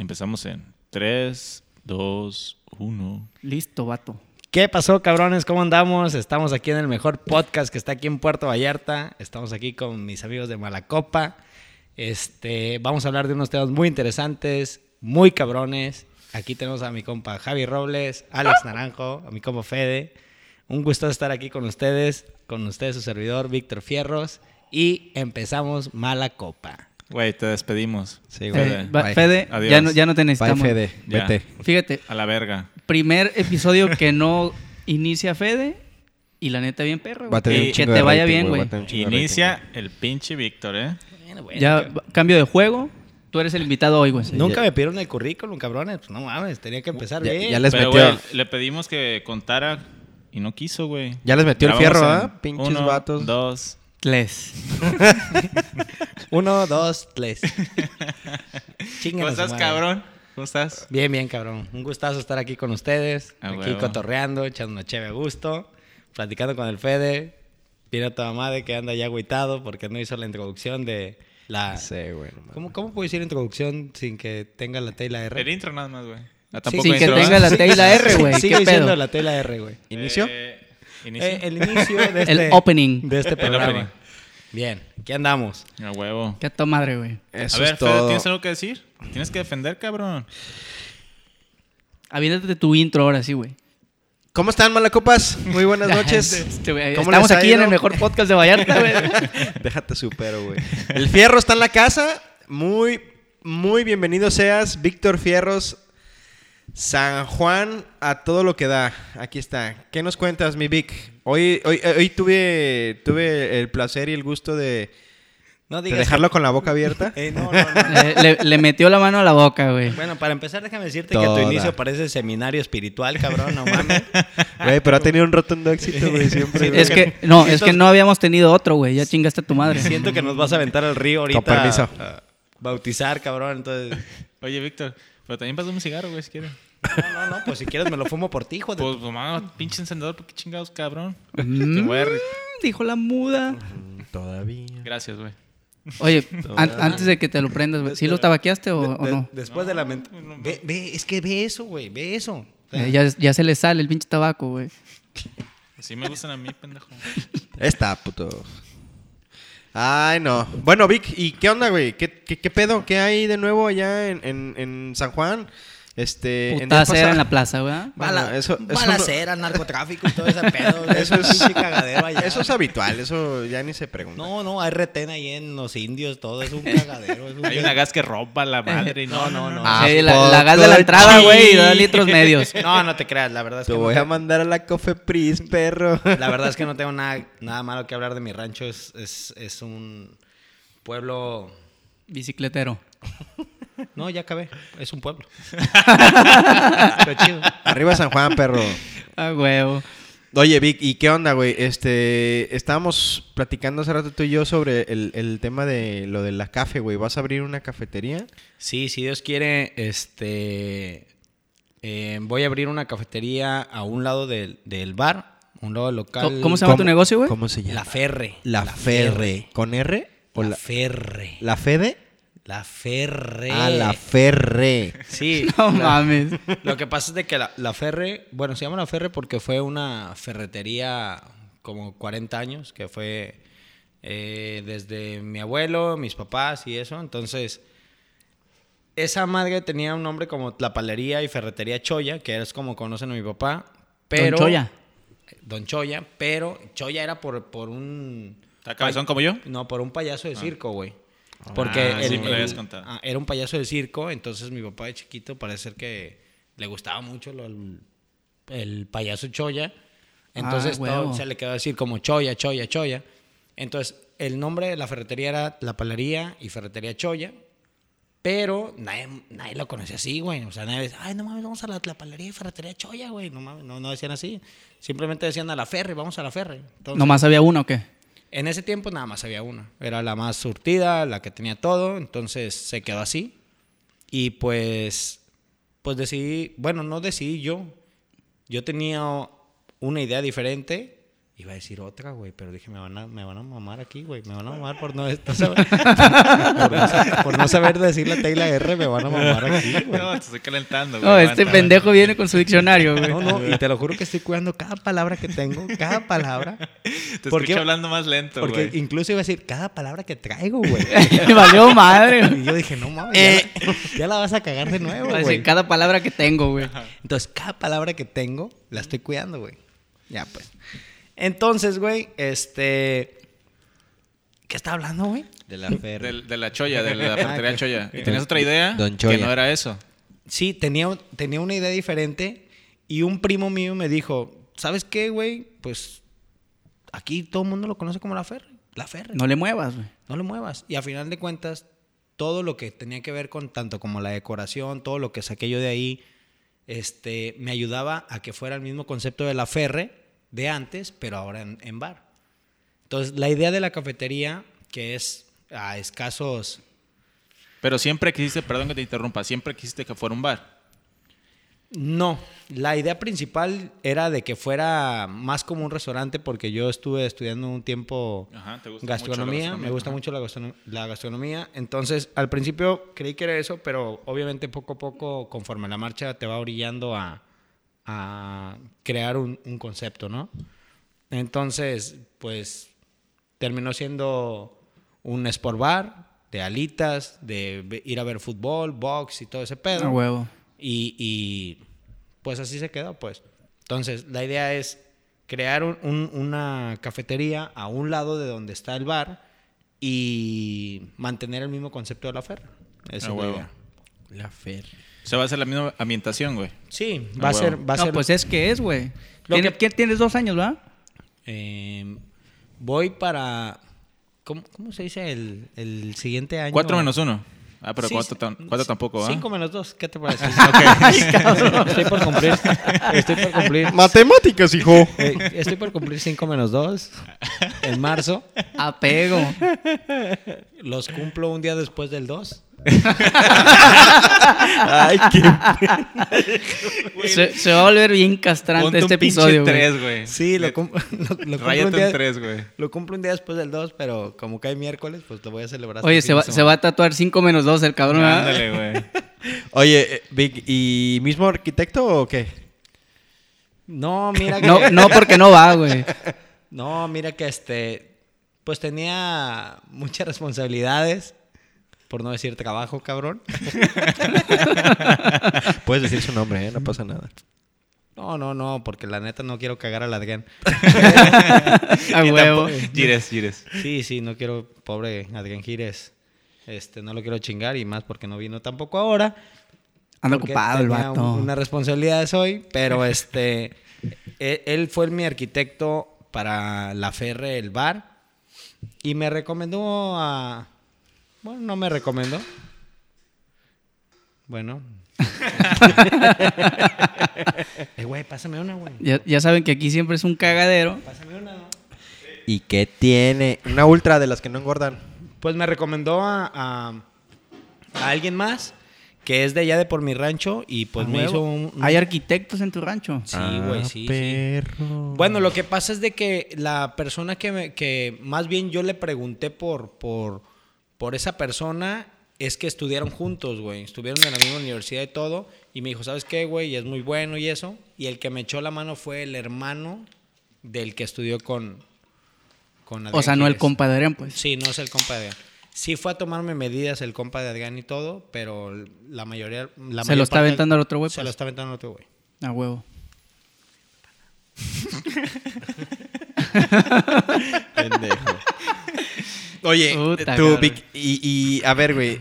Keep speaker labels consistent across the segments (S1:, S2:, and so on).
S1: Empezamos en 3, 2, 1.
S2: Listo, vato.
S3: ¿Qué pasó, cabrones? ¿Cómo andamos? Estamos aquí en el mejor podcast que está aquí en Puerto Vallarta. Estamos aquí con mis amigos de Malacopa. Este, vamos a hablar de unos temas muy interesantes, muy cabrones. Aquí tenemos a mi compa Javi Robles, Alex Naranjo, a mi compa Fede. Un gusto estar aquí con ustedes, con ustedes su servidor Víctor Fierros y empezamos Malacopa.
S1: Güey, te despedimos.
S3: Sí,
S1: güey.
S4: eh.
S2: Fede, va-
S1: Bye.
S2: Fede,
S1: Adiós.
S2: ya no, ya no te
S3: Bye,
S2: necesitamos.
S3: Fede,
S1: Ya.
S3: vete.
S2: Fíjate,
S1: A la verga.
S2: primer episodio que no inicia Fede y la neta bien perro. güey.
S4: Va a tener
S1: Y
S4: un
S2: que
S4: chingo
S2: te
S4: de
S2: vaya
S4: rating,
S2: bien,
S4: va
S2: güey.
S4: a tener un chingo de rating,
S1: Inicia el pinche Víctor, ¿eh?
S2: Ya va- cambio de juego. Tú eres el invitado hoy, güey.
S3: Nunca me pidieron el currículum, cabrones. Pues no mames, tenía que empezar
S4: Ya-
S3: bien.
S4: ya les-
S1: Pero,
S4: metió.
S1: güey, le pedimos que contara y no quiso, güey.
S4: Ya les metió el
S1: vamos
S4: fierro,
S1: en
S4: ¿ah? Pinches
S1: uno,
S4: vatos.
S1: Dos.
S2: Les.
S3: Uno, dos, tres. Chinguen
S1: ¿Cómo
S3: a su
S1: Pues estás,
S3: madre.
S1: cabrón? ¿Cómo estás?
S3: Bien, bien, cabrón. Un gustazo estar aquí con ustedes.
S1: Ah,
S3: aquí
S1: huevo.
S3: cotorreando, echando una cheve a gusto, platicando con el Fede. Viene toda madre que anda ya agüitado porque no hizo la introducción de la...
S4: No sé, güey. no mames.
S3: ¿Cómo, ¿Cómo puedo decir introducción sin que tenga la tela R?
S1: El intro nada más, güey. Ah,
S3: Sí,
S1: tampoco
S2: sin
S1: hay
S2: que
S1: intro,
S2: tenga
S1: ¿verdad?
S2: la T y la R, güey.
S3: Sigue
S2: ¿Qué
S3: diciendo
S2: pedo?
S3: la tela R, güey.
S4: ¿Inicio?
S1: Eh, inicio.
S3: Eh, el inicio de
S2: El
S3: este...
S2: opening.
S3: De este
S1: El opening.
S3: programa. Bien, ¿qué andamos?
S1: A huevo.
S2: Qué to madre, güey.
S4: Eso
S1: a ver,
S4: es
S1: Fede,
S4: todo.
S1: ¿tienes algo que decir? Tienes que defender, cabrón.
S2: Aviéntate tu intro ahora sí, güey.
S4: ¿Cómo están, Malacopas? Muy buenas noches.
S2: Este, güey,
S4: ¿Cómo
S2: Estamos
S4: les ha
S2: aquí en
S4: ido?
S2: el mejor podcast de Vallarta, güey.
S4: Déjate supero, güey. El fierro está en la casa. Muy, muy bienvenido seas, Víctor Fierros. San Juan a todo lo que da. Aquí está. ¿Qué nos cuentas, mi Vic? Hoy, hoy, hoy tuve, tuve el placer y el gusto de,
S3: No
S4: de
S3: digas...
S4: dejarlo con la boca abierta.
S3: Eh, no, no, no.
S2: Eh, le, le metió la mano a la boca, güey.
S3: Bueno, para empezar, déjame decirte que
S4: Toda.
S3: tu inicio parece seminario espiritual, cabrón, no mames.
S4: Güey, pero ha tenido un rotundo éxito, güey, siempre.
S3: Sí,
S4: güey.
S2: Es que, no, es que no habíamos tenido otro, güey. Ya chingaste a tu madre.
S3: Siento que nos vas a aventar al río ahorita.
S4: Con permiso.
S3: a bautizar, cabrón, entonces...
S1: Oye, Víctor, pero también pasó un cigarro, güey, si quieres.
S3: No, no, no, pues si quieres me lo fumo por ti, hijo de...
S1: Pues, mamá, pinche encendedor, ¿por qué chingados, cabrón? Te
S2: Mm,
S1: voy a re-
S2: dijo la muda.
S4: Todavía.
S1: Gracias, güey.
S2: Oye, an- antes de que te lo prendas, güey. ¿Sí lo tabaqueaste o, o
S3: De-
S2: no?
S3: Después de la ment- Ve, ve, es que ve eso, güey, ve eso. O sea,
S2: Eh, ya, ya se le sale el pinche tabaco, güey.
S1: Así me gustan a mí, pendejo.
S4: Está, puto. Ay, no. Bueno, Vic, ¿y qué onda, güey? ¿Qué, qué, qué pedo? ¿Qué hay de nuevo allá en, en, en San Juan?
S3: Eh,
S4: Este, en días
S2: Putada en la
S4: pasados-
S2: plaza, güey. ¿ah?
S4: Bueno,
S3: bala-
S4: eso- eso no-
S3: balacera, narcotráfico y todo ese pedo. güey,
S4: Eso es-
S3: pinche cagadero allá.
S4: Eso es habitual, eso ya ni se pregunta.
S3: No, no, hay retén ahí en los indios, todo es un cagadero. es un-
S1: Hay una gas que roba la madre. y No, no, no.
S4: Ah,
S2: Sí, la, la
S4: poco
S2: gas de la entrada,
S4: chi.
S2: güey, y dos litros medios.
S3: No, no te creas, la verdad es
S4: Te
S3: que
S4: voy
S3: no
S4: a mandar a la Cofepris, perro.
S3: te- la verdad es que no tengo nada, nada malo que hablar de mi rancho, es, es, es un pueblo...
S2: Bicicletero.
S3: No, ya acabé, es un pueblo. Pero chido.
S4: Arriba San Juan, perro.
S2: Ah, huevo.
S4: Oye, Vic, ¿y qué onda, güey? Este, estábamos platicando hace rato tú y yo sobre el, el tema de lo de la café, güey. ¿Vas a abrir una cafetería?
S3: Sí, si Dios quiere, este eh, voy a abrir una cafetería a un lado del, del bar, un lado del local.
S2: ¿Cómo se llama tu negocio, güey?
S4: ¿Cómo se llama?
S3: La Ferre.
S4: La, Ferre. ¿Con R? ¿O
S3: La
S4: la,
S3: Ferre.
S4: la Fede?
S3: La Ferre.
S4: Ah, la Ferre.
S3: Sí.
S2: No
S3: la-
S2: mames.
S3: Lo que pasa es de que la, la Ferre, bueno, se llama la Ferre porque fue una ferretería como 40 años, que fue eh, desde mi abuelo, mis papás y eso. Entonces, esa madre tenía un nombre como Tlapalería y Ferretería Choya, que es como conocen a mi papá. Pero,
S2: Don Choya.
S3: Don Choya, pero Choya era por, por un...
S1: ¿Está cabezón como yo?
S3: No, por un payaso de circo, güey. Porque
S1: Ah,
S3: el-
S1: sí me lo
S3: el-
S1: habías contado.
S3: ah, era un payaso de circo, entonces mi papá de chiquito parece ser que le gustaba mucho lo- el, el payaso Choya. Entonces
S2: Ah,
S3: todo
S2: huevo.
S3: se le quedó decir como Choya, Choya, Choya. Entonces el nombre de la ferretería era La Palería y Ferretería Choya. Pero nadie, nadie lo conocía así, güey. O sea, nadie decía, ay, no mames, vamos a la, la palería y ferretería Choya, güey. No mames, no, no decían así. Simplemente decían a la ferre, vamos a la ferre. Entonces,
S2: ¿Nomás había uno o qué?
S3: en ese tiempo nada más había una. Era la más surtida, la que tenía todo, entonces se quedó así. Y pues, pues decidí, bueno, no decidí yo. Yo tenía una idea diferente Iba a decir otra, güey, pero dije, me van a, me van a mamar aquí, güey. Me van a mamar por no, por, no sa- por no saber decir la tecla R, me van a mamar aquí, güey.
S1: No, te estoy calentando, güey.
S2: No, este
S1: aguanta,
S2: pendejo viene con su diccionario, güey.
S3: No, no, y te lo juro que estoy cuidando cada palabra que tengo, cada palabra.
S1: aguanta. Te
S3: ¿Por
S1: escucho
S3: qué?
S1: hablando más lento,
S3: Porque
S1: güey.
S3: incluso iba a decir cada palabra que traigo, güey.
S2: Me valió madre,
S3: Y
S2: güey.
S3: yo dije, no mames, ya, la, ya la vas a cagar de nuevo,
S2: Así,
S3: güey.
S2: cada palabra que tengo, güey.
S3: Entonces, cada palabra que tengo, la estoy cuidando, güey. Ya, pues. Entonces, güey, este... ¿Qué estaba hablando, güey?
S4: De la fer.
S1: De, de la cholla, de la
S3: Ah,
S1: ferretería
S3: que-
S1: cholla. Y
S3: Don-
S1: tenías otra idea
S4: Don
S1: que
S4: Cholla.
S1: no era eso.
S3: Sí, tenía, un- tenía una idea diferente y un primo mío me dijo, ¿sabes qué, güey? Pues aquí todo el mundo lo conoce como la Ferre. La Ferre.
S2: No le muevas, güey.
S3: No lo muevas. Y a final de cuentas, todo lo que tenía que ver con tanto como la decoración, todo lo que saqué yo de ahí, este, me ayudaba a que fuera el mismo concepto de la ferre de antes, pero ahora en, en bar. Entonces, la idea de la cafetería, que es a escasos...
S1: Pero siempre quisiste, perdón que te interrumpa, siempre quisiste que fuera un bar.
S3: No, la idea principal era de que fuera más como un restaurante, porque yo estuve estudiando un tiempo...
S1: Ajá, te gusta
S3: gastronomía, me gusta mucho la, gastrono- la gastronomía. Entonces, al principio creí que era eso, pero obviamente poco a poco, conforme la marcha te va orillando a, a crear un, un concepto, ¿no? Entonces, pues terminó siendo un sport bar de alitas, de ve- ir a ver fútbol, box y todo ese pedo.
S2: A Ah, huevo.
S3: Y, y, pues así se quedó, pues. Entonces, la idea es crear un- un- una cafetería a un lado de donde está el bar y mantener el mismo concepto de la ferra. Esa
S1: Ah,
S3: es la
S1: huevo.
S3: idea.
S4: La fer.
S1: O sea, va a ser la misma ambientación, güey.
S3: Sí,
S1: Ah,
S3: va a
S1: huevo.
S3: ser... Va a
S2: no,
S3: ser
S2: pues es que es, güey.
S3: Lo
S2: Tiene-
S3: que-
S2: ¿quién- Tienes dos años, ¿verdad?
S3: eh, voy para... ¿Cómo, cómo se dice el, el siguiente año?
S1: 4 menos 1. Ah, pero
S3: Sí,
S1: 4
S3: sí, sí,
S1: tampoco, ¿ah?
S3: Cinco menos dos, ¿qué te parece? Estoy por cumplir. Estoy por cumplir.
S4: Matemáticas, hijo.
S3: eh, estoy por cumplir cinco menos dos en marzo.
S2: Apego.
S3: Los cumplo un día después del 2.
S4: Ay, qué.
S2: se, se va a volver bien castrante
S1: Ponte
S2: este
S1: un pinche
S2: episodio. güey.
S1: tres, güey.
S3: Sí, lo,
S1: Le-
S3: cum- lo- lo cumplo un
S1: Ráyate
S3: día,
S1: en 3, güey.
S3: lo cumplo un día después del 2, pero como cae miércoles, pues lo voy a celebrar. hasta
S2: Oye,
S3: el
S2: se
S3: fin
S2: va,
S3: de
S2: se va a tatuar 5 menos 2 el cabrón. ¿verdad?
S1: Ándale, güey.
S4: Oye, eh, Vic, ¿y mismo arquitecto o qué?
S3: semana. No, mira que.
S2: No, no, porque no va, güey.
S3: No, mira que este. Pues tenía muchas responsabilidades. Por no decir trabajo, cabrón.
S4: Puedes decir su nombre, ¿eh? No pasa nada.
S3: No, no, no, porque la neta no quiero cagar al Adrián.
S2: A
S1: Yo
S2: huevo.
S1: tampoco- Gires, gires.
S3: Sí, sí, no quiero, pobre Adrián Gires. Este, no lo quiero chingar y más porque no vino tampoco ahora.
S2: Anda
S3: porque
S2: ocupado el
S3: tenía
S2: vato.
S3: un- Una responsabilidad hoy, pero este. e- él fue mi arquitecto para la Ferre, el bar. Y me recomendó a. Bueno, no me recomendó. Bueno. eh, güey, pásame una, güey.
S2: Ya, ya saben que aquí siempre es un cagadero.
S3: Pásame una, ¿no?
S4: ¿Y qué tiene? Una ultra de las que no engordan.
S3: Pues me recomendó a, a- a alguien más que es de allá de por mi rancho y pues
S2: A
S3: me
S2: huevo.
S3: hizo un. un-
S2: Hay Ah, arquitectos en tu rancho.
S3: Sí, güey, Pues sí, sí.
S4: Ah, Perro.
S3: Bueno, lo que pasa es de que la persona que, me- que más bien yo le pregunté por, por, por esa persona es que estudiaron juntos, güey. Estuvieron en la misma universidad y todo. Y me dijo, ¿sabes qué, güey? Y es muy bueno y eso. Y el que me echó la mano fue el hermano del que estudió con... con
S2: O
S3: Adrián
S2: sea, no el
S3: Gires.
S2: compa de Adrián, pues.
S3: Sí, no es el compa de Adrián. Sí fue a tomarme medidas el compa de Adrián y todo, pero la mayoría... La
S2: Se
S3: mayor
S2: lo está
S3: parte-
S2: aventando al otro güey,
S3: Se
S2: pues.
S3: lo está aventando al otro güey.
S2: A huevo.
S4: Pendejo. Oye,
S2: Puta,
S4: tú,
S2: cabrón.
S4: Vic, y, y, a ver, güey.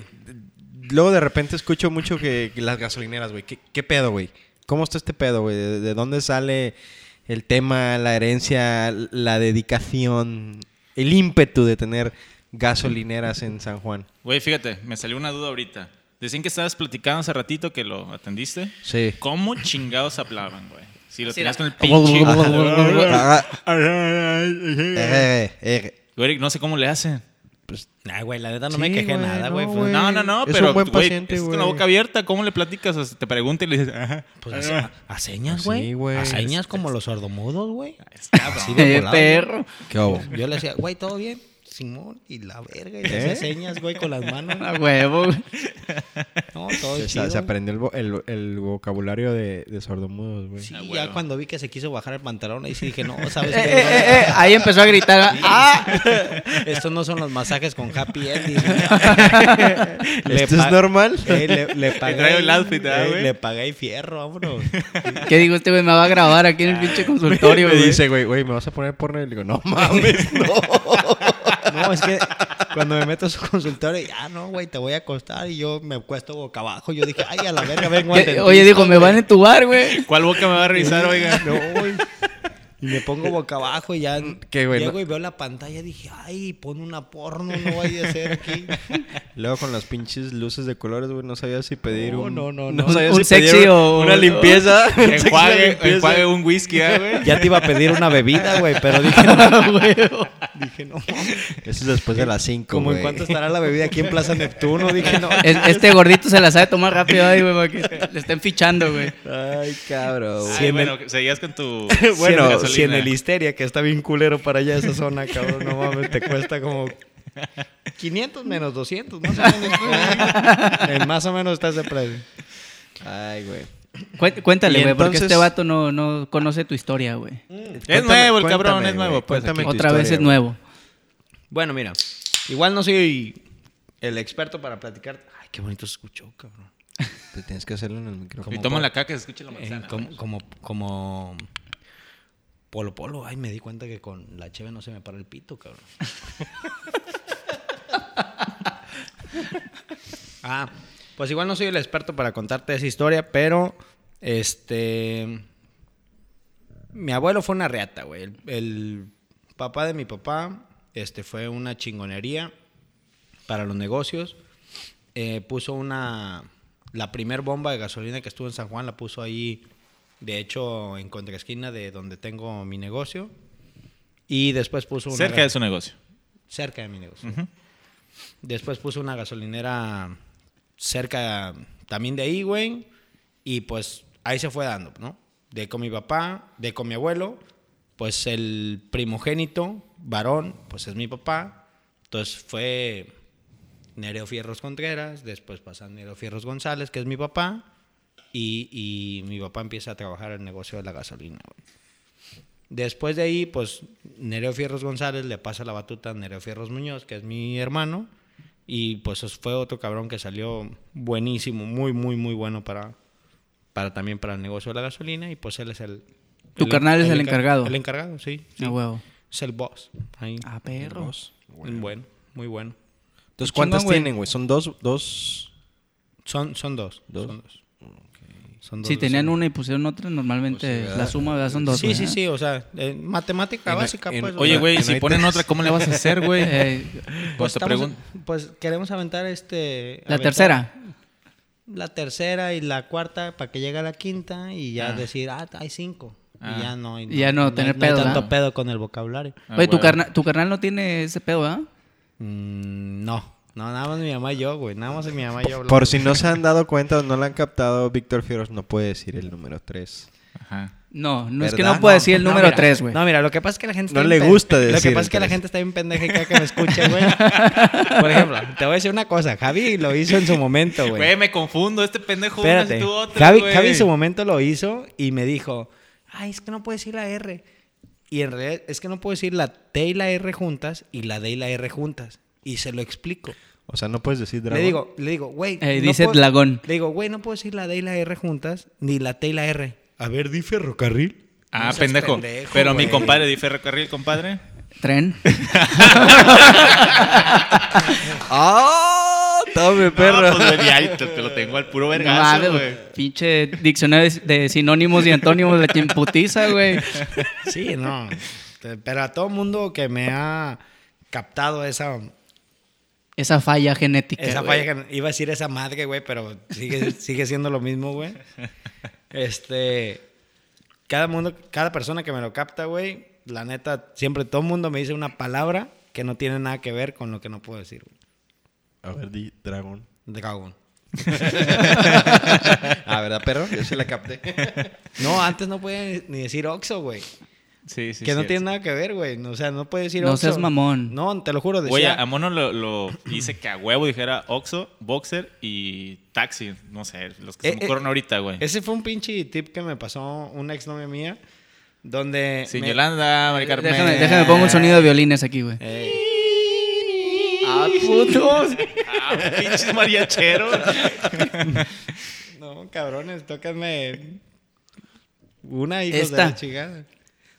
S4: Luego de repente escucho mucho que que las gasolineras, güey. ¿Qué, qué pedo, güey? ¿Cómo está este pedo, güey? ¿De, de dónde sale el tema, la herencia, la dedicación, el ímpetu de tener gasolineras en San Juan?
S1: Güey, fíjate, me salió una duda ahorita. Decían que estabas platicando hace ratito que lo atendiste.
S4: Sí.
S1: ¿Cómo chingados hablaban, güey? Si lo
S2: Así
S1: tenías
S2: era.
S1: con el pinche...
S4: Ah,
S1: Ah,
S4: Eh, eh,
S1: Güey, no sé cómo le hacen.
S4: pues,
S3: Nah, güey, la neta no
S4: Sí,
S3: me quejé
S4: güey,
S3: nada,
S4: no,
S3: güey. fue-
S4: güey.
S1: No, no, no,
S4: Es un
S1: pero
S4: buen
S1: güey,
S4: paciente,
S1: es con la
S4: güey.
S1: boca abierta, ¿cómo le platicas? O sea, te pregunta y le dices, ajá.
S3: Pues a, a- a señas,
S4: Sí,
S3: güey.
S4: güey.
S3: A señas como los sordomudos, güey. Así
S2: Eh,
S3: volado.
S2: perro.
S4: ¿Qué hubo?
S3: Yo le decía, güey, ¿todo bien? Simón, y la verga, y le
S4: ¿Eh?
S3: hacía señas, güey, con las manos.
S2: A huevo. güey.
S3: No, todo
S4: Se,
S3: chido.
S4: se aprendió el, vo- el- el vocabulario de, de sordomudos, güey.
S3: Sí,
S1: Ah,
S3: ya
S1: huevo.
S3: cuando vi que se quiso bajar el pantalón, ahí sí dije, no, ¿sabes
S2: Eh,
S3: qué?
S2: eh, eh, eh, Ahí empezó a gritar. ¡Ah!
S3: Estos no son los masajes con happy ending. Le
S4: ¿Esto
S3: pa-
S4: es normal?
S3: Eh, le, le pagué.
S1: traigo el outfit, ¿ah,
S3: eh,
S1: güey?
S3: le pagué y fierro, vámonos.
S2: ¿Qué digo? Este güey me va a grabar aquí en el pinche consultorio,
S4: me
S2: güey.
S4: dice, güey, güey, ¿me vas a poner porno? Y le digo, no mames, no.
S3: No, es que cuando me meto a su consultorio, ah, no, güey, te voy a acostar. Y yo me acuesto boca abajo. Yo dije, ay, a la verga, vengo al
S2: ¿Qué? Oye, dijo,
S3: dentista,
S2: me
S3: güey".
S2: van a entubar, güey.
S1: ¿Cuál boca me va a revisar, oiga?
S3: No, güey. Y me pongo boca abajo y ya
S4: Qué bueno.
S3: llego y veo la pantalla y dije, ay, pon una porno, no vaya a ser aquí.
S4: Luego con las pinches luces de colores, güey, no sabía si pedir
S3: No,
S4: un...
S3: no, no, no.
S4: No sabía
S2: Un
S4: si pedir
S2: sexy
S4: un-
S2: o-
S4: una limpieza. un sexy, una
S1: Enjuague,
S4: limpieza.
S1: enjuague un whisky, ¿ah, güey.
S3: Ya te iba a pedir una bebida, güey, pero dije, no, güey. Dije, no, mames.
S4: Eso es después de las 5,
S3: como en cuánto estará la bebida aquí en Plaza Neptuno, dije, no.
S2: Es- Este gordito se la sabe tomar rápido ahí, güey, porque le están fichando, güey.
S4: Ay,
S1: Ay,
S4: cabrón. güey.
S3: Si en
S1: bueno, seguías con tu.
S3: Bueno,
S1: gasolina.
S3: si en el Histeria, que está bien culero para allá esa zona, cabrón, no mames, te cuesta como 500 menos 200, más o menos. güey. En más o menos está ese precio.
S4: Ay, güey.
S2: Cué- Cuéntale,
S4: Y
S2: güey, porque
S4: entonces-
S2: este vato no, no conoce tu historia, güey.
S1: Es
S4: Cuéntame,
S1: nuevo el
S4: cuéntame,
S1: cabrón,
S4: güey,
S1: es nuevo. Pues,
S4: cuéntame
S1: aquí.
S4: tu
S2: Otra vez
S4: historia,
S2: es
S4: güey.
S2: nuevo.
S3: Bueno, mira, igual no soy el experto para platicar. Ay, qué bonito se escuchó, cabrón.
S4: Te tienes que hacerlo en el
S1: Y
S4: micrófono.
S1: toma la caca, se escucha la
S3: Eh,
S1: manzana.
S3: como, como, como Polo Polo. Ay, me di cuenta que con la cheve no se me para el pito, cabrón. ah, pues igual no soy el experto para contarte esa historia, pero este... Mi abuelo fue una reata, güey. El, el papá de mi papá este, fue una chingonería para los negocios. Eh, puso una... La primer bomba de gasolina que estuvo en San Juan la puso ahí, de hecho, en contraesquina de donde tengo mi negocio. Y después puso una...
S1: Cerca de su negocio.
S3: Cerca de mi negocio. Después puso una gasolinera cerca también de ahí, güey. Y pues ahí se fue dando, ¿no? De con mi papá, de con mi abuelo, pues el primogénito, varón, pues es mi papá. Entonces fue Nereo Fierros Contreras, después pasa Nereo Fierros González, que es mi papá. Y, y mi papá empieza a trabajar en el negocio de la gasolina, güey. Después de ahí, pues Nereo Fierros González le pasa la batuta a Nereo Fierros Muñoz, que es mi hermano. Y pues es- fue otro cabrón que salió buenísimo, muy, muy, muy bueno para, para también para el negocio de la gasolina. Y pues él es el.
S2: Tu
S3: el-
S2: carnal es el
S3: encar-
S2: encargado.
S3: El encargado, sí. sí.
S2: A huevo.
S3: Es el boss. Ahí,
S2: Ah,
S3: el
S2: perro.
S3: boss. Bueno, muy bueno.
S2: Chingón,
S4: Entonces, ¿cuántas
S2: güey.
S4: tienen, güey? Son dos, dos...
S3: Son, son dos.
S4: ¿Dos?
S3: Son dos. Son
S2: Si
S3: dos,
S2: tenían
S3: son-
S2: una y pusieron otra, normalmente
S4: Pues sí,
S2: la
S4: ¿verdad?
S2: suma ¿verdad? son dos.
S3: Sí,
S2: güey,
S3: sí,
S2: ¿eh?
S3: sí. O sea, eh, matemática
S4: En-
S3: básica,
S4: en-
S3: pues. o
S1: Oye,
S3: sea,
S1: güey,
S4: no
S1: si
S4: hay
S1: ponen
S4: tres.
S1: otra, ¿cómo le vas a hacer, güey?
S2: Eh,
S1: Pues te
S3: Pues estamos-
S1: pregunto.
S3: pues queremos aventar este.
S2: la
S3: aventar
S2: tercera.
S3: La tercera y la cuarta para que llegue a la quinta y ya decir, ah, hay cinco.
S1: Ah.
S3: Y ya no hay,
S2: Y ya no
S3: hay-
S2: tener
S3: hay
S2: pedo,
S3: tanto
S2: ¿no?
S3: pedo con el vocabulario.
S1: Ah,
S2: Güey, tu,
S1: huevo.
S2: carna- tu carnal no tiene ese pedo, ¿verdad?
S3: Mm, no, no, nada más mi mamá y yo, güey. Nada más mi mamá y yo.
S4: Por si no se han dado cuenta o no la han captado, Víctor Fieros no puede decir el número 3.
S1: Ajá.
S2: No, no es que
S4: ¿Verdad?
S2: no puedo decir el número
S3: mira,
S2: 3, güey.
S3: Ah, No, mira, lo que pasa es que la gente.
S4: No
S3: está
S4: le
S3: bien pen-
S4: gusta
S3: Lo
S4: decir
S3: que
S4: el
S3: pasa es que la
S4: tres.
S3: gente está bien pendeja y cada que me escucha, güey. Por ejemplo, te voy a decir una cosa. Javi lo hizo en su momento, güey.
S1: Güey, Ah, me confundo. Este pendejo una,
S3: Espérate.
S1: tú otra,
S3: Javi,
S1: güey.
S3: Javi en su momento lo hizo y me dijo, ay, es que no puedo decir la R. Y en realidad es que no puedo decir la T y la R juntas y la D y la R juntas. Y se lo explico.
S4: O sea, no puedes decir dragón.
S3: Le digo, le digo, güey.
S2: Eh, dice
S3: puedo-"
S2: Dragón.
S3: Le digo, güey, no puedo decir la D y la R juntas ni la T y la R. A ver, di ferrocarril.
S1: Ah,
S3: No seas
S1: pendejo.
S3: pendejo,
S1: Pero mi
S3: güey.
S1: compadre, di ferrocarril, compadre.
S2: Tren.
S4: ¡Ah! ¡Tome, perro!
S1: No, pues, güey, ya, te, te lo tengo al puro
S2: No mames,
S1: vergazo, güey.
S2: Pinche diccionario de- de sinónimos y antónimos de quien putiza, güey.
S3: Sí, no. Te- Pero a todo mundo que me ha captado esa
S2: Esa falla genética.
S3: Esa
S2: güey.
S3: falla que- iba a decir esa madre, güey, pero sigue, sigue siendo lo mismo, güey. Este, cada mundo, cada persona que me lo capta, güey, la neta, siempre todo mundo me dice una palabra que no tiene nada que ver con lo que no puedo decir. güey.
S4: A ver, di dragón.
S3: Dragón.
S4: Ah, ¿verdad, perro? Yo sí la capté.
S3: No, antes no podía ni decir Oxxo, güey.
S1: Sí, sí.
S3: que no
S1: cierto.
S3: tiene nada que ver, güey. No, O sea, no puede decir
S2: No
S3: Oxxo.
S2: seas mamón.
S3: No, te lo juro. Decía,
S1: Güey, a a Mono lo, lo hice que a huevo dijera Oxxo, Boxer y Taxi. No sé, los que
S3: Eh,
S1: se
S3: eh,
S1: me ocurren ahorita, güey.
S3: Ese fue un pinche tip que me pasó una exnovia mía. Donde.
S1: Sin
S3: me-
S1: Yolanda, Mari Carmen.
S2: Déjame, déjame, pongo un sonido de violines aquí, güey. ¡Ah, putos!
S1: Ah, pinches mariacheros.
S3: No, cabrones, tócame una hijos de la
S2: Esta.
S3: chingada.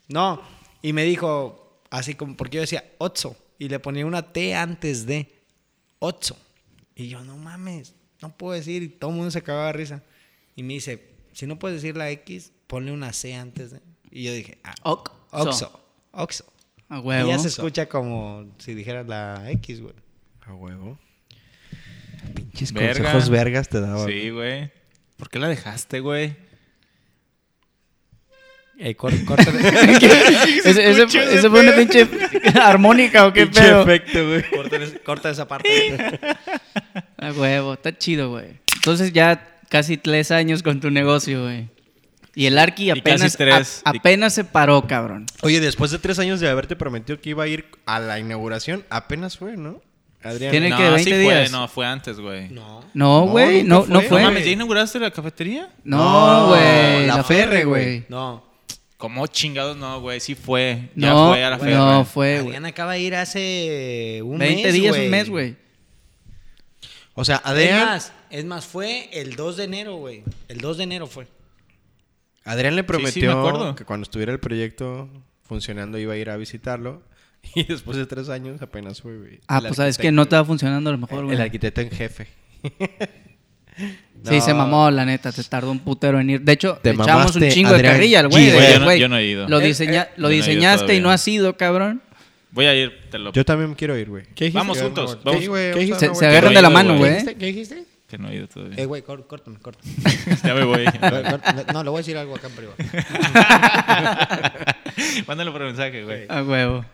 S3: No, y me dijo así como porque yo decía Otso y le ponía una T antes de Otso. Y yo, no mames, no puedo decir y todo el mundo se cagaba de risa. Y me dice, si no puedes decir la X, ponle una C antes de. Y yo dije, ah,
S2: Oc-
S3: Oxo, Oxo.
S2: A
S3: Y
S2: huevo.
S3: ya se escucha como si dijeras la X, güey.
S4: A huevo.
S3: Pinches
S1: Verga.
S3: consejos
S4: vergas te
S2: Ah,
S4: daba.
S1: Sí, güey. ¿Por qué la dejaste, güey?
S3: Eh, cor- córtale.
S2: Ese, ese-
S1: escucha ese
S2: ese fue una pinche armónica o qué pedo.
S4: efecto, güey.
S3: Corta es- corta esa parte.
S2: A huevo, está chido, güey. Entonces ya casi tres años con tu negocio, güey. Y el Arqui
S1: casi
S2: apenas,
S1: tres.
S2: a- apenas se paró, cabrón.
S4: Oye, después de tres años de haberte prometido que iba a ir a la inauguración, apenas fue, ¿no? Adrián.
S2: Tiene
S1: no,
S2: que 20
S1: sí
S2: días.
S1: Fue, no, fue antes, güey. No,
S4: No.
S2: No,
S4: No,
S2: güey,
S4: nunca
S2: no, no
S4: fue.
S2: fue.
S1: mames, ¿ya inauguraste la cafetería?
S2: No, güey, la, Ferre, güey.
S3: No.
S1: ¿Cómo chingados no, güey? Sí fue. Ya
S2: No,
S1: fue a la
S2: no,
S1: feria.
S2: fue, güey.
S3: Adrián acaba de ir hace un
S2: 20
S3: mes,
S2: días, un mes, güey.
S4: O sea,
S3: Es
S4: Adrián,
S3: más, es más, fue el 2 de enero, güey. El 2 de enero fue.
S2: ¿Eh?
S4: Adrián le prometió
S1: sí, me acuerdo.
S4: que cuando estuviera el proyecto funcionando iba a ir a visitarlo. Y después de tres años apenas fue, güey.
S2: Ah,
S4: El
S2: pues sabes
S4: arquitecto-
S2: que no estaba funcionando a lo mejor, güey.
S4: El arquitecto en jefe.
S2: Sí, se
S4: No.
S2: mamó, la neta, se tardó un putero en ir. De hecho, le
S4: Te
S2: echamos
S4: mamaste,
S2: un chingo
S4: Adrián.
S2: de carrilla al güey.
S4: Sí,
S2: de,
S1: güey, yo no-
S2: güey,
S1: yo no he ido.
S2: Lo,
S3: Eh,
S2: diseña-
S3: eh,
S2: lo
S1: yo no he ido
S2: diseñaste y no
S1: todavía.
S2: ha sido, cabrón.
S1: Voy a ir, te lo...
S4: Yo también quiero ir, güey.
S1: Vamos juntos, vamos.
S2: Se- se agarran
S1: de la mano,
S2: güey.
S3: ¿Qué dijiste?
S1: Que no he ido
S3: Eh,
S1: todavía.
S3: güey, cór- córtame, córtame.
S1: ya me voy.
S3: no, le voy a decir algo acá en privado.
S1: Mándalo por mensaje, güey.
S2: A huevo.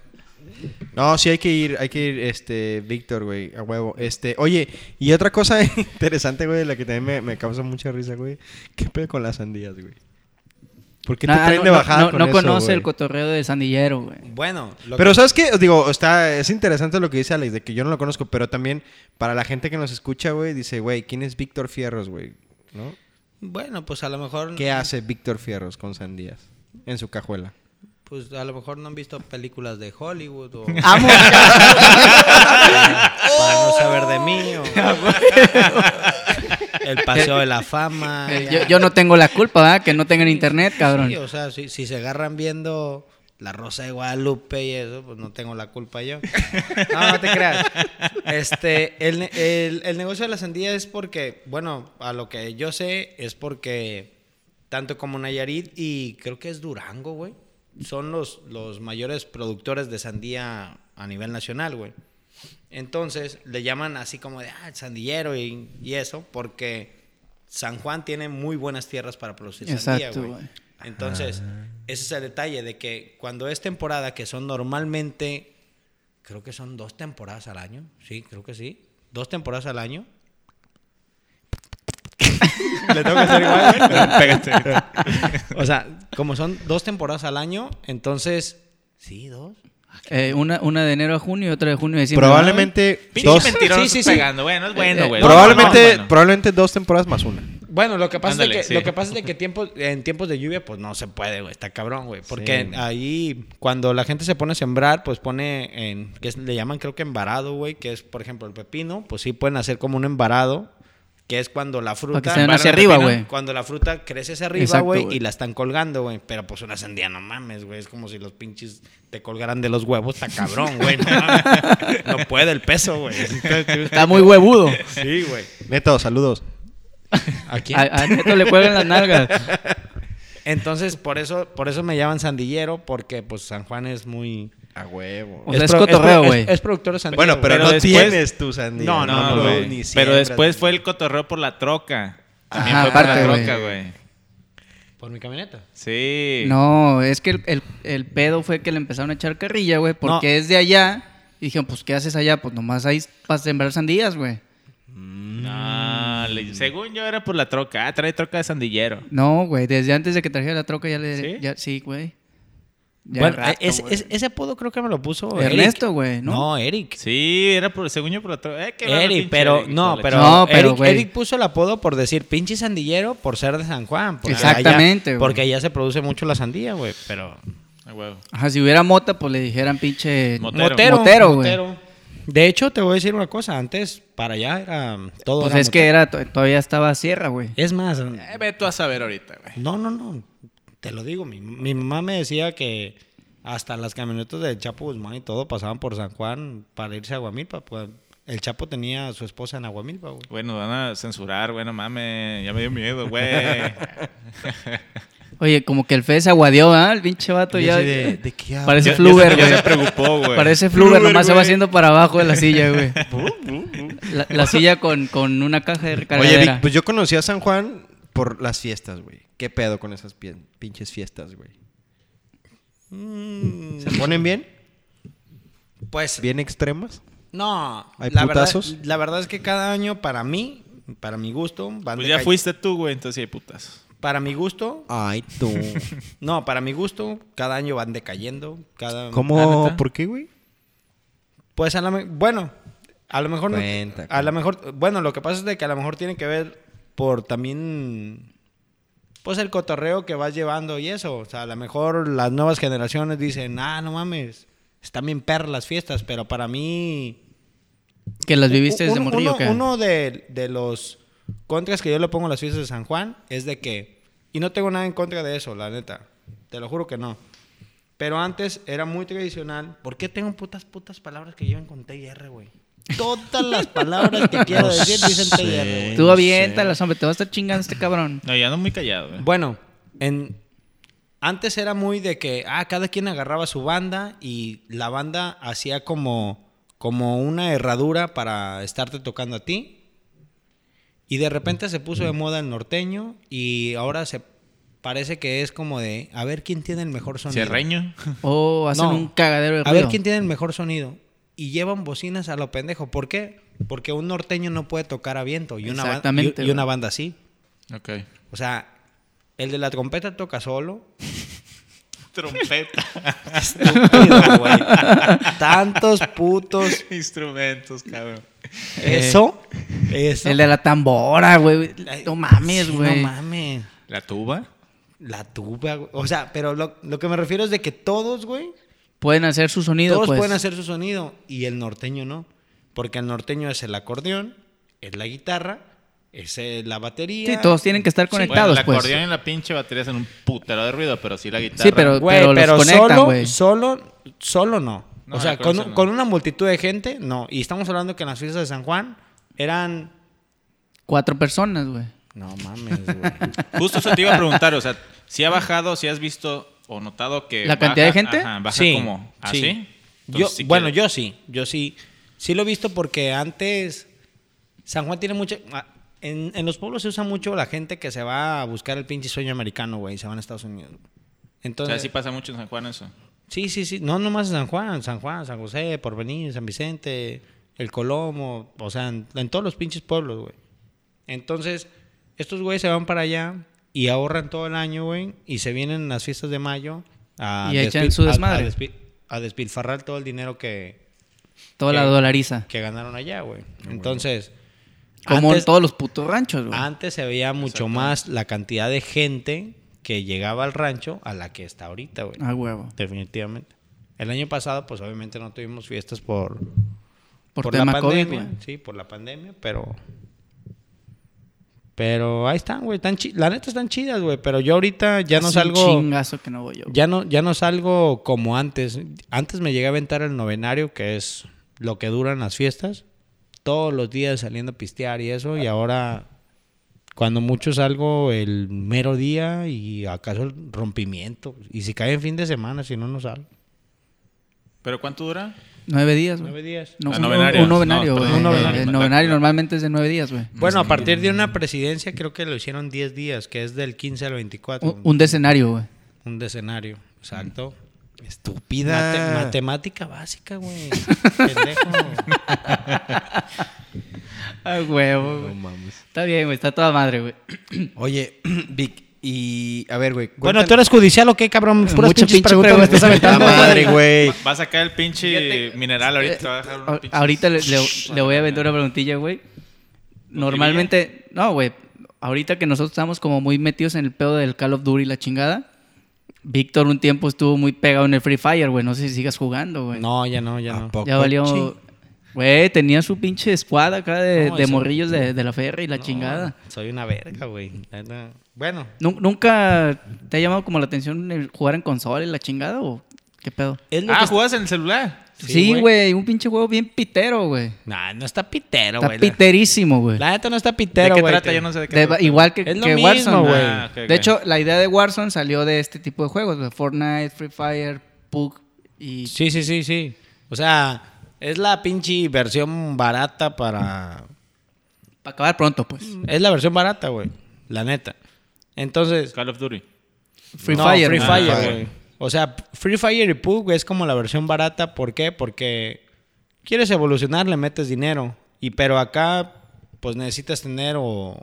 S4: No, sí hay que ir, hay que ir, este, Víctor, güey, a huevo. Este, oye, y otra cosa interesante, güey, la que también me, me causa mucha risa, güey. ¿Qué pedo con las sandías, güey? ¿Por qué te
S2: Ah,
S4: traen de bajada
S2: no,
S4: con
S2: no
S4: eso,
S2: conoce
S4: güey?
S2: el cotorreo de Sandillero, güey.
S3: Bueno, lo
S4: Pero
S3: que-
S4: ¿sabes qué? Os Digo, está, es interesante lo que dice Alex, de que yo no lo conozco, pero también para la gente que nos escucha, güey, dice, güey, ¿quién es Víctor Fierros, güey? ¿No?
S3: bueno, pues a lo mejor.
S4: ¿Qué hace Víctor Fierros con sandías en su cajuela?
S3: Pues a lo mejor no han visto películas de Hollywood o.
S2: Amo.
S3: para no saber de mí. o- el paseo de la fama.
S2: Eh, yo, yo no tengo la culpa, ¿verdad? Que no tengan internet, cabrón.
S3: Sí, o sea, si, si se agarran viendo La Rosa de Guadalupe y eso, pues no tengo la culpa yo. No, no te creas. Este, el, ne- el- el negocio de la sandía es porque, bueno, a lo que yo sé, es porque tanto como Nayarit y creo que es Durango, güey, son los, los mayores productores de sandía a nivel nacional, güey. Entonces le llaman así como de, ah, el sandillero y, y eso, porque San Juan tiene muy buenas tierras para producir sandía,
S2: Exacto,
S3: güey.
S2: güey.
S3: Entonces, ese es el detalle de que cuando es temporada, que son normalmente, creo que son dos temporadas al año, sí, creo que sí, dos temporadas al año.
S4: Le tengo que hacer igual, güey?
S1: Pégate.
S3: O sea, como son dos temporadas al año, entonces, sí, dos.
S2: Eh, una, una de enero a junio y otra de junio a diciembre.
S4: Probablemente
S1: Pinche
S4: dos,
S1: mentiroso
S3: Sí, sí, sí.
S1: pegando, güey. No es bueno,
S2: Eh,
S1: güey.
S4: probablemente,
S1: No, no, no,
S4: probablemente dos temporadas más una.
S3: Bueno, lo que pasa
S1: Ándale,
S3: es de que,
S1: sí.
S3: lo que, pasa es de que tiempo- en tiempos de lluvia, pues no se puede, güey. Está cabrón, güey. Porque
S4: Sí.
S3: ahí, cuando la gente se pone a sembrar, pues pone en. que es- le llaman, creo que embarado, güey. Que es, por ejemplo, el pepino. Pues sí pueden hacer como un embarado. Que es cuando la fruta.
S2: Para que se vean hacia
S1: Barra de
S2: arriba,
S1: pepino.
S2: güey.
S3: Cuando la fruta crece hacia arriba,
S2: Exacto,
S3: güey,
S2: güey.
S3: y la están colgando, güey. Pero pues una sandía, no mames, güey. Es como si los pinches te colgaran de los huevos, está cabrón, güey. No, mames. No puede el peso, güey.
S2: Está muy huevudo.
S3: Sí, güey.
S4: Neto, saludos.
S3: Aquí.
S2: A, a Neto le cuelgan las nalgas.
S3: Entonces, por eso, por eso me llaman sandillero, porque pues San Juan es muy.
S4: A huevo.
S2: O sea, es
S3: pro-
S2: cotorreo,
S3: pro-
S2: güey.
S3: Es, es productor de sandía.
S4: Bueno, pero,
S3: güey.
S1: Pero
S4: no
S1: después-
S4: tienes tu sandía.
S3: No, no,
S1: No,
S3: no,
S1: güey.
S4: ni siembras,
S1: Pero después
S4: ni-
S1: fue el cotorreo por la troca. También
S2: Ajá,
S1: fue por
S2: aparte,
S1: la
S2: güey.
S1: troca, güey.
S3: Por mi camioneta.
S1: Sí.
S2: No, es que el, el- el pedo fue que le empezaron a echar carrilla, güey, porque
S3: No.
S2: es de allá Y dijeron, pues, ¿qué haces allá? Pues nomás ahí para sembrar sandías, güey.
S1: No, le- según yo era por la troca. Ah, trae troca de sandillero.
S2: No, güey, desde antes de que trajera la troca ya le...
S1: ¿Sí?
S2: ya- Sí, güey. Ya
S3: Bueno, eh,
S2: rato,
S3: es-
S2: güey.
S3: es- ese apodo creo que me lo puso Eric.
S2: Ernesto, güey, ¿no?
S3: No, Eric.
S1: Sí, era por, según yo por la troca. Eh, qué raro,
S3: Eric,
S1: pinche
S3: pero
S1: Eric, hijo
S3: no,
S1: de la
S3: pero,
S1: chingada.
S2: No, pero,
S3: Eric,
S2: güey.
S3: Eric puso el apodo por decir pinche sandillero por ser de San Juan. porque allá-
S2: Exactamente, güey.
S3: Porque allá se produce mucho la sandía, güey. Pero.
S1: Ah, huevo.
S2: Ajá, si hubiera mota, pues le dijeran pinche...
S1: Mota. Motero.
S3: Motero,
S2: Motero, güey.
S3: motero. De hecho, te voy a decir una cosa. Antes, para allá era todo.
S2: Pues
S3: era
S2: es que
S3: motero.
S2: era, to- todavía estaba sierra, güey.
S3: Es más.
S1: Eh, ve tú a saber ahorita, güey.
S3: No, no, no. Te lo digo. Mi, mi mamá me decía que hasta las camionetas del Chapo Guzmán y todo pasaban por San Juan para irse a Aguamilpa. Pues, el Chapo tenía a su esposa en Aguamilpa, güey.
S1: Bueno, van a censurar, güey, no mames. Ya me dio miedo, güey.
S2: Oye, como que el Fede se aguadeó, ¿ah? El pinche vato
S4: Y
S2: ya...
S4: así de, ¿de qué hablas?
S2: Parece
S1: Ya- ya
S2: Fluber,
S1: se- ya
S2: güey.
S1: se preocupó, güey.
S2: Parece Fluber,
S4: Fluber,
S2: nomás se va
S4: güey.
S2: haciendo para abajo de la silla, güey. la, la silla con, con una caja de
S4: Oye,
S2: recargadera.
S4: Vic, pues yo conocí a San Juan por las fiestas, güey. ¿Qué pedo con esas pie- pinches fiestas, güey? ¿Se ponen bien?
S3: Pues
S4: ¿Bien extremas?
S3: No,
S4: ¿Hay
S3: la
S4: putazos?
S3: verdad, la verdad es que cada año para mí, para mi gusto, van
S1: Pues
S3: de
S1: ya
S3: ca-
S1: fuiste tú, güey, entonces sí hay putas.
S3: Para mi gusto,
S4: Ay, tú.
S3: no, para mi gusto, cada año van decayendo, cada
S1: ¿La
S4: ¿Cómo?
S1: neta?
S4: ¿Por qué, güey?
S3: Pues a lo me- bueno, a lo mejor no-
S4: Cuenta,
S3: a lo mejor bueno, lo que pasa es de que a lo mejor tiene que ver por también pues el cotorreo que vas llevando y eso, o sea, a lo mejor las nuevas generaciones dicen, "Ah, no mames, están bien perras las fiestas", pero para mí
S2: que las viviste desde
S3: Uno-
S2: morrillo,
S3: uno-
S2: ¿qué?
S3: Uno de, de los contras que yo le pongo a las fiestas de San Juan es de que, y no tengo nada en contra de eso, la neta, te lo juro que no. Pero antes era muy tradicional. ¿Por qué tengo putas putas palabras que llevan con T y R, güey? Todas las palabras que quiero decir dicen T y R, güey.
S2: Tú aviéntalas, hombre, te vas a estar chingando este cabrón.
S1: No, ya ando muy callado, güey.
S3: Bueno, en- antes era muy de que ah, cada quien agarraba su banda y la banda hacía como, como una herradura para estarte tocando a ti. Y de repente se puso de moda el norteño y ahora se parece que es como de a ver quién tiene el mejor sonido.
S1: Cierreño.
S2: O hacen
S3: No.
S2: un cagadero de
S3: A
S2: ruido.
S3: ver quién tiene el mejor sonido. Y llevan bocinas a lo pendejo. ¿Por qué? Porque un norteño no puede tocar a viento y una, ban- y-
S2: Exactamente,
S3: y una
S2: güey.
S3: banda así.
S1: Ok.
S3: O sea, el de la trompeta toca solo,
S1: Trompeta.
S3: estúpido, güey. Tantos putos.
S1: Instrumentos, cabrón.
S3: Eso. Eso.
S2: Eh. El de la tambora, güey.
S3: Ay,
S2: No mames,
S3: sí,
S2: güey.
S3: no mames.
S1: ¿La tuba?
S3: La tuba, güey. O sea, pero lo, lo que me refiero es de que todos, güey,
S2: Pueden hacer su sonido,
S3: todos
S2: pues.
S3: pueden hacer su sonido y el norteño no. Porque el norteño es el acordeón, es la guitarra, es eh, la batería.
S2: Sí, todos tienen que estar
S1: Bueno,
S2: conectados,
S1: el
S2: pues.
S1: acordeón y la pinche batería hacen un putero de ruido, pero sí la guitarra.
S2: Sí, pero,
S3: Güey,
S2: pero,
S3: pero,
S2: los conectan,
S3: solo,
S2: güey.
S3: solo, solo no.
S1: No,
S3: o sea,
S1: la
S3: con,
S1: cosa no.
S3: con una multitud de gente, no. Y estamos hablando que en las fiestas de San Juan eran...
S2: Cuatro personas, güey.
S3: No mames, güey.
S1: Justo eso te iba a preguntar, o sea, si ha bajado, si has visto o notado que.
S2: ¿La
S1: baja-
S2: cantidad de gente?
S1: Ajá, baja como. ¿ah, ¿Así?
S3: Yo, bueno, yo sí, yo sí. Sí lo he visto porque antes San Juan tiene mucha... ah, En, en los pueblos se usa mucho la gente que se va a buscar el pinche sueño americano, güey, y se van a Estados Unidos.
S1: O
S3: Entonces,
S1: sea, sí pasa mucho en San Juan eso.
S3: sí, sí, sí. No nomás en San Juan, San Juan, San José, Porvenir, San Vicente, El Colomo, o sea, en, en todos los pinches pueblos, güey. Entonces, estos güeyes se van para allá y ahorran todo el año, güey, y se vienen las fiestas de mayo a,
S2: Y echan
S3: despil-
S2: su
S3: a- a
S2: desmadre.
S3: despi- a despilfarrar todo el dinero que,
S2: Toda la
S3: Eh,
S2: dolariza.
S3: que ganaron allá, güey. Entonces,
S2: Como
S3: antes, Ah,
S2: en todos los putos ranchos, güey.
S3: antes se veía mucho más la cantidad de gente que llegaba al rancho a la que está ahorita, güey.
S2: Ah, huevo.
S3: Definitivamente. El año pasado, pues obviamente no tuvimos fiestas por,
S2: Por,
S3: la
S2: tema COVID,
S3: pandemia.
S2: güey.
S3: sí, por la pandemia, pero. Pero ahí están, güey. Están chi- la neta están chidas, güey. Pero yo ahorita ya no
S2: Hace
S3: salgo.
S2: Un chingazo que no voy yo. güey.
S3: Ya no, ya no salgo como antes. Antes me llegué a aventar el novenario, que es lo que duran las fiestas. Todos los días saliendo a pistear y eso. Y ahora, cuando mucho salgo el mero día y acaso el rompimiento. Y si cae en fin de semana, si no, no salgo.
S1: ¿Pero cuánto dura?
S2: Nueve días, güey.
S3: Nueve días.
S2: No,
S1: Ah,
S2: un,
S1: novenario.
S2: un novenario,
S1: No,
S2: güey. Eh,
S1: perdón,
S3: un novenario.
S2: El novenario normalmente es de nueve días, güey.
S3: Bueno, a partir de una presidencia creo que lo hicieron 10 días, que es del 15 al 24.
S2: Un, un decenario, güey.
S3: Un decenario, exacto.
S4: Estúpida.
S3: Mate- matemática básica, güey. Pendejo.
S2: A huevo,
S4: No
S2: güey.
S4: mames.
S2: Está bien, güey. Está toda madre, güey.
S4: Oye, Vic, y a ver, güey.
S3: bueno,
S4: cuéntan-
S3: ¿tú eres judicial o qué, cabrón? Puras
S2: Mucha
S3: pinches
S2: pinche
S3: preguntas me
S2: pregunta.
S3: estás
S4: La
S3: aventando.
S4: madre, güey.
S1: Va a sacar el pinche
S2: Fíjate-
S1: mineral
S3: eh,
S1: ahorita. te va a dejar unos
S2: A-
S1: pinches-
S2: Ahorita le, le- le voy a vender una preguntilla, güey. Normalmente, no, güey. Ahorita que nosotros estamos como muy metidos en el pedo del Call of Duty y la chingada, Víctor un tiempo estuvo muy pegado en el Free Fire, güey. No sé si sigas jugando, güey.
S3: No, ya no, ya
S4: ¿A
S3: no.
S4: poco,
S2: Ya valió.
S4: ching?
S2: Güey, tenía su pinche escuadra acá de,
S3: No,
S2: de
S3: eso-
S2: morrillos de, de la ferry y la
S3: No,
S2: chingada.
S3: Soy una verga, güey. La neta. Bueno,
S2: ¿Nun- ¿Nunca te ha llamado como la atención el jugar en consola y la chingada o qué pedo?
S3: es lo que
S1: Ah,
S3: está-
S1: jugabas en el celular.
S3: Sí,
S2: Sí,
S3: güey.
S2: güey, un pinche juego bien pitero, güey.
S3: Nah, no está pitero,
S2: Está
S3: güey. La-
S2: piterísimo, güey.
S3: La neta no está
S1: ¿De
S3: pitero,
S1: qué
S3: güey.
S1: trata? Yo no sé de qué
S2: De-
S1: trata.
S2: igual que,
S3: Es lo
S2: que
S3: mismo,
S2: Warzone,
S3: güey.
S2: güey.
S1: Ah, ok, ok.
S2: De hecho, la idea de Warzone salió de este tipo de juegos, güey. Fortnite, Free Fire, Pug y...
S3: Sí, sí, sí, sí. O sea, es la pinche versión barata para...
S2: Para acabar pronto, pues.
S3: Es la versión barata, güey. La neta. Entonces...
S1: Call of Duty.
S2: Free
S3: no,
S2: Fire.
S3: Free
S2: güey.
S3: Fire,
S4: Ah,
S3: güey. O sea, Free Fire y PUBG es como la versión barata. ¿Por qué? Porque quieres evolucionar, le metes dinero. Y pero acá, pues necesitas tener o,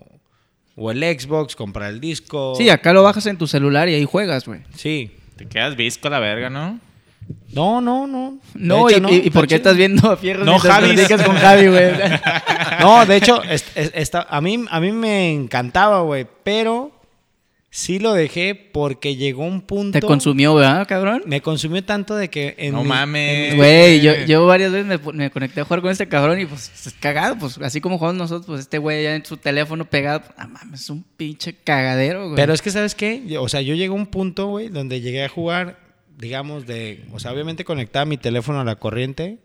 S3: o el Xbox, comprar el disco.
S2: Sí, acá lo bajas en tu celular y ahí juegas, güey.
S3: Sí.
S1: Te quedas visco a la verga, ¿no?
S3: No, no, no. De
S2: No,
S3: hecho,
S2: y, y- ¿y por qué
S3: chido.
S2: estás viendo a Fierro
S1: No,
S2: mientras
S1: Javis.
S2: platicas con Javi, güey?
S3: No, de hecho, es- es- esta- a, mí, a mí me encantaba, güey. Pero sí lo dejé porque llegó un punto.
S2: Te consumió, ¿verdad, cabrón?
S3: Me consumió tanto de que. en
S1: No
S3: mi- Este,
S1: mames.
S2: Güey, yo, yo varias veces me, pu- me conecté a jugar con este cabrón y pues es cagado, pues así como jugamos nosotros, pues este güey ya en su teléfono pegado, pues, ah, mames, es un pinche cagadero, güey.
S3: Pero es que, ¿sabes qué? Yo- o sea, yo llegué a un punto, güey, donde llegué a jugar, digamos, de. O sea, obviamente conectaba mi teléfono a la corriente.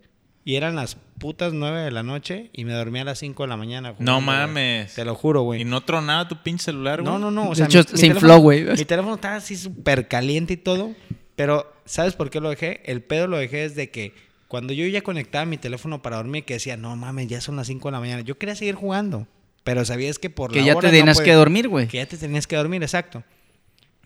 S3: Y eran las putas 9 de la noche y me dormía a las 5 de la mañana. jugando,
S1: No
S3: güey.
S1: mames.
S3: Te lo juro, güey.
S1: Y no tronaba tu pinche celular, güey.
S3: No, no, no. O
S2: De
S3: sea,
S2: hecho, se infló, güey.
S3: Mi teléfono estaba así súper caliente y todo. Pero, ¿sabes por qué lo dejé? El pedo lo dejé desde que cuando yo ya conectaba mi teléfono para dormir, que decía, no mames, ya son las 5 de la mañana. Yo quería seguir jugando. Pero sabías que por
S2: que
S3: la
S2: ya
S3: hora
S2: te
S3: no
S2: tenías que
S3: podía-
S2: dormir, güey.
S3: Que ya te tenías que dormir, exacto.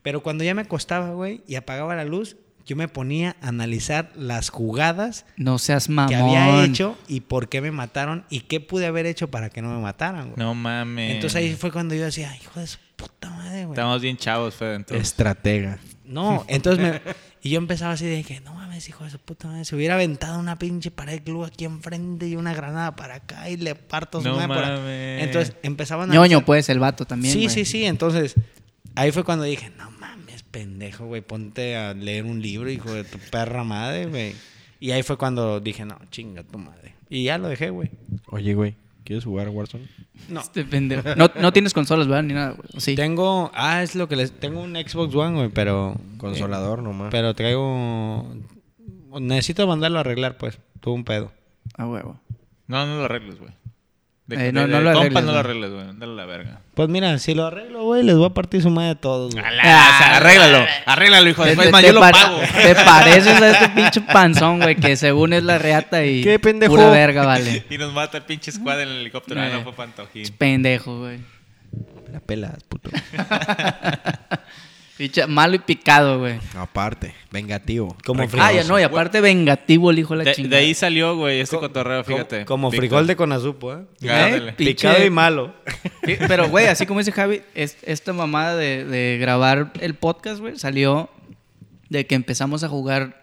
S3: Pero cuando ya me acostaba, güey, y apagaba la luz, yo me ponía a analizar las jugadas
S2: No seas
S3: que
S2: mamón.
S3: había hecho y por qué me mataron y qué pude haber hecho para que no me mataran, güey.
S1: No mames.
S3: Entonces ahí fue cuando yo decía, hijo de su puta madre, güey.
S1: Estamos bien chavos, Fede. Entonces.
S4: Estratega.
S3: No, entonces me... Y yo empezaba así de que, no mames, hijo de su puta madre, se hubiera aventado una pinche pared de glue aquí enfrente y una granada para acá y le parto su
S1: No
S3: madre por acá".
S1: mames.
S3: Entonces empezaban a...
S2: Ñoño, pues, el vato también.
S3: Sí,
S2: güey.
S3: sí, sí, entonces ahí fue cuando dije, no mames, pendejo, güey, ponte a leer un libro, hijo de tu perra madre, güey. Y ahí fue cuando dije, no, chinga tu madre. Y ya lo dejé, güey.
S4: Oye, güey, ¿quieres jugar a Warzone?
S3: No.
S2: Este pendejo. No, no tienes consolas, ¿verdad? Ni nada, güey. Sí.
S3: Tengo, ah, es lo que les... Tengo un Xbox One, güey, pero...
S4: Consolador nomás.
S3: Pero traigo. Necesito mandarlo a arreglar, pues. Tuve un pedo.
S2: A Ah, huevo.
S1: No, no lo arregles, güey.
S2: Eh,
S1: De,
S2: no-
S1: no,
S2: no lo
S1: lo
S2: arregles,
S1: no
S2: güey.
S1: lo arregles, güey. Dale la verga.
S3: Pues mira, si lo arreglo, güey, les voy a partir su madre a todos. güey.
S1: Ala,
S2: Ah,
S1: o sea, arréglalo. Arréglalo,
S3: Pues,
S1: hijo de... Es más, yo lo
S2: par-
S1: pago.
S2: Te pareces a este pinche panzón, güey, que según es la reata y.
S4: ¿Qué pendejo?
S2: Pura verga, vale.
S1: Y nos mata el pinche squad en el helicóptero. Ah,
S2: Eh.
S1: no fue Pantojín.
S2: Pendejo, güey.
S4: La pelas, puto.
S2: Pinche malo y picado, güey.
S4: Aparte, vengativo.
S3: Como
S4: Rencoroso.
S2: Ah, ya no, y aparte vengativo el hijo de la
S1: De,
S2: chingada.
S1: de ahí salió, güey, este
S3: Co-
S1: cotorreo, fíjate.
S3: Como
S1: Víctor.
S3: frijol de conazupo, ¿eh?
S1: Ya, ándale.
S2: ¿Eh? Pinche-
S3: Picado y malo.
S2: Sí, Pero, güey, así como dice Javi, es- esta mamada de, de grabar el podcast, güey, salió de que empezamos a jugar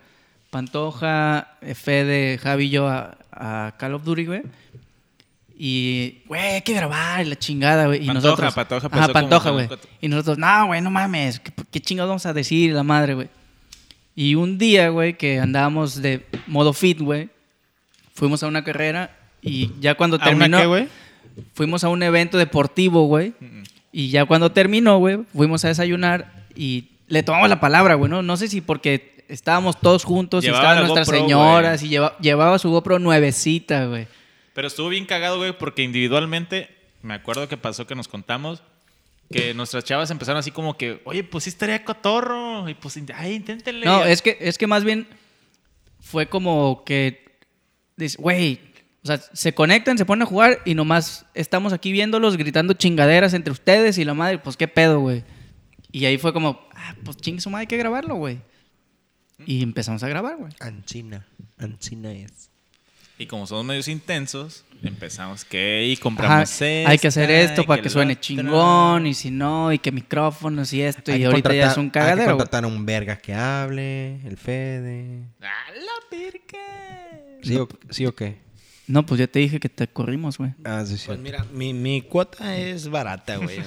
S2: Pantoja, eh, Fede, Javi y yo a, a Call of Duty, güey. Y, güey, hay que grabar y la chingada, güey. Y
S1: Pantoja,
S2: nosotros,
S1: Pantoja
S2: Ajá,
S1: empezó como
S2: Pantoja,
S1: con
S2: güey.
S1: un
S2: Y nosotros, no, güey, no mames, ¿qué, qué chingados vamos a decir, la madre, güey? Y un día, güey, que andábamos de modo fit, güey, fuimos a una carrera y ya cuando
S1: ¿A una
S2: terminó
S1: qué, güey?
S2: fuimos a un evento deportivo, güey. Y ya cuando terminó, güey, fuimos a desayunar y le tomamos la palabra, güey. No, no sé si porque estábamos todos juntos
S1: Llevaba
S2: y estaban
S1: la
S2: nuestras
S1: GoPro,
S2: señoras y lleva- llevaba su GoPro nuevecita, güey.
S1: Pero estuvo bien cagado, güey, porque individualmente, me acuerdo que pasó que nos contamos que nuestras chavas empezaron así como que, oye, pues sí estaría cotorro. Y pues, ay, inténtenle.
S2: No, es que, es que más bien fue como que, dice, güey, o sea, se conectan, se ponen a jugar y nomás estamos aquí viéndolos gritando chingaderas entre ustedes y la madre, pues qué pedo, güey. Y ahí fue como, ah, pues chingue su madre, hay que grabarlo, güey. Y empezamos a grabar, güey.
S4: Ancina. Ancina es.
S1: Y como somos medios intensos, empezamos que y
S2: Ajá,
S1: compramos
S4: este,
S1: esta,
S2: hay que hacer esto
S1: y
S2: para que
S1: la
S2: suene
S1: otra.
S2: chingón, y si no, y que micrófonos y esto, y
S4: Hay que
S2: ahorita ya
S4: contratar-
S2: es un
S4: Hay que
S2: cagadero. güey.
S4: contratar a un verga que hable, el Fede.
S1: ¡A la virgen!
S4: ¿Sí, o, sí o qué?
S2: No, pues ya te dije que te corrimos, güey.
S4: Ah, sí, sí.
S3: Pues mira, mi, mi cuota es barata, güey.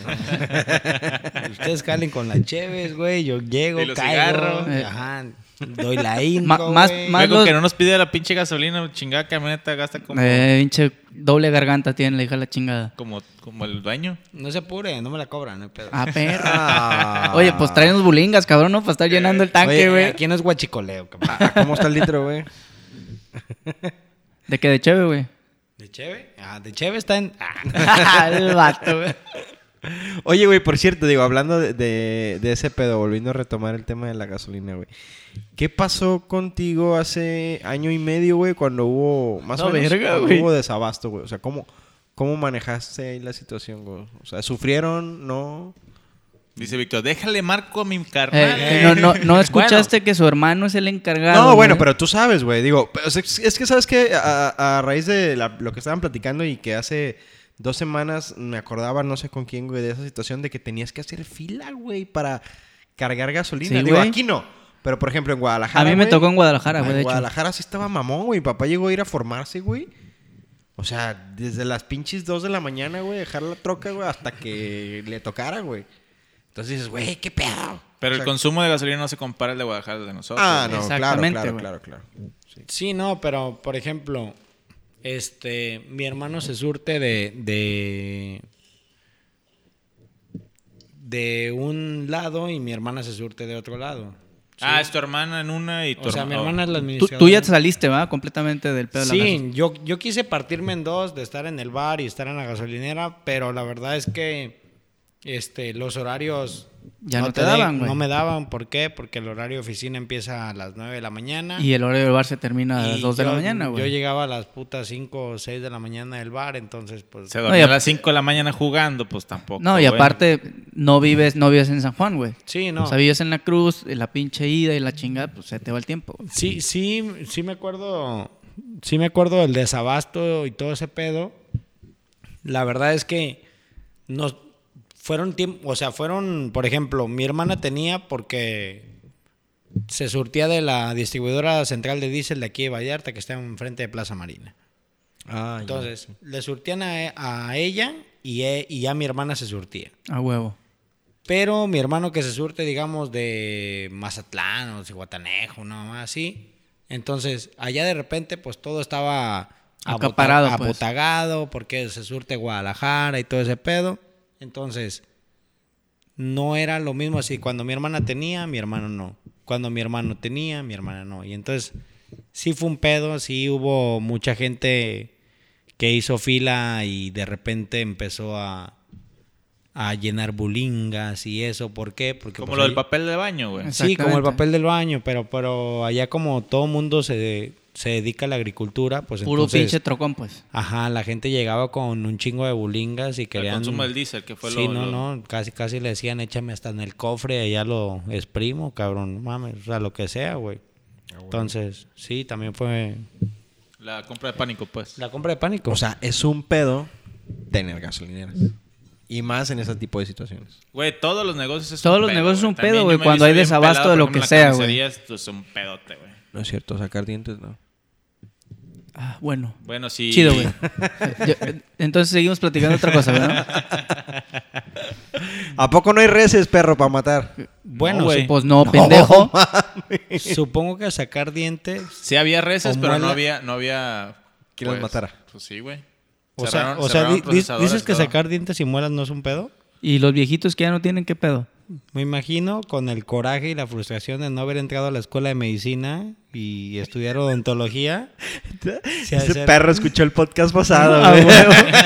S3: Ustedes calen con las cheves, güey. Yo llego,
S1: Y los
S3: caigo.
S1: cigarros.
S3: Ajá, doy la intro,
S2: Eh. Ma- más-
S3: güey.
S2: más-
S1: Luego
S2: los-
S1: que no nos pide la pinche gasolina, chingada camioneta, gasta como,
S2: Eh, pinche doble garganta tiene la hija de la chingada.
S1: como, como el dueño.
S3: No se apure, no me la cobran, no hay pedo.
S2: Ah, perra.
S4: Ah.
S2: Oye, pues tráenos bulingas, cabrón, ¿no? Para estar llenando el
S3: Oye,
S2: tanque, güey.
S3: Aquí no es guachicoleo, cabrón.
S4: Ah, ¿Cómo está el litro, güey?
S2: ¿De qué? ¿De cheve, güey?
S3: ¿De cheve? Ah, de cheve está en... Ah.
S2: el vato, güey.
S4: Oye, güey, por cierto, digo, hablando de, de- de ese pedo, volviendo a retomar el tema de la gasolina, güey. ¿Qué pasó contigo hace año y medio, güey, cuando hubo, más o
S2: No,
S4: menos,
S2: verga,
S4: cuando
S2: güey.
S4: hubo desabasto, güey? O sea, ¿cómo, cómo manejaste ahí la situación, güey? O sea, ¿sufrieron? ¿No?
S1: Dice Víctor, déjale marco a mi
S2: Eh,
S1: carnal.
S2: eh, no, no, no escuchaste que su hermano es el encargado.
S4: No, bueno,
S2: güey?
S4: pero tú sabes, güey. Digo, o sea, es, es que sabes que a, a raíz de la- lo que estaban platicando y que hace dos semanas me acordaba, no sé con quién, güey, de esa situación de que tenías que hacer fila, güey, para cargar gasolina.
S2: Sí,
S4: Digo,
S2: güey.
S4: aquí no. Pero, por ejemplo, en Guadalajara.
S2: A mí me
S4: güey,
S2: tocó en Guadalajara, güey,
S4: en
S2: de hecho.
S4: Guadalajara sí estaba mamón, güey. Papá llegó a ir a formarse, güey. O sea, desde las pinches 2 de la mañana, güey, dejar la troca, güey, hasta que le tocara, güey. Entonces dices, güey, qué pedo.
S1: Pero
S4: O
S1: el
S4: sea,
S1: consumo de gasolina no se compara al de Guadalajara al de nosotros.
S4: Ah, no, claro,
S2: Exactamente,
S4: claro,
S2: güey.
S4: claro, claro. Sí.
S3: Sí, no, pero por ejemplo, este, mi hermano se surte de, de, de un lado y mi hermana se surte de otro lado. ¿sí?
S1: Ah, es tu hermana en una y tu
S3: o sea, mi
S1: herma- oh,
S3: hermana es la
S2: Tú,
S3: administradora.
S2: tú ya te saliste, ¿va? Completamente del pedo de la gasolina.
S3: Sí, yo, yo quise partirme en dos de estar en el bar y estar en la gasolinera, pero la verdad es que este, los horarios
S2: Ya no te
S3: di-
S2: daban, güey.
S3: No me daban, ¿por qué? Porque el horario de oficina empieza a las 9 de la mañana.
S2: Y el horario del bar se termina a
S3: Y
S2: las 2 de la
S3: yo-
S2: mañana,
S3: Yo
S2: güey.
S3: llegaba a las putas 5 o 6 de la mañana del bar, entonces pues...
S1: Se dormía
S2: No, y
S1: a las 5 de la mañana jugando, pues tampoco.
S2: No, y
S1: güey.
S2: aparte, no vives, no vives en San Juan, güey.
S3: Sí, no.
S2: O sea, vives en la cruz, en la pinche ida y la chingada, pues se te va el tiempo. güey.
S3: Sí, sí, sí me acuerdo, sí me acuerdo del desabasto y todo ese pedo. La verdad es que nos fueron tiempo, o sea, fueron, por ejemplo, mi hermana tenía porque se surtía de la distribuidora central de diésel de aquí de Vallarta que está enfrente de Plaza Marina.
S4: Ah, ya.
S3: Entonces, le surtían a, a ella y, e- y ya mi hermana se surtía.
S2: A huevo.
S3: Pero mi hermano que se surte, digamos, de Mazatlán o Cihuatanejo, no más así. Entonces, allá de repente, pues todo estaba abota-
S2: Acaparado, pues.
S3: abotagado, porque se surte Guadalajara y todo ese pedo. Entonces, no era lo mismo así. Cuando mi hermana tenía, mi hermano no. Cuando mi hermano tenía, mi hermana no. Y entonces, sí fue un pedo, sí hubo mucha gente que hizo fila y de repente empezó a, a llenar bulingas y eso. ¿Por qué? Porque
S1: Como
S3: pues,
S1: lo
S3: ahí-
S1: del papel de baño, güey.
S2: Es-
S3: Sí, como el
S2: Exactamente.
S3: papel del baño, pero, pero allá como todo mundo se, se dedica a la agricultura, pues
S2: Puro
S3: entonces...
S2: pinche trocón, pues.
S3: Ajá, la gente llegaba con un chingo de bulingas y
S1: El
S3: querían...
S1: consumo del diésel, que fue
S3: Sí,
S1: lo,
S3: no,
S1: lo-
S3: no, casi, casi le decían, échame hasta en el cofre, allá lo exprimo, cabrón, no mames, o sea, lo que sea, güey.
S1: Ah,
S3: Entonces, sí, también fue
S1: la compra de pánico, pues.
S3: la compra de pánico.
S4: O sea, es un pedo tener gasolineras. Y más en ese tipo de situaciones.
S1: Güey, todos los negocios es
S2: Todos
S1: un
S2: los
S1: pedo,
S2: negocios es un
S1: También
S2: pedo,
S1: yo
S2: güey,
S1: me
S2: cuando
S1: hice
S2: hay
S1: bien
S2: desabasto
S1: pelado,
S2: de lo
S1: por ejemplo,
S2: que
S1: la
S2: sea, güey.
S1: carnicería es es un pedote, güey.
S4: No es cierto, sacar dientes no.
S2: Ah, bueno.
S1: Bueno, sí.
S2: Chido, güey. Yo- Entonces seguimos platicando otra cosa, ¿verdad?
S4: ¿A poco no hay reses, perro, para matar?
S3: bueno,
S1: No, güey.
S3: sup-
S2: Pues no, pendejo.
S3: supongo que sacar dientes,
S1: Sí había reses,
S3: O
S1: pero no
S3: muela.
S1: había... No había
S4: Que los matara.
S1: Pues sí, güey.
S3: o
S1: Cerraron-
S3: sea, o sea,
S1: cerraron
S3: di- di-
S1: procesadoras
S3: dices
S1: y
S3: que
S1: todo.
S3: sacar dientes y muelas no es un pedo.
S2: Y los viejitos que ya no tienen, ¿qué pedo?
S3: Me imagino con el coraje y la frustración de no haber entrado a la escuela de medicina y estudiar odontología. se ha de
S4: Ese
S3: ser-
S4: perro escuchó el podcast pasado,
S3: Ah,
S4: güey.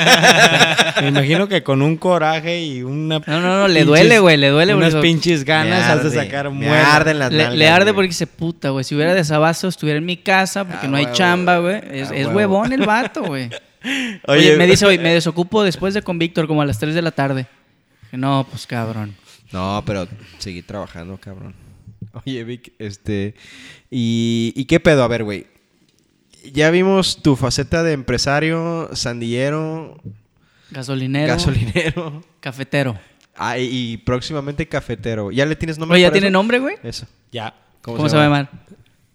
S3: huevo. Me imagino que con un coraje y una.
S2: No, no, no, le duele, güey, le duele,
S3: Unas
S2: güey.
S3: pinches ganas has de sacar
S4: me
S3: muela.
S4: arden las
S2: Le,
S4: nalgas,
S2: le arde
S4: güey.
S2: porque dice, puta, güey, si hubiera desabasto estuviera en mi casa porque
S4: Ah,
S2: no hay
S4: huevo.
S2: chamba, güey. Es,
S4: Ah,
S2: es
S4: huevo.
S2: huevón el vato, güey.
S4: Oye,
S2: Oye, me dice hoy, me desocupo después de con Víctor como a las 3 de la tarde. Dije, No, pues cabrón.
S4: No, pero seguí trabajando, cabrón. Oye, Vic, este. ¿Y, y qué pedo? A ver, güey. Ya vimos tu faceta de empresario, sandillero,
S2: Gasolinero.
S4: gasolinero.
S2: Cafetero.
S4: Ah, y, y próximamente cafetero. ¿Ya le tienes nombre?
S2: Oye, ¿ya
S4: para
S2: tiene
S4: eso?
S2: nombre, güey?
S4: Eso.
S3: Ya.
S2: ¿Cómo, se, va a llamar?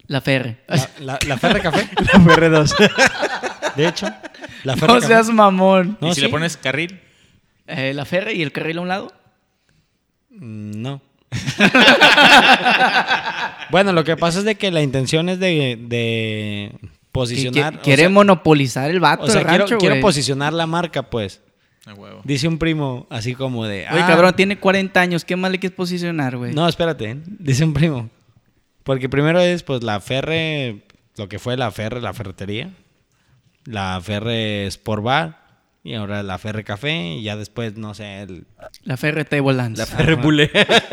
S2: La Ferre.
S3: La, la, la Ferre Café,
S4: La FR2.
S3: de hecho. La Ferre
S2: No
S3: Café.
S2: seas mamón.
S1: ¿Y
S3: No,
S1: si le
S3: sí.
S1: pones carril?
S2: Eh, la Ferre y el carril a un lado.
S3: Mm, No. bueno, lo que pasa es de que la intención es de, de
S2: Que-
S3: posicionar.
S2: que-
S3: o
S2: quiere
S3: sea-
S2: monopolizar el vato
S3: O sea,
S2: el
S3: quiero,
S2: rancho,
S3: quiero
S2: güey.
S3: posicionar la marca, pues.
S1: A huevo.
S3: Dice un primo, así como de.
S2: Oye,
S3: "Ah,
S2: cabrón, tiene 40 años. ¿Qué más le quieres posicionar, güey?
S3: No, espérate. ¿eh? Dice un primo. Porque primero es, pues, la Ferre, lo que fue la Ferre, la ferretería. La Ferre Sport Bar. Y ahora la Ferre Café. Y ya después, no sé, el-
S2: La Ferre Table Dance.
S4: La Ferre Bulé.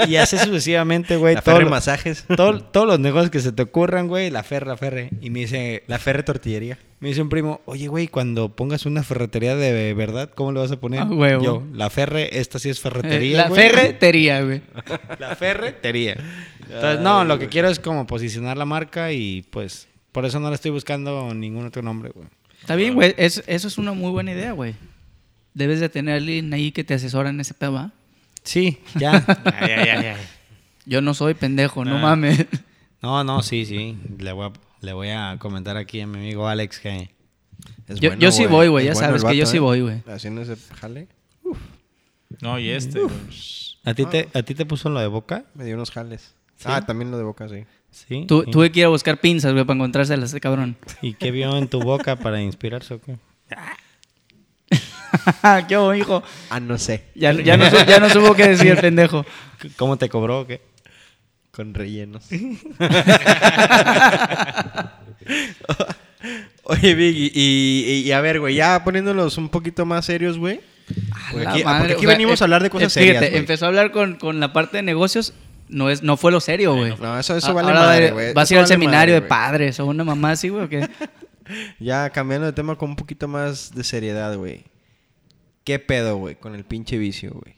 S3: Y así sucesivamente, güey.
S4: La
S3: todo
S4: Ferre
S3: lo-
S4: Masajes.
S3: todo- todos los negocios que se te ocurran, güey, la Ferre, la Ferre. Y me dice,
S4: La Ferre Tortillería.
S3: me dice un primo, oye, güey, cuando pongas una ferretería de verdad, ¿cómo le vas a poner?
S2: Ah, huevo.
S3: Yo, la Ferre, esta sí es
S2: ferretería, la
S3: ferretería, güey".
S2: ferretería, güey.
S3: La ferretería. Entonces, no, lo que quiero es como posicionar la marca y pues por eso no le estoy buscando ningún otro nombre, güey.
S2: Está bien, güey. Es- eso es una muy buena idea, güey. Debes de tener alguien ahí que te asesora en ese pedo, ¿va?
S3: Sí, Ah, ya.
S1: Ay, ay, ay, ay.
S2: Yo no soy pendejo, no
S1: Ah.
S2: mames.
S3: No, no, sí, sí. Le voy a, le voy a comentar aquí a mi amigo Alex que...
S4: Es
S2: Yo- yo sí voy, güey, ya sabes
S4: el
S2: que yo sí
S4: ¿eh?
S2: voy, güey.
S4: Haciendo ese jale.
S1: No, y este. güey.
S3: ¿A
S2: Ah.
S3: ti, te, ¿A ti te puso lo de boca?
S4: Me dio unos jales. Ah, también lo de boca, sí.
S3: Sí.
S2: Tú,
S3: ¿Y-
S2: tuve que ir a buscar pinzas, güey, para encontrárselas, este cabrón.
S3: ¿Y qué vio en tu boca para inspirarse o qué?
S2: ¿Qué hubo, hijo?
S4: Ah, no sé.
S2: Ya, ya, no, su- ya no supo qué decir, pendejo.
S3: ¿Cómo te cobró o qué?
S4: Con rellenos. Oye, Big, y, y- y a ver, güey, ya poniéndolos un poquito más serios, güey. Porque
S2: La
S4: aquí, ah,
S2: madre,
S4: porque aquí
S2: o sea,
S4: venimos a hablar de cosas
S2: eh, fíjate,
S4: serias. güey.
S2: empezó a hablar con, con la parte de negocios. No, es, no fue lo serio, güey.
S4: No, eso- eso
S2: A-
S4: vale
S2: ahora
S4: madre,
S2: va-
S4: güey.
S2: Vas a
S4: Eso
S2: ir al
S4: vale
S2: seminario
S4: madre,
S2: de
S4: güey.
S2: padres o una mamá así, güey. o qué?
S4: Ya cambiando de tema con un poquito más de seriedad, güey. ¿Qué pedo, güey, con el pinche vicio, güey?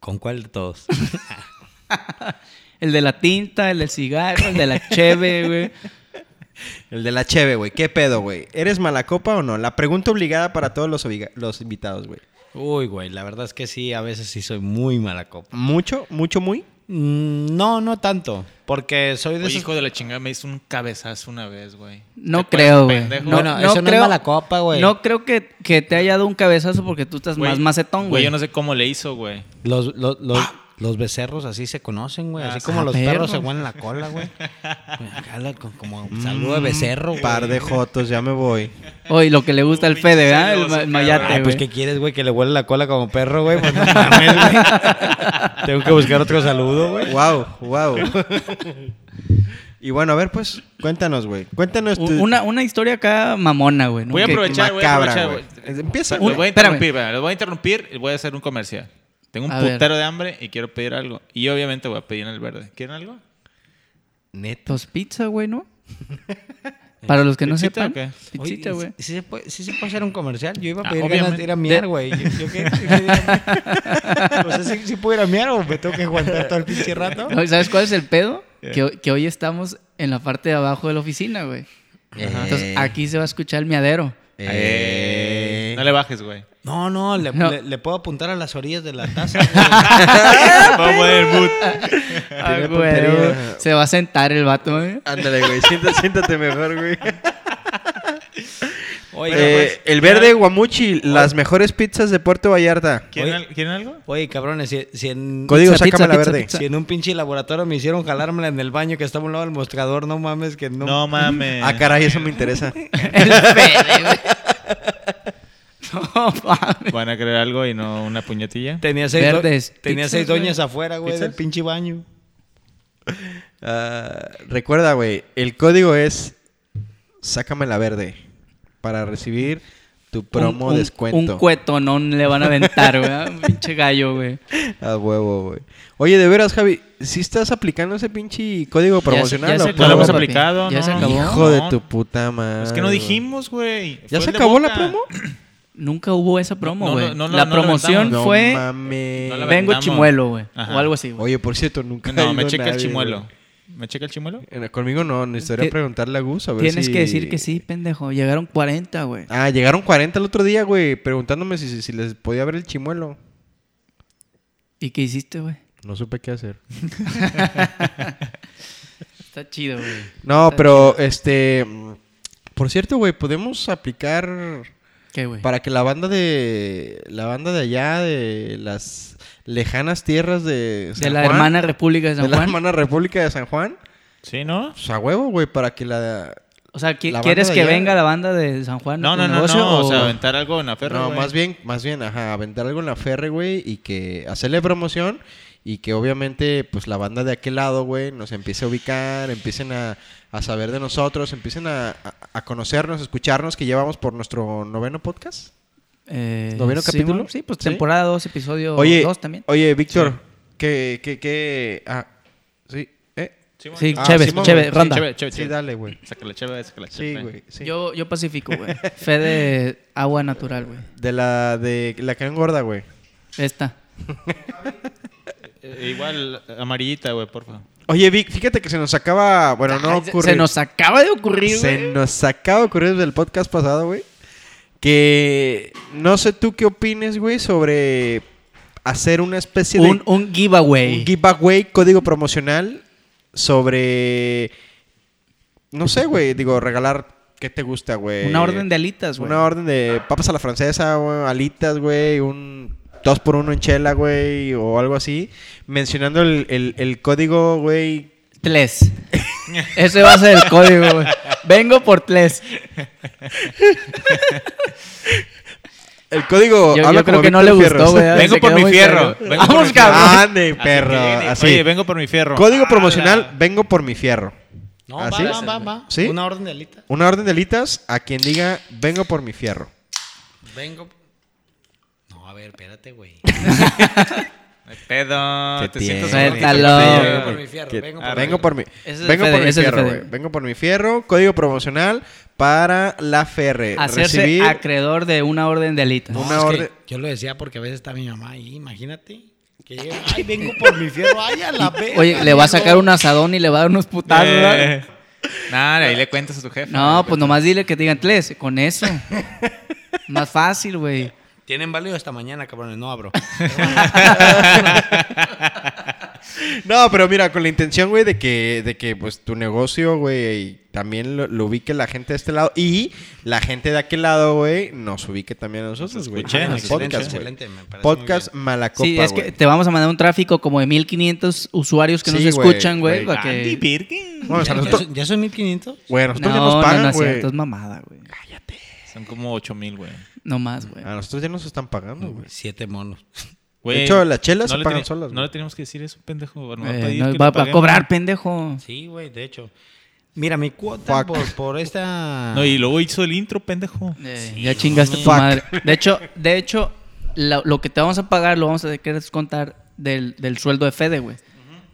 S3: ¿Con cuál de todos?
S2: El de la tinta, el del cigarro, el de la cheve, güey.
S4: El de la cheve, güey. ¿Qué pedo, güey? ¿Eres mala copa o no? La pregunta obligada para todos los, obliga- los invitados, güey.
S3: Uy, güey, la verdad es que sí, a veces sí soy muy mala copa.
S4: ¿Mucho? ¿Mucho muy?
S3: Mm, No, no tanto. Porque soy de
S1: Oye,
S3: esos-
S1: hijo de la chingada, me hizo un cabezazo una vez, güey.
S2: No
S1: ¿Te acuerdas,
S2: creo, güey.
S1: pendejo?
S2: No,
S3: Bueno, eso no es mala copa, güey.
S2: No creo que, que te haya dado un cabezazo porque tú estás
S1: Güey,
S2: más macetón, güey.
S1: Yo no sé cómo le hizo, güey.
S3: Los, los, los, los becerros así se conocen, güey.
S1: Ah,
S3: Así
S1: sí.
S3: como
S2: Ah,
S3: los
S2: perro.
S3: perros se huelen la cola, güey. Güey, jala con- Como saludo Mm, de becerro, güey.
S4: Mm, Par de jotos, ya me voy.
S2: Oy, lo que le gusta al
S1: Un pinche
S2: Fede, ¿verdad? El,
S1: celoso,
S2: ma- el
S1: cabrón.
S2: mayate,
S3: Ay,
S4: Ah,
S3: pues,
S2: güey.
S3: ¿qué quieres, güey? Que le huele la cola como perro, güey. Pues, no mames, güey. Tengo que buscar otro saludo, güey.
S4: Wow, wow. y bueno, a ver, pues, cuéntanos, güey. Cuéntanos
S2: U-
S4: tu...
S2: Una, una historia acá mamona, güey. ¿no?
S1: Voy a
S2: Que-
S1: aprovechar, voy a
S4: macabra,
S1: aprovechar,
S4: güey.
S1: güey.
S4: Empieza,
S1: Les voy a
S2: Espérame.
S1: interrumpir, espérame, les voy a interrumpir y voy a hacer un comercial. Tengo un
S2: A ver.
S1: putero de hambre y quiero pedir algo. Y obviamente voy a pedir en el verde. ¿Quieren algo?
S4: Neto.
S2: Tos Pues pizza, güey, ¿no? Para los que no
S1: ¿Pizzita
S2: sepan.
S1: o qué?
S2: Pizzita,
S3: Oye,
S2: güey.
S3: ¿y si, si se puede, si se puede hacer un comercial. Yo iba a
S1: Ah,
S3: pedir ganas
S1: obviamente.
S3: de ir a miar, güey. Yo, yo qué, yo qué diría, güey. O sea, si puedo ir a miar o me tengo que aguantar todo el pinche rato.
S2: Oye, ¿Sabes cuál es el pedo? Que, ho- que hoy estamos en la parte de abajo de la oficina, güey.
S4: Ajá.
S2: Entonces aquí se va a escuchar el miadero.
S4: Eh.
S1: Eh, No le bajes, güey.
S3: No, no, le,
S2: No.
S3: le- le puedo apuntar a las orillas de la taza.
S1: Vamos a poner boot.
S2: Ah,
S4: Tiene
S2: güey,
S4: puntería.
S2: güey. se va a sentar el vato, güey.
S4: Ándale, güey. Siéntate, siéntate mejor, güey.
S3: Oye, pues,
S4: Eh, el verde guamuchi, las mejores pizzas de Puerto Vallarta.
S1: ¿Quieren,
S3: Oye.
S1: al- ¿Quieren algo?
S3: pues, Oye, cabrones, si, si en,
S4: Código
S2: Pizza,
S4: sácame la
S2: pizza,
S4: verde.
S2: pizza,
S3: si en un pinche laboratorio me hicieron jalármela en el baño que estaba a un lado del mostrador, no mames, que no.
S1: No, mames.
S4: Ah, caray, eso me interesa.
S2: El Fede, güey. No mames.
S1: Van a querer algo y no una puñetilla.
S3: Tenía seis, do-
S2: Verdes,
S3: tenía
S2: pizzas,
S3: seis
S2: güey.
S3: doñas afuera, güey, del
S1: ¿Pizzas?
S3: pinche baño.
S4: Ah, recuerda, güey, el código es sácame la verde para recibir tu promo
S2: Un- un-
S4: descuento.
S2: Un cuetonón le van a aventar, güey. Un pinche gallo, güey.
S4: A huevo, güey. Oye, de veras, Javi, ¿sí estás aplicando ese pinche código
S2: se-
S4: promocional?
S2: ya se
S4: o
S2: acabó,
S1: No lo hemos
S4: promo?
S2: papi.
S1: aplicado,
S2: Ya
S1: ¿no?
S2: se acabó.
S4: Hijo de
S1: No.
S4: tu puta madre.
S1: Es que no
S4: güey.
S1: dijimos, güey.
S4: ¿Ya
S1: Fue
S4: se
S1: el de
S4: acabó la
S1: Boca.
S4: promo?
S2: Nunca hubo esa promo,
S1: No, no,
S2: güey.
S1: no, no,
S2: la
S1: no
S2: promoción
S1: levantamos.
S2: fue
S4: mames.
S1: No la ve-
S2: Vengo
S1: levantamos.
S2: Chimuelo, güey.
S1: Ajá.
S2: O algo así, güey.
S4: Oye, por cierto, nunca. ha
S1: No, me
S4: ido
S1: checa el
S4: nadie,
S1: chimuelo.
S4: güey.
S1: ¿Me checa el chimuelo?
S4: Eh, Conmigo no, necesitaría
S2: Ti-
S4: preguntarle a Gus a ver
S2: Tienes
S4: si-
S2: que decir que sí, pendejo. Llegaron 40, güey.
S4: Ah, llegaron 40 el otro día, güey, preguntándome si, si- si les podía ver el chimuelo.
S2: ¿Y qué hiciste, güey?
S4: No supe qué hacer.
S2: Está chido, güey.
S4: No,
S2: Está
S4: pero este. mm, Por cierto, güey, podemos aplicar
S2: ¿Qué, güey?
S4: para que la banda de. La banda de allá, de las lejanas tierras de.
S2: De
S4: San
S2: la
S4: Juan,
S2: hermana República de San
S4: de la
S2: Juan.
S4: hermana República de San Juan.
S1: Sí, ¿no?
S4: Pues a huevo, güey, para que la.
S2: O sea, ¿qui-
S4: la banda
S2: ¿quieres
S4: de
S2: que
S4: allá.
S2: venga la banda de San Juan? a
S1: No,
S2: tu
S1: no, no,
S2: negocio,
S1: no. O
S2: o-
S1: sea, aventar algo en la ferra.
S4: no,
S1: güey.
S4: más bien, más bien, ajá, aventar algo en la ferre, güey, y que hacerle promoción y que obviamente, pues la banda de aquel lado, güey, nos empiece a ubicar, empiecen a, a saber de nosotros, empiecen a, a- a conocernos, a escucharnos, que llevamos por nuestro noveno podcast.
S2: Eh,
S4: ¿Noveno
S2: sí,
S4: capítulo?
S2: mon. Sí, pues
S4: Sí.
S2: temporada 2, episodio
S4: Oye,
S2: 2 también.
S4: oye, Víctor, que, que, que, ah, sí, eh,
S1: Simón.
S2: Sí,
S4: Ah,
S2: chévere,
S4: Simón,
S2: chévere,
S4: güey.
S2: ronda.
S1: Sí, chévere, chévere,
S4: sí,
S1: chévere.
S4: dale, güey,
S1: Sácala chévere, sácala
S4: sí,
S1: chévere.
S4: güey, sí.
S2: Yo, yo pacifico, güey. Fe de agua natural, güey.
S4: De la, de la que engorda, güey.
S2: Esta.
S1: Eh, igual, amarillita, güey, porfa.
S4: Oye, Vic, fíjate que se nos acaba, bueno, no
S2: Ay, se-
S4: ocurre.
S2: Se nos acaba de ocurrir,
S4: Se
S2: güey.
S4: nos acaba de ocurrir del podcast pasado, güey. Que no sé tú qué opines, güey, sobre hacer una especie
S2: Un,
S4: de
S2: un giveaway.
S4: un giveaway, código promocional, sobre. No sé, güey, digo, regalar. ¿Qué te gusta, güey?
S2: Una orden de alitas, güey.
S4: Una orden de papas a la francesa, güey, alitas, güey, un 2 por 1 en chela, güey, o algo así. Mencionando el, el- el código, güey.
S2: Tles. Ese va a ser el código, güey. Vengo por Tles.
S4: El código.
S2: Yo, yo
S4: habla
S2: creo
S4: como
S2: que no le
S4: Víctor
S2: gustó,
S4: Fierros.
S2: güey.
S1: Vengo por
S2: Se quedó
S1: mi
S2: muy
S1: fierro.
S2: claro.
S1: Vengo por
S2: Vamos,
S1: mi fierro.
S2: cabrón.
S4: Ande,
S1: Así
S4: perro.
S1: que viene.
S4: Así.
S1: Oye, vengo por mi fierro.
S4: Código
S1: Ah,
S4: promocional,
S1: la-
S4: vengo por mi fierro.
S3: No,
S4: ¿Ah,
S3: va,
S4: sí?
S3: va, va, va.
S4: ¿Sí?
S3: Una orden de alita.
S4: Una orden de alitas a quien diga, vengo por mi fierro.
S3: Vengo. No, a ver, espérate, güey.
S1: Ay, Pedo.
S4: ¿Qué
S1: Te
S4: tiene?
S1: siento solito con
S2: Suéltalo.
S1: ella,
S3: Vengo por
S1: güey.
S3: mi fierro.
S4: Que-
S3: Vengo
S1: por-
S4: vengo por mi,
S2: Ah, Ese es el
S4: vengo
S2: Fede,
S4: por mi
S2: ese es el
S4: fierro,
S2: Fede.
S4: güey. Vengo por mi fierro. Código promocional para la ferre.
S2: Hacerse
S4: Recibir
S2: acreedor de una orden de alitas.
S3: No,
S4: Una
S3: es que
S4: orden-
S3: Yo lo decía porque a veces está mi mamá ahí, imagínate. Que llegue, ay, vengo por mi fierro, ay, a la vez.
S2: Oye, le va a sacar un asadón y le va a dar unos putazos. ¿verdad?
S1: Eh. Nada, ahí le cuentas a tu jefe.
S2: No, pues nomás dile que te digan Tles. Con eso. Más fácil, güey.
S3: Tienen válido hasta mañana, cabrones. No abro.
S4: No, pero mira, con la intención, güey, de que, de que pues tu negocio, güey, también lo, lo ubique la gente de este lado y la gente de aquel lado, güey, nos ubique también a nosotros, güey.
S1: escuchen,
S4: Ah,
S1: nos
S4: podcast,
S3: escuchen.
S4: güey.
S3: Excelente, me parece
S4: Podcast
S3: muy
S4: Malacopa,
S2: sí, es que
S4: güey.
S2: te vamos a mandar un tráfico como de 1500 usuarios que
S4: Sí,
S2: nos
S4: güey,
S2: escuchan, güey.
S4: güey.
S2: para
S1: Andy
S2: que-
S1: Birkin.
S4: Bueno, o sea,
S3: ¿Ya,
S4: nosotros,
S3: son- ya son 1500?
S4: güey, a nosotros
S2: no,
S4: ya nos
S2: no, no
S4: pagan,
S2: es cierto,
S4: güey.
S2: es mamada, güey.
S1: Son como 8 mil, güey.
S2: No más, güey.
S4: a nosotros ya nos están pagando, güey.
S3: Siete monos.
S1: Güey,
S4: hecho, las chelas se
S1: le
S4: pagan
S1: teni-
S4: solas, güey.
S1: No le tenemos que decir eso, pendejo. nos va a
S2: Eh,
S1: pedir
S2: no,
S1: que
S2: va,
S1: le
S2: va a
S1: paguemos.
S2: cobrar, pendejo.
S3: Sí, güey, de hecho. Mira, mi cuota
S4: Fuck.
S3: por, por esta.
S1: No, y luego hizo el intro, pendejo.
S2: Eh,
S3: Sí,
S2: ya
S3: no
S2: chingaste tu
S3: mames.
S2: madre. De hecho, de hecho la- lo que te vamos a pagar lo vamos a querer descontar del, del sueldo de Fede, güey.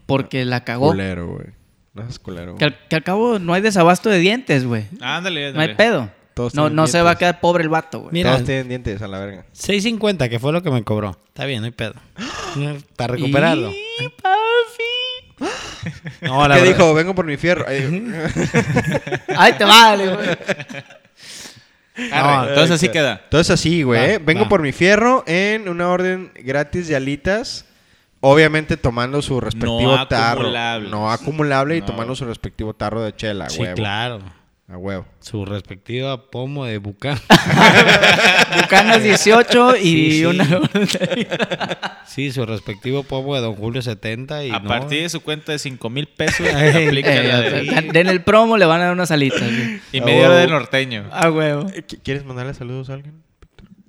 S2: Porque la cagó. Que
S4: Culero, güey. No es culero, güey.
S2: al, que al cabo no hay desabasto de dientes, güey.
S1: Ándale, ándale.
S2: No hay pedo.
S4: Todos
S2: No,
S4: tienen
S2: no se va a
S4: dientes.
S2: quedar pobre el vato, güey.
S3: Mira.
S4: Todos tienen dientes a la verga.
S3: 650, que fue lo que me cobró. Está bien, no hay pedo. Para recuperarlo.
S2: Y, papi.
S3: No,
S4: ¿Qué dijo? Vengo por mi fierro. Ay,
S2: Ahí te vale, güey.
S1: Arre,
S3: No,
S1: Ah, entonces así queda.
S4: Entonces así, güey.
S3: Va,
S4: ¿eh? Vengo
S3: va.
S4: por mi fierro en una orden gratis de alitas. Obviamente tomando su respectivo
S1: No
S4: tarro.
S1: acumulable.
S4: No acumulable y
S1: No.
S4: tomando su respectivo tarro de chela, güey.
S3: Sí, claro.
S4: A huevo.
S3: Su respectiva pomo de bucán.
S2: Bucanas 18 y
S3: Sí, sí.
S2: una.
S3: Sí, su respectivo pomo de Don Julio 70. Y
S1: A
S3: no-
S1: partir de su cuenta de 5 mil pesos, aplica la
S2: Eh,
S1: de-
S2: den el promo, le van a dar unas alitas. güey.
S1: Y media hora de norteño.
S2: Ah, huevo.
S4: Eh, ¿Qui- ¿Quieres mandarle saludos a alguien?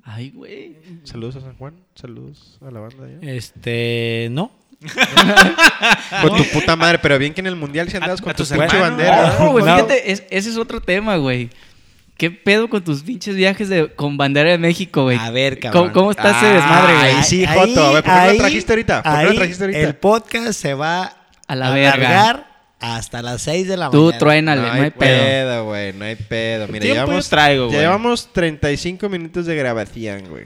S2: Ay, güey.
S4: Saludos a San Juan. Saludos a la banda. allá?
S3: Este, no.
S4: Con tu puta madre, pero bien que en el mundial si andabas
S1: A-
S4: con
S1: a
S4: tu
S1: tus
S4: pinche
S1: hermanos.
S4: bandera.
S2: No, Ah, güey,
S3: No.
S2: fíjate, es- ese es otro tema, güey. ¿Qué pedo con tus pinches viajes de, con bandera de México, güey?
S3: A ver,
S2: ¿Cómo,
S3: cabrón.
S2: eh? cómo está ese
S4: Ah,
S2: desmadre, güey?
S4: ahí sí, Joto. A ver, ¿por qué no lo trajiste ahorita? ¿Por qué no lo trajiste ahorita?
S3: El podcast se va
S2: A la verga.
S3: alargar hasta las 6 de la
S2: Tú
S3: mañana.
S2: truénale, no hay pedo.
S4: pedo, güey. No hay pedo. Mira,
S1: Tiempo yo
S4: llevamos,
S1: traigo, güey.
S4: llevamos 35 minutos de grabación, güey.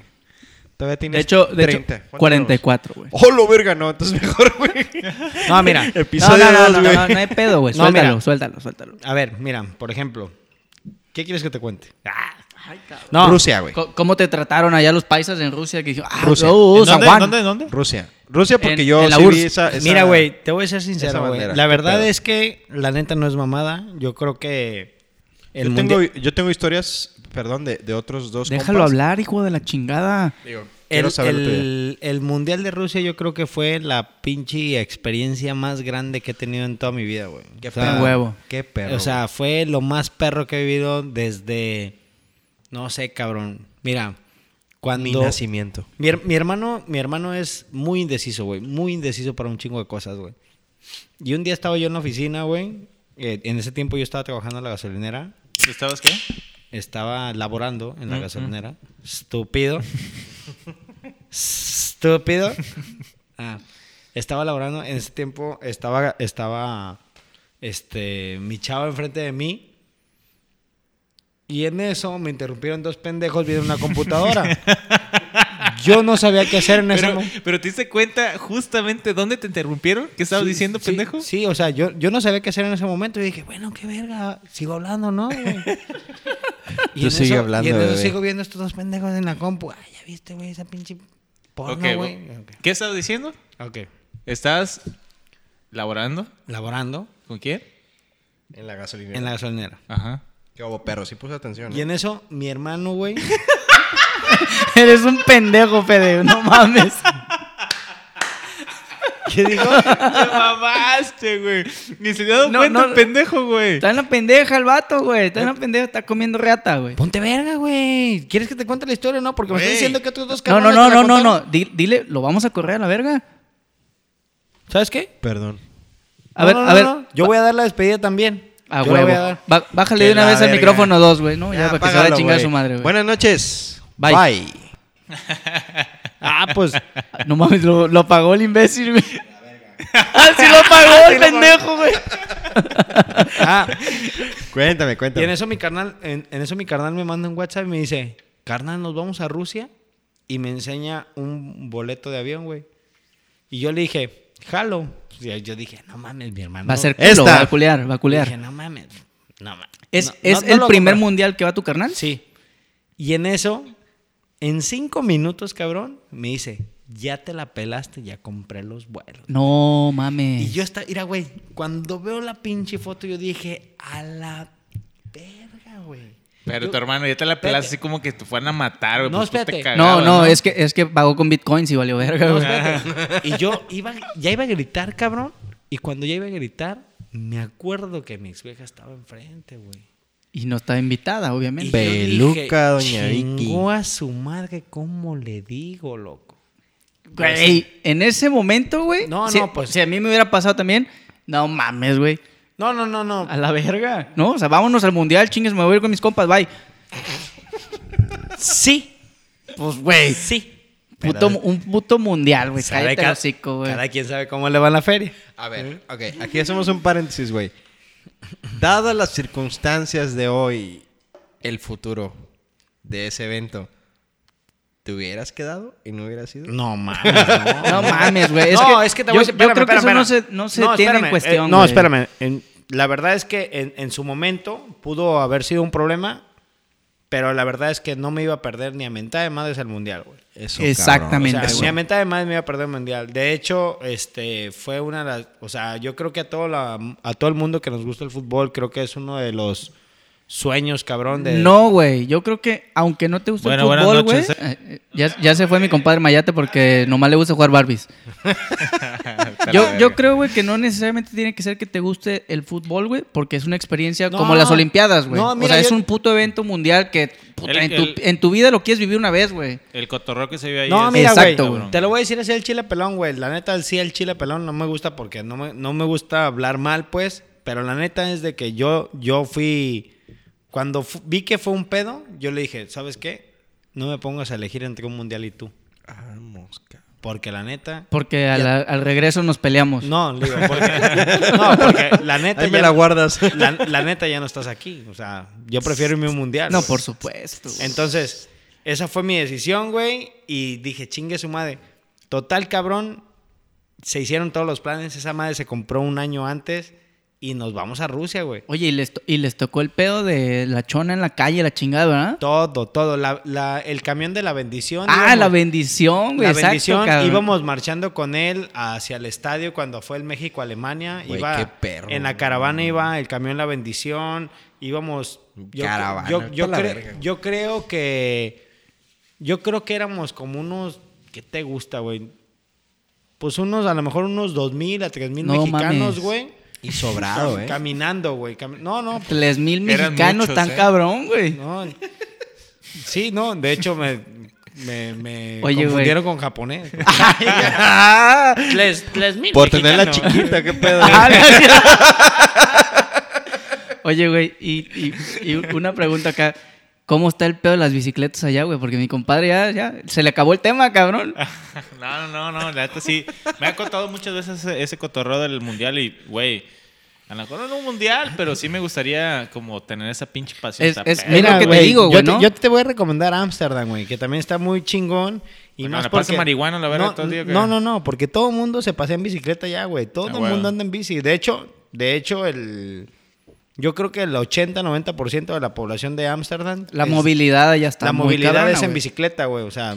S4: Todavía tienes
S2: De hecho, de hecho,
S4: 30. ¿Cuánto
S2: 44, güey.
S4: llevamos? ¡Oh, lo verga! No, entonces mejor, güey.
S3: No, mira.
S2: No,
S4: Episodio
S2: no, no,
S4: dos,
S2: no,
S4: güey.
S2: no, no hay pedo, güey.
S3: No,
S2: Suéltalo,
S3: mira.
S2: suéltalo, suéltalo.
S3: A ver, mira, por ejemplo. ¿Qué quieres que te cuente? Ah.
S4: No.
S3: No.
S4: Rusia, güey.
S2: Co- ¿Cómo te trataron allá los paisas en Rusia? Que dijeron, ah,
S4: Rusia.
S2: oh,
S1: ¿En
S2: San
S1: dónde,
S2: Juan.
S1: ¿Dónde? ¿Dónde?
S4: Rusia. Rusia porque
S2: En-
S4: yo
S2: en la
S4: sí vi
S2: URSS.
S4: esa- esa-
S3: Mira, güey, te voy a ser
S4: esa
S3: sincero, güey.
S4: bandera,
S3: La
S4: qué
S3: verdad
S4: pedo.
S3: es que la neta no es mamada. Yo creo que el
S4: yo,
S3: mundo.
S4: tengo, yo tengo historias, perdón, de, de otros dos
S2: Déjalo
S4: compas.
S2: hablar, hijo de la chingada.
S4: Digo,
S3: El,
S4: quiero saber la tuya.
S3: el- el Mundial de Rusia yo creo que fue la pinche experiencia más grande que he tenido en toda mi vida, güey.
S4: Qué
S3: O sea,
S2: pedo, huevo.
S4: Qué perro.
S3: O sea, fue lo más perro que he vivido desde... No sé, cabrón. Mira, cuando...
S4: güey. mi nacimiento.
S3: Mi, her- mi hermano, mi hermano es muy indeciso, güey. Muy indeciso para un chingo de cosas, güey. Y un día estaba yo en la oficina, güey. eh, en ese tiempo yo estaba trabajando en la gasolinera.
S1: ¿Estabas qué?
S3: Estaba laborando en la gasolinera. Estúpido. Estúpido. Ah, estaba laborando. En ese tiempo estaba, estaba este, mi chavo enfrente de mí. Y en eso me interrumpieron dos pendejos viendo una computadora. Yo no sabía qué hacer en ese
S1: Pero,
S3: momento.
S1: pero te diste cuenta justamente dónde te interrumpieron, qué estabas
S3: Sí,
S1: diciendo,
S3: sí,
S1: pendejo.
S3: Sí, o sea, yo, yo no sabía qué hacer en ese momento. Y dije, bueno, qué verga, sigo hablando, ¿no? güey?
S4: Tú sigue hablando,
S3: Y en eso
S4: bebé.
S3: sigo viendo estos dos pendejos en la compu. Ay, ya viste, güey, esa pinche porno,
S1: Ok,
S3: güey.
S1: güey. ¿Qué estabas diciendo?
S3: ok.
S1: ¿Estás laborando?
S3: Laborando
S1: ¿Con quién?
S4: En la gasolinera.
S3: en la gasolinera.
S1: Ajá.
S4: Qué hubo, perro. Sí puse atención.
S3: Y en eso, mi hermano, güey.
S2: Eres un pendejo, Fede, no mames.
S3: ¿Qué dijo?
S1: Te mamaste, güey. Ni se dio
S2: No,
S1: cuenta,
S2: no.
S1: pendejo, güey.
S2: Está en la pendeja el vato, güey. Está en la pendeja, está comiendo reata, güey.
S3: Ponte verga, güey. ¿Quieres que te cuente la historia o no? Porque me
S1: Güey.
S3: estás diciendo que otros dos
S2: No, no,
S3: cabrones
S2: no,
S3: te la
S2: no, no, no.
S3: contaron.
S2: Di- Dile, lo vamos a correr a la verga.
S3: ¿Sabes qué?
S4: Perdón.
S2: A
S3: No,
S2: ver,
S3: no,
S2: a
S3: no,
S2: ver.
S3: no. Yo voy a dar la despedida también.
S2: A
S3: Yo la
S2: huevo.
S3: voy a dar.
S2: Ba- bájale
S4: Que
S2: de una
S4: la
S2: vez al
S4: verga.
S2: micrófono dos, güey, ¿no? Ya,
S4: Ya,
S2: para que se vaya a
S4: apágalo,
S2: chingar a
S4: güey.
S2: su madre, güey.
S4: Buenas noches.
S2: Bye.
S3: Ah, pues.
S2: No mames, lo, lo apagó el imbécil, güey. Ah, sí lo apagó el pendejo, güey.
S3: Ah,
S4: Cuéntame,
S3: Y en
S4: cuéntame.
S3: eso mi carnal, en, en eso mi carnal me manda un WhatsApp y me dice, carnal, nos vamos a Rusia y me enseña un boleto de avión, güey. Y yo le dije, jalo. Y yo dije, no mames, mi hermano.
S2: Va a ser culo,
S4: Esta.
S2: va a culear, va a
S3: Le
S2: culear.
S3: Dije, no mames, no mames.
S2: ¿Es,
S3: No,
S2: es
S3: no- no
S2: el
S3: lo
S2: primer
S3: compro".
S2: mundial que va tu carnal?
S3: Sí. Y en eso, en cinco minutos, cabrón, me dice, ya te la pelaste, ya compré los vuelos.
S2: No mames.
S3: Y yo estaba, mira, güey, cuando veo la pinche foto, yo dije, a la verga, güey.
S1: Pero
S3: Yo-
S1: tu hermano ya te la pelaste así como que te fueran a matar, güey.
S3: No,
S1: pues tú te
S3: espérate.
S1: cagabas,
S2: no, no, es que es que pagó con bitcoins y valió verga,
S3: No,
S2: güey.
S3: espérate. Y yo iba, ya iba a gritar, cabrón. Y cuando ya iba a gritar, me acuerdo que mi ex vieja estaba enfrente, güey.
S2: Y no estaba invitada,
S3: Y
S2: obviamente.
S3: yo dije,
S4: Peluca, doña Vicky.
S3: Chingó a su madre, ¿cómo le digo, loco?
S2: Güey, en ese momento, güey.
S3: pues, No,
S2: si-
S3: no, pues-
S2: Si a mí me hubiera pasado también, no mames, güey.
S3: No, no, no, no.
S2: A la verga. No, o sea, vámonos al mundial, chingues, me voy a ir con mis compas, bye.
S3: Sí,
S2: Pues, güey.
S3: sí.
S2: Puto, un puto mundial, güey.
S3: Sabe
S2: Cállate el
S3: cada-
S2: hocico, güey.
S3: Cada quien sabe cómo le va en la feria.
S4: A ver, ok. ¿Eh? Aquí hacemos un paréntesis, güey. Dadas las circunstancias de hoy, el futuro de ese evento, ¿te hubieras quedado y no hubieras ido?
S3: No mames, no.
S2: No mames, güey. Es
S3: no,
S2: que
S3: es que te
S2: yo-
S3: voy a decir,
S2: yo
S3: espérame,
S2: creo que eso
S3: espérame,
S2: no
S3: espérame.
S2: se- no se tiene en
S3: espérame, eh,
S2: cuestión,
S3: no,
S2: güey.
S3: espérame. En- la verdad es que en, en su momento pudo haber sido un problema, pero la verdad es que no me iba a perder ni a mentada de madres al mundial, güey.
S4: Eso,
S3: O
S2: Exactamente,
S3: sea,
S2: güey.
S3: ni a mentada de madres me iba a perder el mundial. De hecho, este fue una de las. O sea, yo creo que a todo, la- a todo el mundo que nos gusta el fútbol, creo que es uno de los sueños, cabrón. De,
S2: No, güey. Yo creo que, aunque no te guste
S1: Bueno,
S2: el
S1: buenas
S2: fútbol, güey.
S1: noches,
S2: eh, eh, Ya, ya se fue mi compadre Mayate porque nomás le gusta jugar Barbies. Yo, yo creo, güey, que no necesariamente tiene que ser que te guste el fútbol, güey, porque es una experiencia
S3: No.
S2: como las Olimpiadas, güey.
S3: No,
S2: o
S3: mira,
S2: sea, es
S3: yo-
S2: un puto evento mundial que puta,
S1: El-
S2: en, tu,
S1: el-
S2: en tu vida lo quieres vivir una vez, güey.
S1: El cotorreo que se vio ahí.
S3: No,
S1: es-
S3: mira, güey.
S2: Exacto, güey.
S3: Te lo voy a decir así el chile pelón, güey. La neta, sí, el chile pelón no me gusta porque no me, no me gusta hablar mal, pues. Pero la neta es de que yo, yo fui. Cuando fu- vi que fue un pedo, yo le dije, ¿sabes qué? No me pongas a elegir entre un mundial y tú.
S4: Ah, mosca.
S3: Porque la neta.
S2: Porque al, al regreso nos peleamos.
S3: No, digo, porque, no, porque la neta.
S4: Ahí
S3: ya
S4: me la
S3: no-
S4: guardas.
S3: la, la neta ya no estás aquí. O sea, yo prefiero irme a un mundial.
S2: No, por supuesto.
S3: Entonces, esa fue mi decisión, güey. Y dije, chingue su madre. Total, cabrón. Se hicieron todos los planes. Esa madre se compró un año antes. Y nos vamos a Rusia, güey.
S2: Oye, y les, to- y les tocó el pedo de la chona en la calle, la chingada, ¿verdad?
S3: Todo, todo. La- la- el camión de la bendición.
S2: Ah,
S3: íbamos-
S2: la bendición, güey.
S3: La
S2: exacto,
S3: bendición.
S2: cabrón.
S3: íbamos marchando con él hacia el estadio cuando fue el México-Alemania.
S4: Güey,
S3: Iba
S4: qué perro,
S3: En la caravana iba el camión La Bendición. Íbamos. Yo,
S4: Caravana,
S3: yo, yo
S4: pa' la
S3: cre-
S4: verga, güey.
S3: yo creo que. Yo creo que éramos como unos. ¿Qué te gusta, güey? Pues unos, a lo mejor unos 2.000 a 3.000
S2: No
S3: mexicanos,
S2: mames.
S3: güey.
S4: Y sobrado, ¿eh?
S3: Caminando, güey. cami- no, no.
S2: Tres mil
S1: Eran
S2: mexicanos
S1: muchos,
S2: tan
S1: ¿eh?
S2: cabrón, güey.
S3: No. Sí, no, de hecho me, me, me
S2: Oye, güey.
S3: confundieron con japonés. Les, les mil
S4: Por tenerla
S3: mexicanos.
S4: chiquita, qué pedo. ¿eh?
S2: Ah, no. Oye, güey, y, y- y una pregunta acá. ¿Cómo está el pedo de las bicicletas allá, güey? Porque mi compadre ya, ya se le acabó el tema, cabrón.
S3: Ah,
S1: No, no, no, no, la neta sí. Me ha contado muchas veces ese, ese cotorreo del mundial y, güey, a lo mejor no en un mundial, pero sí me gustaría como tener esa pinche pasión.
S2: Es-
S1: esa
S2: es-
S1: perra.
S2: mira, lo que te digo,
S3: yo
S2: güey, ¿no?
S3: Yo te voy a recomendar Ámsterdam, güey, que también está muy chingón. Y
S1: Bueno,
S3: más
S1: la parte
S3: porque-
S1: marihuana, la verdad,
S3: no,
S1: todo el día que-
S3: no, no, no, porque todo el mundo se pasea en bicicleta ya, güey. Todo
S1: Ah,
S3: el
S1: bueno.
S3: mundo anda en bici. De hecho, de hecho, el... Yo creo que el 80-90% de la población de Ámsterdam...
S2: La
S3: es-
S2: movilidad allá está
S3: La
S2: muy
S3: movilidad
S2: cabrona,
S3: es en
S2: güey.
S3: bicicleta, güey. O sea,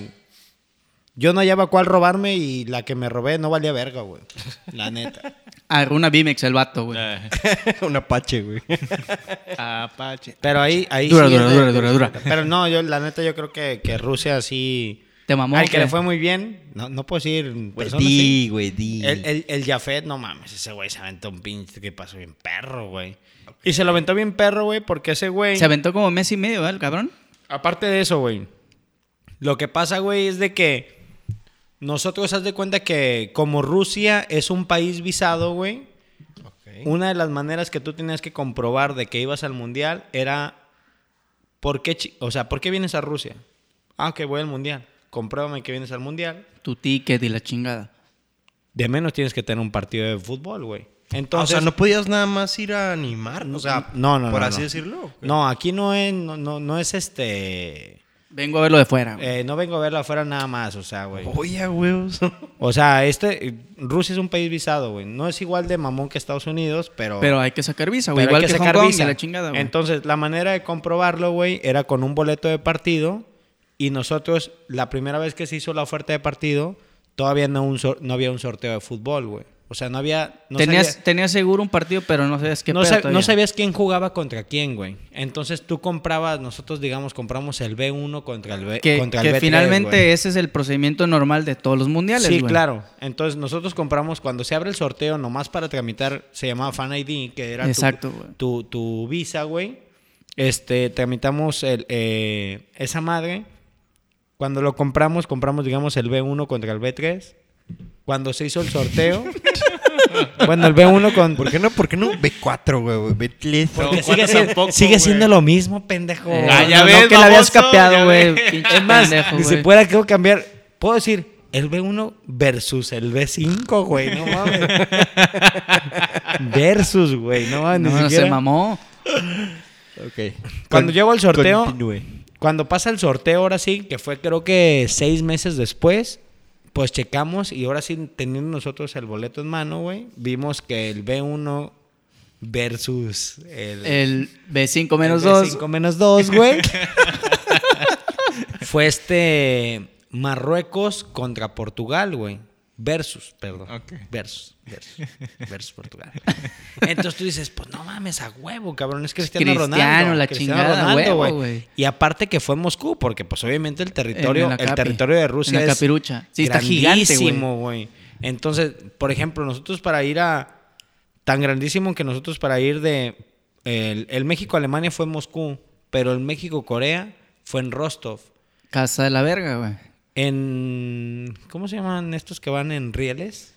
S3: yo no hallaba cuál robarme y la que me robé no valía verga, güey. La neta.
S2: Ah, una Bimex el vato, güey.
S3: Ah.
S1: Eh,
S4: Un apache, güey.
S1: Apache.
S3: Pero ahí... ahí
S2: Dura,
S3: sí
S2: dura,
S3: es de-
S2: dura, dura, dura.
S3: Pero no, yo la neta yo creo que, que Rusia sí...
S2: Te mamó.
S3: Al que le
S2: güey. Pues
S3: fue muy bien, no, no puedo decir
S4: Güey,
S3: personas, sí.
S4: di, güey, di.
S3: El, el, el Jafet, no mames, ese güey se aventó un pinche que pasó bien perro, güey. Y se lo aventó bien perro, güey, porque ese güey...
S2: Se aventó como mes y medio, ¿verdad, el cabrón?
S3: Aparte de eso, güey. Lo que pasa, güey, es de que nosotros haz de cuenta que como Rusia es un país visado, güey,
S4: Ok.
S3: una de las maneras que tú tenías que comprobar de que ibas al mundial era ¿por qué, chi- o sea, ¿por qué vienes a Rusia? Ah, que voy al mundial. Compruébame que vienes al mundial.
S2: Tu ticket y la chingada.
S3: De menos tienes que tener un partido de fútbol, güey.
S4: Ah,
S3: Entonces,
S4: o sea, no podías nada más ir a animar, o sea,
S3: no, no,
S4: por
S3: no,
S4: así
S3: no.
S4: decirlo.
S3: no, aquí no es no, no, no es este
S2: Vengo a verlo de fuera, güey.
S3: eh, no vengo a verla afuera nada más, o sea, güey.
S4: Oye, huevos.
S3: O sea, este Rusia es un país visado, güey. No es igual de mamón que Estados Unidos, pero
S2: Pero hay que sacar visa,
S3: pero
S2: güey.
S3: hay
S2: Igual
S3: que
S2: que, Hong
S3: sacar
S2: Kong y
S3: visa.
S2: la chingada, güey.
S3: Entonces, la manera de comprobarlo, güey, era con un boleto de partido y nosotros la primera vez que se hizo la oferta de partido, todavía no un sor- no había un sorteo de fútbol, güey. O sea, no había no
S2: tenías,
S3: sabía-
S2: tenías seguro un partido, pero no sabías qué
S3: no,
S2: pedo
S3: sab-
S2: todavía.
S3: no sabías quién jugaba contra quién, güey. Entonces tú comprabas, nosotros digamos, compramos el B1 contra el B.
S2: Que,
S3: contra el
S2: que
S3: B3,
S2: finalmente
S3: güey.
S2: ese es el procedimiento normal de todos los mundiales,
S3: Sí,
S2: güey.
S3: claro. Entonces nosotros compramos cuando se abre el sorteo, nomás para tramitar, se llamaba Fan ID, que era tu-
S2: Exacto, güey.
S3: tu, tu visa, güey. Este, tramitamos el, eh, esa madre. Cuando lo compramos, compramos, digamos, el B1 contra el B3. Cuando se hizo el sorteo, bueno, el B1 con...
S4: ¿Por qué no? ¿Por qué no B4, güey? B3.
S1: Porque
S3: que sigue,
S1: cuatro
S3: siendo,
S1: tampoco,
S3: sigue
S1: güey.
S3: siendo lo mismo, pendejo.
S2: Eh,
S1: Ah, ya
S2: no,
S1: ves,
S2: no, que la habías
S1: baboso,
S2: capeado,
S1: ya
S2: güey.
S1: ves.
S2: Pinche
S3: Es más,
S2: pendejo,
S3: ni
S2: güey.
S3: siquiera quiero cambiar. Puedo decir el B1 versus el B5, güey. No mames. versus, güey. No mames.
S2: No,
S3: ni
S2: no,
S3: siquiera.
S2: se mamó.
S4: Ok.
S3: Cuando
S4: Con-
S3: llego al sorteo,
S4: Continúe.
S3: cuando pasa el sorteo, ahora sí, que fue creo que seis meses después, pues checamos y ahora sí, teniendo nosotros el boleto en mano, güey, vimos que el B1 versus el,
S2: El B5 menos
S3: el
S2: 2.
S3: 5 menos 2, güey. Fue este Marruecos contra Portugal, güey. Versus, perdón.
S1: Ok.
S3: Versus, versus, versus Portugal. Entonces tú dices, pues no mames, a huevo, cabrón, es Cristiano,
S2: Cristiano,
S3: Ronaldo.
S2: la chingada, huevo, güey.
S3: Y aparte que fue en Moscú, porque pues obviamente el territorio,
S2: En la
S3: el
S2: capi.
S3: territorio de Rusia
S2: En la
S3: es
S2: capirucha. Sí, está gigante, güey.
S3: grandísimo, güey. Entonces, por ejemplo, nosotros para ir a, tan grandísimo que nosotros para ir de el, el México-Alemania fue en Moscú, pero el México-Corea fue en Rostov.
S2: Casa de la verga, güey.
S3: En ¿cómo se llaman estos que van en rieles?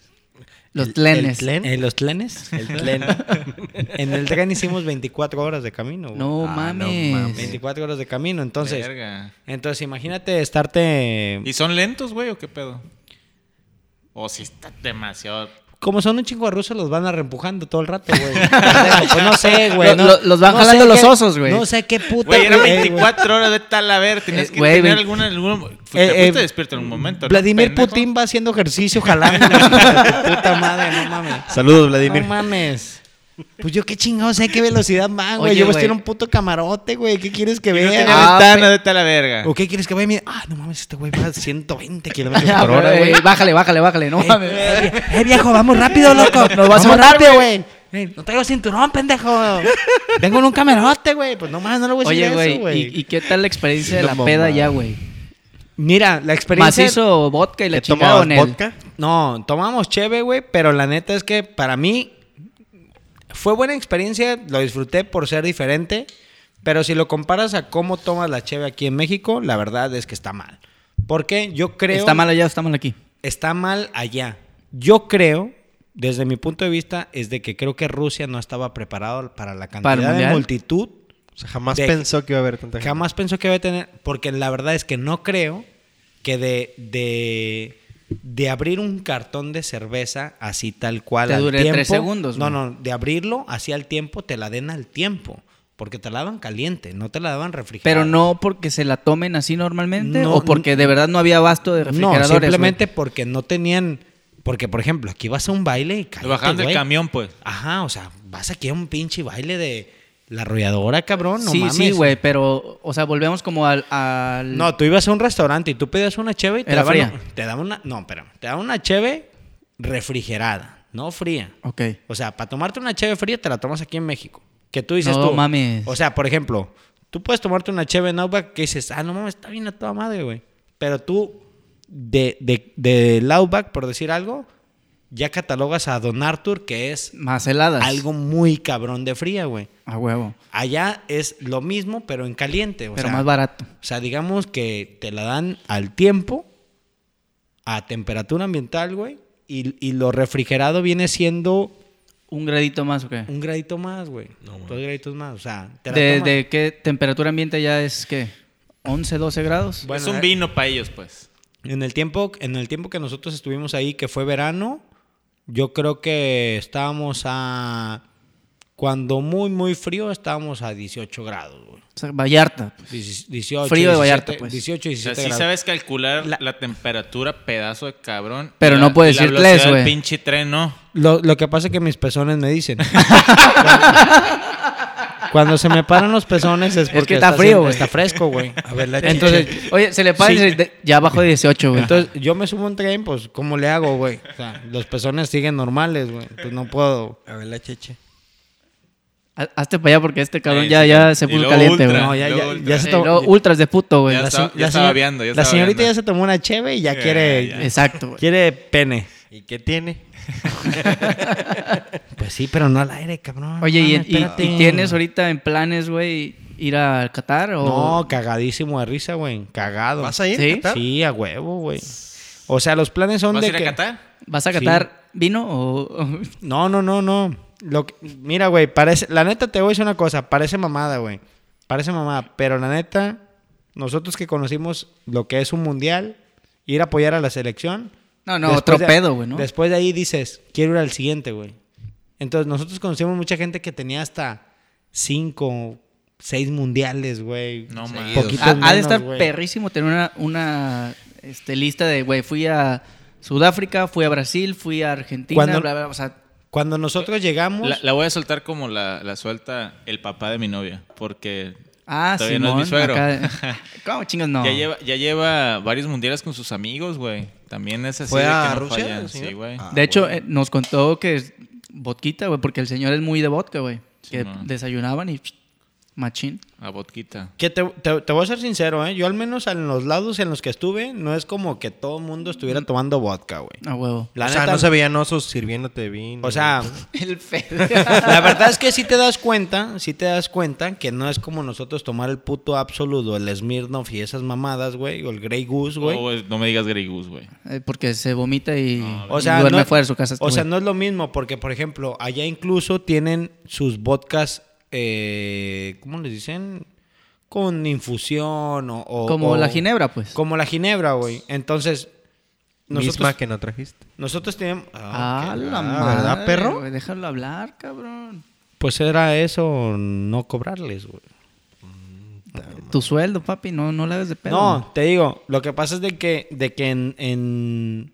S2: Los tlenes.
S3: El tlen. En los tlenes. El tlen. en el tren hicimos 24 horas de camino. güey.
S2: No
S4: Ah, no
S2: mames.
S4: mames.
S3: 24 horas de camino, entonces.
S1: Verga.
S3: Entonces, imagínate estarte
S1: ¿Y son lentos, güey, o qué pedo? O si está demasiado.
S3: Como son un chingo de rusos, los van arrempujando todo el rato, güey. Pendejo, pues no sé, güey.
S2: Lo-
S3: no-
S2: lo- los van
S3: sé
S2: jalando los
S3: qué-
S2: osos, güey.
S3: No sé qué puta.
S1: Güey, era
S3: güey, güey.
S1: 24 horas, vete a la ver. Tenías
S2: Eh,
S1: que
S2: güey,
S1: tener
S2: ve-
S1: alguna. algún- Te
S3: Eh, eh,
S1: fuiste despierto en un momento. ¿no,
S3: Vladimir
S1: pendejo?
S3: Putin va haciendo ejercicio jalando. puta madre, no mames.
S4: Saludos, Vladimir.
S3: No mames. Pues yo qué chingados sé qué velocidad van, güey.
S2: Oye,
S3: Yo
S2: güey.
S3: estoy en un puto camarote, güey. ¿Qué quieres que
S1: Y no
S3: vea?
S1: tenía
S2: Ah,
S1: ventana,
S2: pe-
S1: vete a la verga.
S3: ¿O qué quieres que vea? Y mira, Ah, no mames, este güey va a 120 kilómetros
S2: Ah,
S3: por hora,
S2: güey,
S3: güey.
S2: Bájale, bájale, bájale, no mames.
S3: Eh, viejo, vamos rápido, loco.
S2: Nos vas a
S3: vamos
S2: matar,
S3: rápido, güey. Eh, No traigo cinturón, pendejo. Vengo en un camarote, güey. Pues no mames, no le voy a
S2: Oye,
S3: decir
S2: güey,
S3: eso, güey.
S2: ¿y, y qué tal la experiencia de
S4: No
S2: la
S4: mames.
S2: peda ya, güey?
S3: Mira, la experiencia.
S2: Macizo, vodka y la
S4: ¿Qué
S2: chingada
S4: tomabas,
S2: en él.
S4: vodka?
S3: No, tomamos cheve, güey, pero la neta es que para mí fue buena experiencia, lo disfruté por ser diferente, pero si lo comparas a cómo tomas la cheve aquí en México, la verdad es que está mal. Porque yo creo
S2: Está mal allá, está mal aquí.
S3: está mal allá. Yo creo, desde mi punto de vista, es de que creo que Rusia no estaba preparado para la
S2: ¿Para
S3: cantidad
S2: el
S3: de
S2: mundial?
S3: multitud.
S4: O sea, jamás
S3: De-
S4: pensó que iba a haber tanta gente.
S3: Jamás pensó que iba a tener, porque la verdad es que no creo que de, de, de abrir un cartón de cerveza así tal cual
S2: Te
S3: al
S2: dure
S3: tiempo.
S2: tres segundos,
S3: No,
S2: güey.
S3: no, de abrirlo así al tiempo, te la den al tiempo, porque te la daban caliente, no te la daban refrigerada.
S2: Pero no porque se la tomen así normalmente
S3: No,
S2: o porque de verdad no había abasto de
S3: No,
S2: refrigeradores.
S3: simplemente porque no tenían, porque por ejemplo, aquí vas a un baile y cállate,
S1: Lo bajaron del
S3: güey.
S1: camión, pues.
S3: Ajá, o sea, vas aquí a un pinche baile de la arrolladora, cabrón, no
S2: sí,
S3: mames.
S2: sí, güey, pero, o sea, volvemos como al. al-
S3: No, tú ibas a un restaurante y tú pedías una cheve y te
S2: Era
S3: daban,
S2: fría.
S3: te daban una, no, espérame, te daban una cheve refrigerada, no fría.
S2: Ok.
S3: O sea, para tomarte una cheve fría te la tomas aquí en México. Que tú dices
S2: No
S3: tú.
S2: mames.
S3: O sea, por ejemplo, tú puedes tomarte una cheve en Outback que dices, "Ah, no mames, está bien a toda madre, güey." Pero tú de de del Outback, por decir algo, ya catalogas a Don Arthur que es
S2: Más heladas.
S3: algo muy cabrón de fría, güey.
S2: A huevo.
S3: Allá es lo mismo, pero en caliente. O
S2: pero
S3: sea,
S2: más barato.
S3: o sea, digamos que te la dan al tiempo, a temperatura ambiental, güey, y, y lo refrigerado viene siendo
S2: Un gradito más, ¿o qué?
S3: un gradito más, güey. Dos graditos más, o sea, te la
S2: ¿De,
S3: tomas.
S2: de qué temperatura ambiente ya es qué? ¿11, 12 grados?
S3: Bueno,
S1: es un
S3: eh.
S1: vino para ellos, pues.
S3: En el tiempo, en el tiempo que nosotros estuvimos ahí, que fue verano, yo creo que estábamos a cuando muy muy frío estábamos a 18 grados, güey.
S2: O sea, Vallarta. pues.
S3: 18,
S2: Frío de Vallarta,
S3: 17,
S2: pues.
S3: 18,
S1: O sea,
S3: 17
S1: sí
S3: grados.
S1: sabes calcular
S3: La-
S1: la, temperatura, pedazo de cabrón.
S2: Pero
S1: Y
S2: no
S1: la-
S2: puedes
S1: y la
S2: decir
S1: velocidad
S2: tres,
S1: del
S2: güey.
S1: pinche tren, no.
S3: Lo, lo que pasa es que mis pezones me dicen. Cuando se me paran los pezones es porque
S2: que está frío,
S3: haciendo-
S2: güey.
S3: Está fresco, güey. A ver, la
S2: Entonces, oye, se le para y
S3: Sí.
S2: se le- ya bajo de 18, güey.
S3: Entonces, yo me subo a un tren, pues, ¿cómo le hago, güey? O sea, los pezones siguen normales, güey. Pues no puedo.
S4: A ver la cheche.
S2: Ha- Hazte para allá porque este cabrón
S1: Eh,
S2: ya,
S1: sí,
S2: ya
S1: sí.
S2: se
S1: Y
S2: puso
S1: luego
S2: caliente,
S1: ultra.
S2: güey.
S3: No, ya, ya,
S1: luego
S3: ya se
S2: Sí,
S3: tomó.
S2: Eh, luego ultras de puto, güey.
S1: Ya
S3: la,
S1: está-
S3: se- la
S1: estaba
S3: señor-
S1: viando, ya
S3: la
S1: estaba
S3: señorita
S1: viando.
S3: ya se tomó una cheve y ya
S1: Ya,
S3: quiere,
S1: ya.
S2: Exacto, güey.
S3: quiere pene.
S4: ¿Y qué tiene?
S3: Pues sí, pero no al aire, cabrón.
S2: Oye, ¿y,
S3: Mames,
S2: y- y
S3: Ah, espérate.
S2: tienes ahorita en planes, güey, ir a Qatar? O...
S3: No, cagadísimo de risa, güey. Cagado.
S4: ¿Vas a ir?
S2: ¿Sí?
S4: a Qatar?
S3: Sí, a huevo, güey. O sea, los planes son
S1: ¿Vas a
S3: de
S1: ir a
S3: que...
S1: Qatar?
S2: ¿Vas a
S3: Sí.
S2: Qatar vino o...? o-
S3: No, no, no, no. Lo que- Mira, güey, parece... La neta, te voy a decir una cosa. Parece mamada, güey. Parece mamada. Pero la neta, nosotros que conocimos lo que es un mundial, ir a apoyar a la selección...
S2: No, no,
S3: después
S2: otro
S3: de-
S2: pedo, güey, ¿no?
S3: Después de ahí dices, quiero ir al siguiente, güey. Entonces, nosotros conocimos mucha gente que tenía hasta cinco, seis mundiales, güey.
S1: No, mames.
S3: poquitos
S2: Ha, ha de
S3: menos,
S2: estar
S3: güey.
S2: perrísimo tener una, una este, lista de, güey, fui a Sudáfrica, fui a Brasil, fui a Argentina,
S3: Cuando-
S2: bla, bla, bla, o sea,
S3: Cuando nosotros llegamos...
S1: La, la voy a soltar como la, la suelta el papá de mi novia, porque
S2: ah,
S1: todavía
S2: Simón,
S1: no es mi suegro.
S2: acá- ¿Cómo chingas no?
S1: Ya, lleva, ya lleva varios mundiales con sus amigos, güey. También es así
S4: ¿Fue
S1: de que
S4: a
S1: no
S4: Rusia,
S1: fallan,
S4: el señor?
S1: sí, güey.
S4: Ah.
S2: de hecho,
S4: güey.
S2: eh, nos contó que es vodquita, güey, porque el señor es muy de vodka, güey. que
S1: Simón.
S2: desayunaban y psh, machín.
S1: A vodquita.
S3: Que te, te- te voy a ser sincero, ¿eh? Yo al menos en los lados en los que estuve, no es como que todo el mundo
S2: Mm.
S3: estuviera tomando vodka, güey.
S2: A huevo.
S3: La
S4: o sea,
S3: neta,
S4: no se veían osos sirviéndote de vino.
S3: o sea,
S2: El
S3: la verdad es que sí te das cuenta, sí te das cuenta que no es como nosotros tomar el puto absoluto, el Smirnoff y esas mamadas, güey, o el Grey Goose, güey.
S1: Oh, güey, no me digas Grey Goose, güey.
S2: Eh, Porque se vomita y,
S3: O
S2: y
S3: sea,
S2: duerme
S3: no,
S2: fuera de su casa. este
S3: O sea,
S2: güey.
S3: no es lo mismo, porque, por ejemplo, allá incluso tienen sus vodkas, eh, ¿cómo les dicen? Con infusión o... o-
S2: Como
S3: o-
S2: la ginebra, pues.
S3: Como la ginebra, güey. Entonces,
S4: Misma que no trajiste.
S3: Nosotros tenemos.
S2: Ah,
S3: ok.
S2: la
S4: ah,
S2: madre.
S4: ¿verdad, perro?
S2: güey, déjalo hablar, cabrón.
S3: Pues era eso, no cobrarles, güey.
S2: Tu sueldo, papi, no, no le hagas de pedo.
S3: No, te digo, lo que pasa es de que, de que en, en,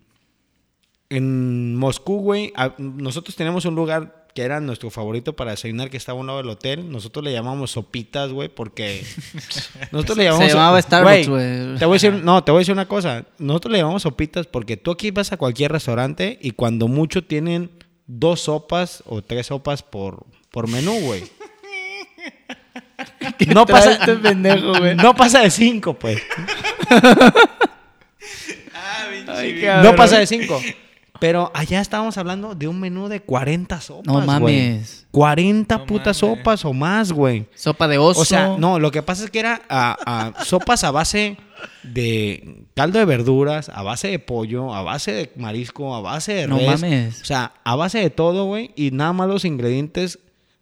S3: en Moscú, güey, a- nosotros tenemos un lugar que era nuestro favorito para desayunar, que estaba a un lado del hotel. Nosotros le llamamos sopitas, güey, porque... Nosotros le llamamos...
S2: llamaba Starbucks, güey.
S3: Te voy a decir, no, te voy a decir una cosa. Nosotros le llamamos sopitas porque tú aquí vas a cualquier restaurante y cuando mucho tienen dos sopas o tres sopas por, por menú, güey. No
S2: trae
S3: pasa,
S2: este pendejo, güey?
S3: no pasa de cinco, pues.
S2: Ay,
S3: No
S2: cabrón.
S3: pasa de 5. Pero allá estábamos hablando de un menú de 40 sopas.
S2: No mames.
S3: güey. 40
S1: No
S3: putas
S1: mames.
S3: sopas o más, güey.
S2: Sopa de oso.
S3: O sea, no, lo que pasa es que era a- a sopas a base de caldo de verduras, a base de pollo, a base de marisco, a base de
S2: No
S3: res.
S2: mames.
S3: O sea, a base de todo, güey. Y nada más los ingredientes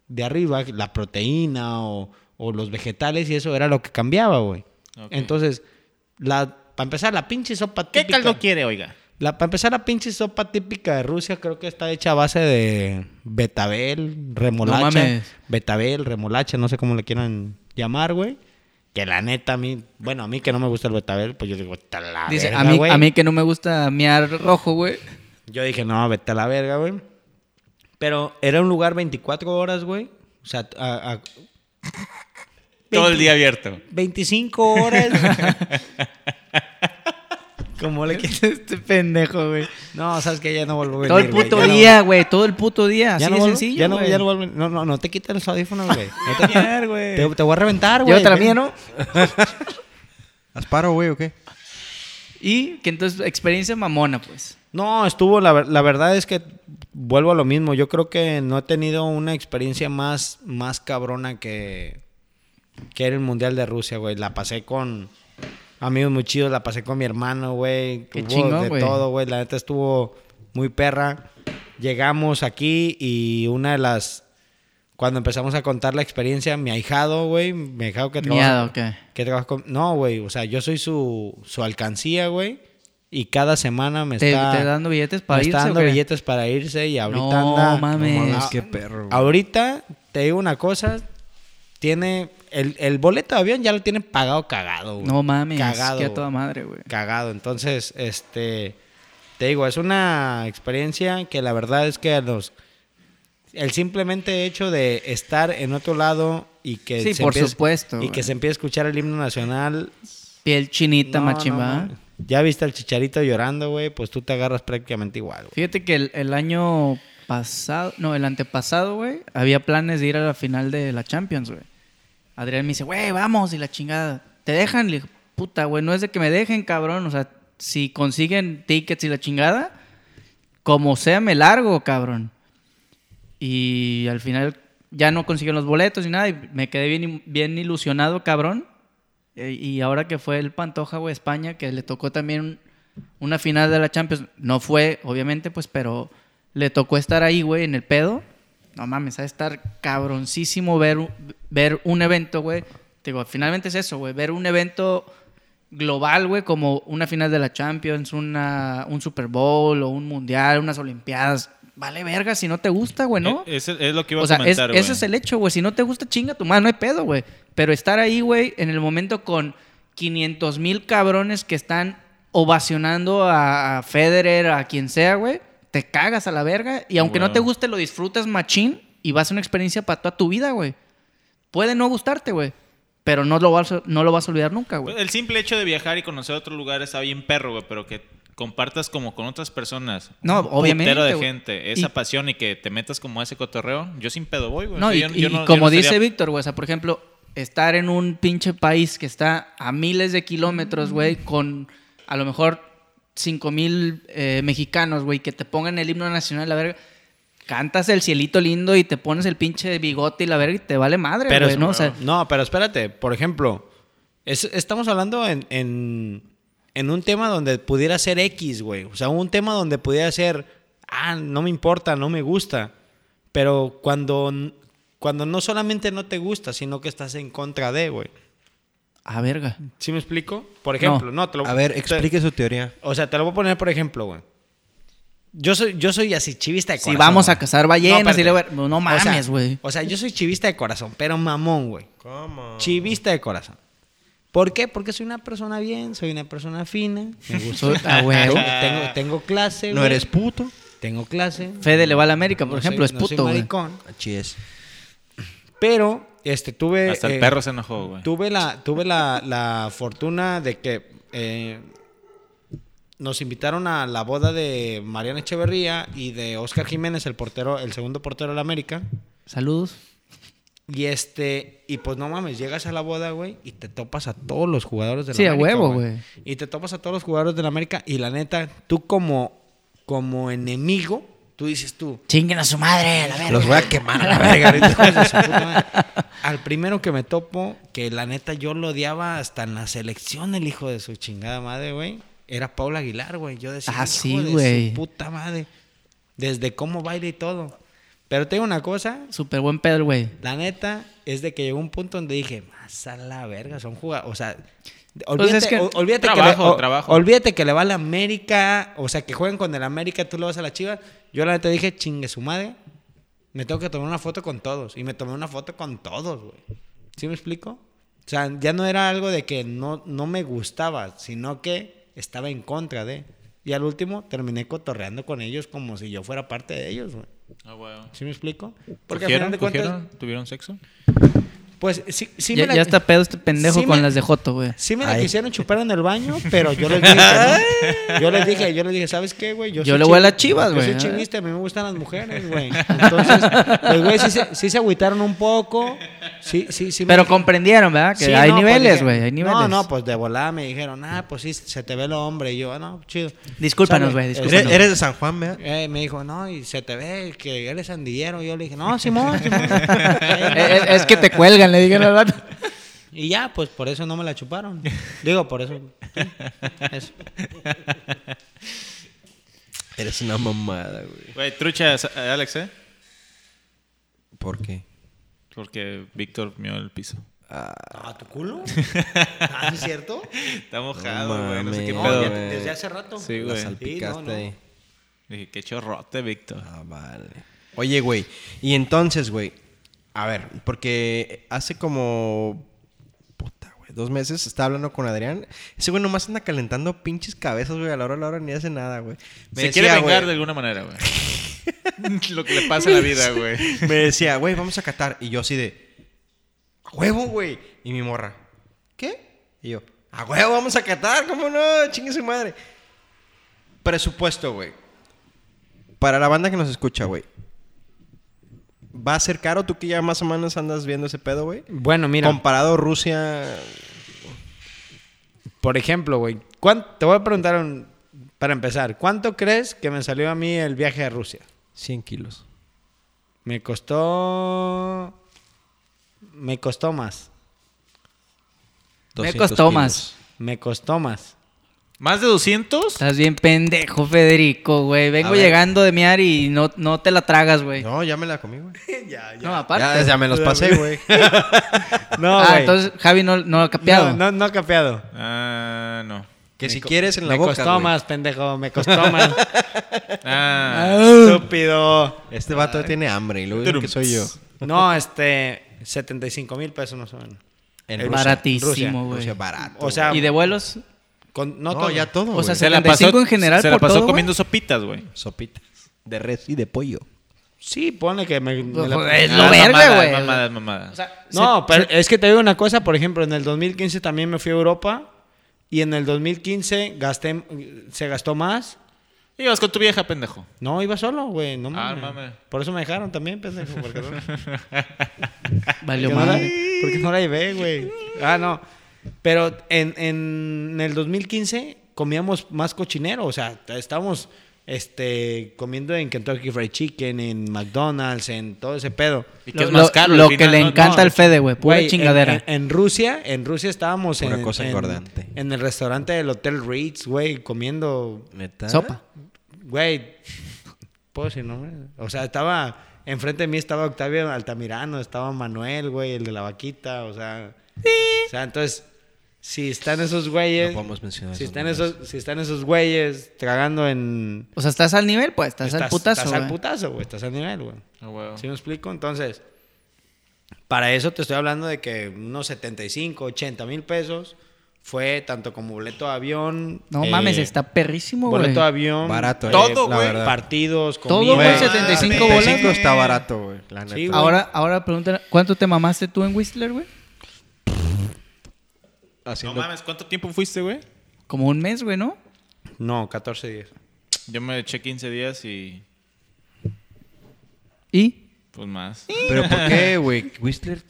S3: de arriba, la proteína o, o los vegetales y eso era lo que cambiaba, güey.
S1: Ok.
S3: Entonces, la, para empezar, la pinche sopa
S1: ¿Qué
S3: típica-
S1: caldo quiere, oiga?
S3: la, para empezar, la pinche sopa típica de Rusia creo que está hecha a base de betabel, remolacha.
S2: No mames.
S3: Betabel, remolacha, no sé cómo le quieran llamar, güey. Que la neta, a mí, bueno, a mí que no me gusta el betabel, pues yo digo, "Vete a la
S2: Dice,
S3: verga,
S2: a, mí,
S3: güey".
S2: a mí que no me gusta miar rojo, güey.
S3: Yo dije, no, vete a la verga, güey. Pero era un lugar 24 horas, güey. O sea, a- a-
S1: Todo el día abierto.
S3: 25 horas. ¿Cómo le quieres?
S2: Este pendejo, güey.
S3: No, sabes que ya no vuelvo a venir,
S2: Todo el
S3: güey,
S2: puto
S3: Pues ya no-
S2: día, güey. Todo el puto día. Así
S3: Ya no,
S2: de
S3: vuelvo-
S2: sencillo.
S3: ya no,
S2: güey.
S3: ya no, vuelvo- no, no, no te quites los audífonos, güey. No te quites, güey. Te, te voy a reventar, güey.
S2: Llévatela mía, ¿no?
S4: ¿Asparo, güey, o qué?
S2: Y que entonces, experiencia mamona, pues.
S3: No, estuvo, la, ver- la verdad es que vuelvo a lo mismo. Yo creo que no he tenido una experiencia más, más cabrona que, que era el Mundial de Rusia, güey. La pasé con amigos muy chidos, la pasé con mi hermano, güey.
S2: Qué
S3: Hubo
S2: chingón,
S3: de
S2: güey.
S3: todo, güey. La neta estuvo muy perra. Llegamos aquí y una de las... Cuando empezamos a contar la experiencia, mi ahijado, güey, mi ahijado que trabaja...
S2: Miado, ¿qué?
S3: que trabaja con... No, güey, o sea, yo soy su, su alcancía, güey. Y cada semana me
S2: ¿Te,
S3: está...
S2: te dando billetes
S3: Me
S2: para irse
S3: está
S2: o
S3: dando
S2: qué?
S3: billetes para irse y ahorita
S2: No,
S3: anda.
S2: mames.
S3: mames,
S4: qué perro, güey.
S3: Ahorita te digo una cosa. Tiene. El, el boleto de avión ya lo tiene pagado cagado, güey.
S2: No mames.
S3: Cagado.
S2: Que a toda madre, güey.
S3: Cagado. Entonces, este. Te digo, es una experiencia que la verdad es que a los. El simplemente hecho de estar en otro lado y que
S2: Sí, por
S3: empiece-
S2: supuesto,
S3: Y
S2: güey.
S3: que se empiece a escuchar el himno nacional
S2: Piel chinita,
S3: No, no,
S2: machimba.
S3: no. Ya viste al chicharito llorando, güey, pues tú te agarras prácticamente igual, güey.
S2: Fíjate que el, el año pasado, no, el antepasado, güey, había planes de ir a la final de la Champions, güey. Adrián me dice, güey, vamos, y la chingada. ¿Te dejan? Le dije, puta, güey, no es de que me dejen, cabrón. O sea, si consiguen tickets y la chingada, como sea, me largo, cabrón. Y al final ya no consiguieron los boletos ni nada, y me quedé bien, bien ilusionado, cabrón. Eh, Y ahora que fue el Pantoja, güey, España, que le tocó también una final de la Champions. No fue, obviamente, pues, pero le tocó estar ahí, güey, en el pedo. No mames, a estar cabroncísimo ver, un- ver un evento, güey. Te Digo, finalmente es eso, güey, ver un evento global, güey, como una final de la Champions, una, un Super Bowl o un Mundial, unas Olimpiadas. Vale verga si no te gusta, güey, ¿no?
S1: Eh, ese- Es, lo que iba
S2: O
S1: a
S2: sea, es-
S1: comentar, güey.
S2: ese es el hecho, güey. Si no te gusta, chinga tu madre, no hay pedo, güey. Pero estar ahí, güey, en el momento con 500 mil cabrones que están ovacionando a, a Federer, a quien sea, güey, te cagas a la verga. Y aunque no
S1: Huevo.
S2: te guste, lo disfrutas machín y vas a ser una experiencia para toda tu vida, güey. Puede no gustarte, güey. Pero no lo vas, a- no lo vas a olvidar nunca, güey.
S1: Pues, el simple hecho de viajar y conocer otro lugar está bien perro, güey, pero que compartas como con otras personas.
S2: No,
S1: un
S2: obviamente,
S1: putero de
S2: güey.
S1: gente, esa
S2: Y-
S1: pasión y que te metas como a ese cotorreo, yo sin pedo voy, güey.
S2: No,
S1: Pues Sí,
S2: y,
S1: yo-
S2: y-
S1: yo no-
S2: y
S1: yo
S2: como
S1: no
S2: dice
S1: estaría-
S2: Víctor, güey, o sea, por ejemplo, estar en un pinche país que está a miles de
S3: Mm.
S2: kilómetros, güey, con a lo mejor 5 mil eh, mexicanos, güey, que te pongan el himno nacional, la verga. Cantas el cielito lindo y te pones el pinche bigote y la verga y te vale madre,
S3: Pero
S2: güey,
S3: es-
S2: ¿no? O sea,
S3: No, pero espérate, por ejemplo, es- estamos hablando en, en- en un tema donde pudiera ser X, güey. O sea, un tema donde pudiera ser, ah, no me importa, no me gusta. Pero cuando, cuando no solamente no te gusta, sino que estás en contra de, güey.
S2: Ah, verga.
S3: ¿Sí me explico? Por ejemplo, no, te lo
S4: A ver,
S3: te-
S4: explique su teoría.
S3: O sea, te lo voy a poner por ejemplo, güey. Yo soy, yo soy así chivista de
S2: Si
S3: corazón.
S2: vamos a
S3: güey.
S2: cazar ballenas
S3: espérate.
S2: y le voy a- no
S3: O sea,
S2: mames, güey.
S3: O sea, yo soy chivista de corazón, pero mamón, güey.
S4: ¿Cómo?
S3: Chivista de corazón. ¿Por qué? Porque soy una persona bien, soy una persona fina. Me gusta.
S2: Soy- ah, güey.
S3: tengo, tengo clase,
S4: No
S3: güey.
S4: eres puto.
S3: Tengo clase.
S2: Fede le va a la América, por
S3: No
S2: ejemplo,
S3: soy-
S2: es
S3: Pues no soy
S2: puto, güey.
S3: maricón.
S4: Así es.
S3: Pero, este, tuve.
S1: Hasta el
S3: eh,
S1: perro se enojó, güey.
S3: Tuve la, tuve la, la fortuna de que eh, nos invitaron a la boda de Mariana Echeverría y de Oscar Jiménez, el portero, el segundo portero de la América.
S2: Saludos.
S3: Y este, y pues no mames, llegas a la boda, güey, y te topas a todos los jugadores de la
S2: Sí, a
S3: América.
S2: huevo, güey.
S3: Y te topas a todos los jugadores de la América. Y la neta, tú como, como enemigo, tú dices tú,
S2: Chinguen a su madre, a la verga.
S4: Los voy a quemar.
S3: a la verga, ahorita, hijos de su puta madre. Al primero que me topo, que la neta yo lo odiaba hasta en la selección, el hijo de su chingada madre, güey. Era Paula Aguilar, güey. Yo decía,
S2: Ah,
S3: hijo
S2: sí,
S3: de
S2: güey.
S3: su puta madre. Desde cómo baila y todo. Pero te digo una cosa,
S2: Súper buen pedo, el güey.
S3: la neta es de que llegó un punto donde dije, más a la verga, son jugadores. O sea,
S2: Pues
S3: olvídate,
S2: es que-
S3: o- olvídate que le,
S1: Trabajo,
S3: o-
S1: trabajo.
S3: olvídate que le va a la América, o sea, que jueguen con el América, tú le vas a la Chivas. Yo la neta dije, chingue su madre, me tengo que tomar una foto con todos. Y me tomé una foto con todos, güey. ¿Sí me explico? O sea, ya no era algo de que no, no me gustaba, sino que estaba en contra de. Y al último terminé cotorreando con ellos como si yo fuera parte de ellos, güey.
S1: Ah, huevo.
S3: ¿Sí me explico? Porque al final
S1: ¿Cogieron?
S3: de cuentas,
S1: ¿Cogieron? ¿Tuvieron sexo?
S3: pues sí, sí
S2: ya,
S3: me la,
S2: ya está pedo este pendejo
S3: sí
S2: con
S3: me-
S2: las de Joto, güey.
S3: sí me la
S4: Ay.
S3: quisieron chupar en el baño, pero yo les dije, que no. yo les dije, yo les dije, ¿sabes qué, güey?
S2: Yo
S3: soy
S2: le voy a
S3: chi-
S2: las Chivas, güey,
S3: Yo
S2: ¿eh?
S3: soy chivista, a mí me gustan las mujeres, güey. Entonces, los güeyes sí, se- sí se agüitaron un poco. Sí, sí, sí. me
S2: Pero
S3: dijeron-
S2: comprendieron, ¿verdad? Que
S3: Sí,
S2: hay
S3: no, pues,
S2: niveles,
S3: dije-
S2: güey, hay niveles.
S3: No, no, pues de volada me dijeron, ah, pues sí, se te ve el hombre. Y yo, ah, no, chido.
S2: Discúlpanos,
S3: ¿Sabe?
S2: güey,
S4: Eres,
S2: discúlpanos.
S4: eres de San Juan, ¿verdad?
S3: Eh, me dijo, no, y se te ve que eres sandillero. Y yo le dije, no, Simón, Simón.
S2: Eh, es, es que te cuelgan, le digan al vato.
S3: Y ya, pues por eso no me la chuparon. Digo, por eso. sí, eso.
S4: Eres una mamada, güey.
S1: Güey, trucha, sa- eh, Alex, ¿eh?
S4: ¿Por qué?
S1: Porque Víctor mió el piso.
S3: ¿A tu culo? ¿Ah, sí es cierto?
S1: Está mojado,
S4: No
S1: güey. No sé qué
S4: mames.
S3: No,
S1: pedo.
S3: ya-
S4: güey.
S3: desde hace rato.
S1: Sí, güey.
S4: La
S1: no,
S4: salpicaste
S3: no.
S4: ahí.
S1: Dije, qué chorrote, Víctor.
S4: Ah, vale. Oye, güey. Y entonces, güey. A ver, porque hace como. Puta, güey. Dos meses estaba hablando con Adrián. Ese güey nomás anda calentando pinches cabezas, güey. A la hora, a la hora ni hace nada, güey. Me
S1: Se
S4: decía,
S1: quiere vengar de
S4: güey,
S1: alguna manera, güey. Lo que le pasa en la vida, güey.
S4: Me decía, güey, vamos a catar. Y yo así de. ¡A huevo, güey! Y mi morra. ¿Qué? Y yo, ¡a huevo, vamos a catar! ¿Cómo no? ¡Chingue su madre! Presupuesto, güey. Para la banda que nos escucha, güey. ¿Va a ser caro? Tú que ya más o menos andas viendo ese pedo, güey.
S3: Bueno, mira,
S4: Comparado Rusia.
S3: por ejemplo, güey, ¿cuán- te voy a preguntar un- para empezar, ¿cuánto crees que me salió a mí el viaje a Rusia?
S4: 100 kilos.
S3: Me costó. Me costó más.
S2: Me costó más.
S3: Me costó más.
S1: ¿Más de 200?
S2: Estás bien pendejo, Federico, güey.
S4: A
S2: Vengo
S4: ver.
S2: llegando de miar y no, no te la tragas, güey. No,
S4: No, ya me la comí, güey.
S2: aparte.
S4: Ya, ya me los pasé, güey.
S3: No,
S2: ah,
S3: güey.
S2: entonces Javi no, no lo ha capeado.
S3: No, no, no capeado.
S1: Ah, no.
S4: Que si
S3: co-
S4: quieres en la
S3: me
S4: boca,
S3: costó
S4: güey.
S3: más, pendejo. Me costó más.
S1: Ah,
S3: Estúpido.
S4: Este vato tiene hambre y luego dicen que soy yo.
S3: No, este, 75 mil pesos más o menos.
S4: En
S3: Eh,
S4: Rusia.
S2: Baratísimo,
S4: O
S2: güey.
S4: sea, barato.
S3: O sea,
S2: ¿Y de vuelos?
S3: con- no,
S4: No,
S3: todo.
S4: ya todo.
S2: O
S4: güey.
S2: sea,
S1: se la pasó,
S2: 75 en general
S1: se la
S2: por
S1: pasó
S2: todo, güey.
S1: comiendo sopitas, güey.
S4: sopitas de res y de pollo.
S3: Sí, ponle que me, me la-
S2: Joder, Pues, Es lo
S1: Ah,
S2: verde,
S1: mamadas,
S2: güey.
S1: Mamadas, mamadas.
S2: O sea,
S3: No,
S2: se-
S3: pero es que te digo una cosa, por ejemplo, en el 2015 también me fui a Europa y en el 2015 gasté se gastó más.
S1: Ibas con tu vieja, pendejo.
S3: No, iba solo, güey, no
S1: Ah,
S3: mames.
S1: mames.
S3: Por eso me dejaron también, pendejo, porque no,
S2: Valió
S3: porque no la,
S2: madre.
S3: porque no la llevé, güey. Ah, no. Pero en, en el 2015 comíamos más cochinero, o sea, estábamos este, comiendo en Kentucky Fried Chicken, en McDonald's, en todo ese pedo.
S1: Y que
S2: Lo,
S1: es más
S2: lo-
S1: caro, al
S2: lo que
S1: final,
S2: le
S1: ¿no?
S2: encanta
S1: No,
S2: al Fede, güey. Pura
S3: Güey, en-
S2: chingadera.
S3: En, en Rusia, en Rusia estábamos
S4: Pura
S3: en,
S4: cosa
S3: en-
S4: engordante.
S3: en el restaurante del Hotel Ritz, güey, comiendo,
S4: Neta.
S2: Sopa.
S3: güey, ¿puedo decir nombre? O sea, estaba, enfrente de mí estaba Octavio Altamirano, estaba Manuel, güey, el de la vaquita, o sea, o sea, entonces, si están esos güeyes.
S4: No podemos mencionar
S3: si
S4: esos
S3: están
S4: nombres.
S3: esos, si están esos güeyes tragando en.
S2: O sea, estás al nivel, pues, estás, al putazo.
S3: Estás al
S2: güey.
S3: putazo, güey. Estás al nivel, güey.
S1: Ah, huevo.
S3: ¿Sí me explico? Entonces, para eso te estoy hablando de que unos 75, 80 mil pesos fue tanto como boleto de avión.
S2: No
S3: eh,
S2: mames, está perrísimo, güey.
S3: Boleto de avión.
S4: Barato, eh,
S1: Todo,
S4: la
S1: güey.
S4: verdad.
S3: Partidos,
S2: Todo,
S3: comida.
S2: güey,
S4: Güey,
S2: 75
S4: 75
S2: bolas.
S4: está barato, güey. La neta.
S3: Sí, güey.
S2: Ahora, ahora pregúntale, ¿cuánto te mamaste tú en Whistler, güey?
S1: No
S4: Haciendo-
S1: mames, ¿cuánto tiempo fuiste, güey?
S2: Como un mes, güey, ¿no?
S3: No, 14 días.
S1: Yo me eché 15 días y
S2: ¿Y?
S1: pues más.
S4: Pero ¿por qué, güey? Whistler.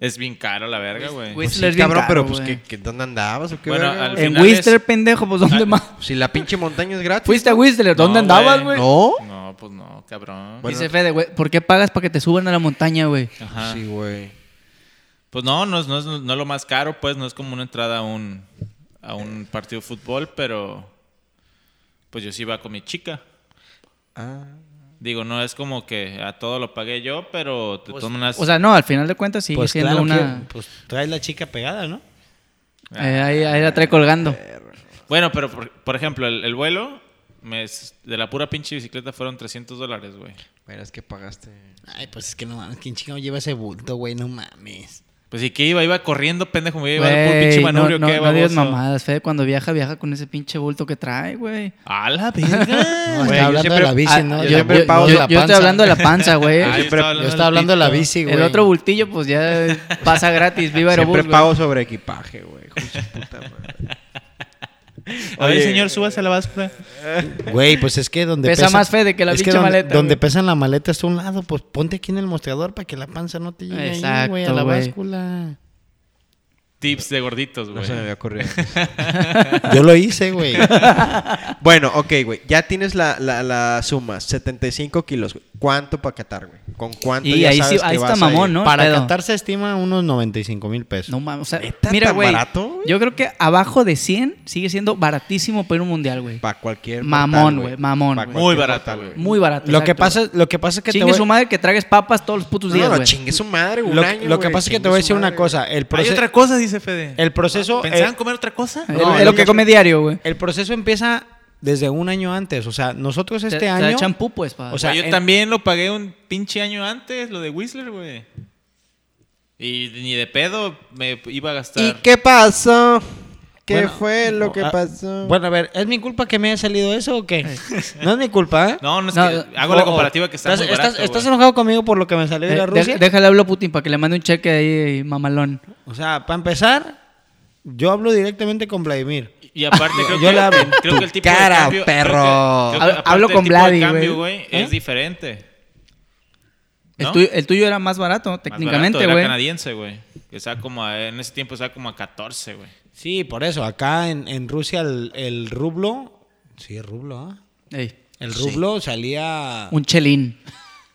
S1: Es bien caro la verga, güey.
S2: Whist-
S4: Pues sí,
S2: Whistler es bien
S4: cabrón,
S2: caro,
S4: pero pues
S2: güey.
S4: ¿qué, qué- dónde andabas o qué
S1: Bueno,
S4: verga,
S1: al
S4: güey?
S2: En
S1: final
S2: Whistler,
S1: es-
S2: pendejo, pues ¿dónde
S1: Ah,
S2: más?
S4: Si la pinche montaña es gratis.
S2: Fuiste a Whistler, ¿dónde
S1: No,
S2: andabas,
S1: güey.
S2: güey?
S4: No.
S1: No, pues no, cabrón.
S4: Bueno.
S2: Dice Fede, güey, ¿por qué pagas para que te suban a la montaña, güey?
S1: Ajá.
S4: Sí, güey.
S1: Pues no, no es, no, es, no es lo más caro, pues no es como una entrada a un, a un partido de fútbol, pero pues yo sí iba con mi chica.
S4: Ah.
S1: Digo, no es como que a todo lo pagué yo, pero te toman unas...
S2: O sea, no, al final de cuentas sigue
S3: Pues
S2: siendo
S3: claro
S2: una...
S3: que- pues traes la chica pegada, ¿no?
S2: Eh, ahí, ahí la trae
S1: Ah.
S2: colgando.
S1: bueno, pero por, por ejemplo, el, el vuelo me es- de la pura pinche bicicleta fueron 300 dólares, güey.
S4: Mira, es que pagaste.
S3: Ay, pues es que no mames. ¿Quién chingado lleva ese bulto, güey? No mames.
S1: Pues sí que iba, iba corriendo, pendejo, me iba a llevar un
S2: Güey,
S1: pinche
S2: no,
S1: manubrio,
S2: no,
S1: qué
S2: no digas
S1: baboso.
S2: mamadas, Fede cuando viaja, viaja con ese pinche bulto que trae, güey.
S1: A la verga.
S3: No,
S4: Güey,
S3: está
S4: yo
S3: hablando de
S4: siempre-
S3: la bici,
S2: Ah,
S3: ¿no?
S4: yo
S2: yo,
S4: siempre
S2: yo-
S4: pago
S2: yo-
S4: la
S2: yo estoy hablando de la panza, güey.
S1: Ah, yo estaba
S3: Yo
S1: del
S3: estaba hablando de la
S1: pito.
S3: bici, güey.
S2: El otro bultillo, pues ya pasa gratis, viva Aerobús.
S4: Siempre
S2: güey.
S4: pago sobre equipaje, güey. hijo de su puta madre.
S1: A ver,
S4: Oye.
S1: señor, súbase a la báscula.
S3: Güey, pues es que donde
S2: Pesa más Fede que la
S3: es
S2: pinche
S3: donde,
S2: maleta,
S3: Donde
S2: güey.
S3: pesan la maleta está a un lado, pues ponte aquí en el mostrador para que la panza no te llegue ahí, güey, a
S2: Exacto,
S3: la
S2: güey.
S3: báscula.
S1: Tips de gorditos,
S4: No
S1: güey.
S4: se me había ocurrido.
S3: Yo lo hice, güey.
S4: bueno, ok, güey. Ya tienes la, la, la suma. 75 kilos. güey. ¿Cuánto para Qatar, güey? ¿Con cuánto
S2: Y
S4: ya
S2: ahí, sí,
S4: sabes que
S2: ahí está
S4: vas a
S2: mamón,
S4: ir?
S2: ¿no?
S3: Para
S2: Pedo.
S3: Qatar se estima unos 95 mil pesos.
S2: No mames, o sea,
S4: ¿Neta
S2: mira,
S4: tan
S2: güey.
S4: barato, güey?
S2: Yo creo que abajo de 100 sigue siendo baratísimo para ir a un mundial, güey.
S4: Para cualquier
S2: Mamón, güey, mamón,
S4: Pa'
S2: güey.
S4: cualquier
S1: Muy barato,
S4: portal,
S1: güey.
S2: Muy barato.
S3: lo, que
S2: exacto,
S3: pasa, lo que pasa es que
S2: Chingue
S3: te voy,
S2: su madre que tragues papas todos los putos días,
S4: No, no,
S2: güey.
S4: chingue su madre, güey.
S3: lo, lo que pasa es que te voy a decir una cosa. El,
S1: Hay
S3: proce-
S1: otra cosa, Ah, dice Fede.
S3: el proceso...
S1: ¿Pensaban
S3: eh,
S1: comer otra cosa?
S2: Es-
S3: No,
S2: es lo
S3: el-
S2: que come diario, güey.
S3: el proceso empieza desde un año antes. O sea, nosotros este
S2: Te- te da
S3: año...
S2: champú, pues, pa-
S3: O sea,
S1: Güey, yo
S3: en-
S1: también lo pagué un pinche año antes, lo de Whistler, güey. Y ni de pedo me iba a gastar.
S4: ¿Y qué pasó? ¿Qué
S3: Bueno,
S4: fue lo
S3: no,
S4: que
S3: ah,
S4: pasó?
S3: Bueno, a ver, ¿es mi culpa que me haya salido eso o qué? no es mi culpa, ¿eh?
S1: No, no es
S2: No,
S1: que hago la
S3: O- o-
S1: comparativa que está
S3: estás,
S1: muy barato,
S3: estás- estás
S1: güey.
S3: enojado conmigo por lo que me salió de
S2: Eh,
S3: la Rusia.
S2: dej- déjale hablo a Putin para que le mande un cheque ahí, eh, mamalón.
S3: O sea, para empezar, yo hablo directamente con Vladimir.
S1: Y aparte creo
S3: Yo
S1: que,
S3: la-
S1: creo que el
S4: tu
S1: tipo
S4: cara,
S1: de cambio,
S4: perro.
S1: creo que- creo que
S2: Hab-
S1: aparte
S2: hablo
S1: el
S2: con
S1: tipo de
S2: Vladi,
S1: cambio,
S2: güey.
S1: Es
S2: ¿Eh?
S1: diferente.
S2: El,
S1: ¿No?
S2: tuyo, el tuyo era más barato,
S1: Más
S2: técnicamente,
S1: barato, Era
S2: güey.
S1: canadiense, güey. Que estaba como a- en ese tiempo estaba como a 14, güey.
S3: Sí, por eso. Acá en, en Rusia el, el rublo. Sí, el rublo, ¿ah?
S2: Ey,
S3: El rublo salía
S2: un chelín.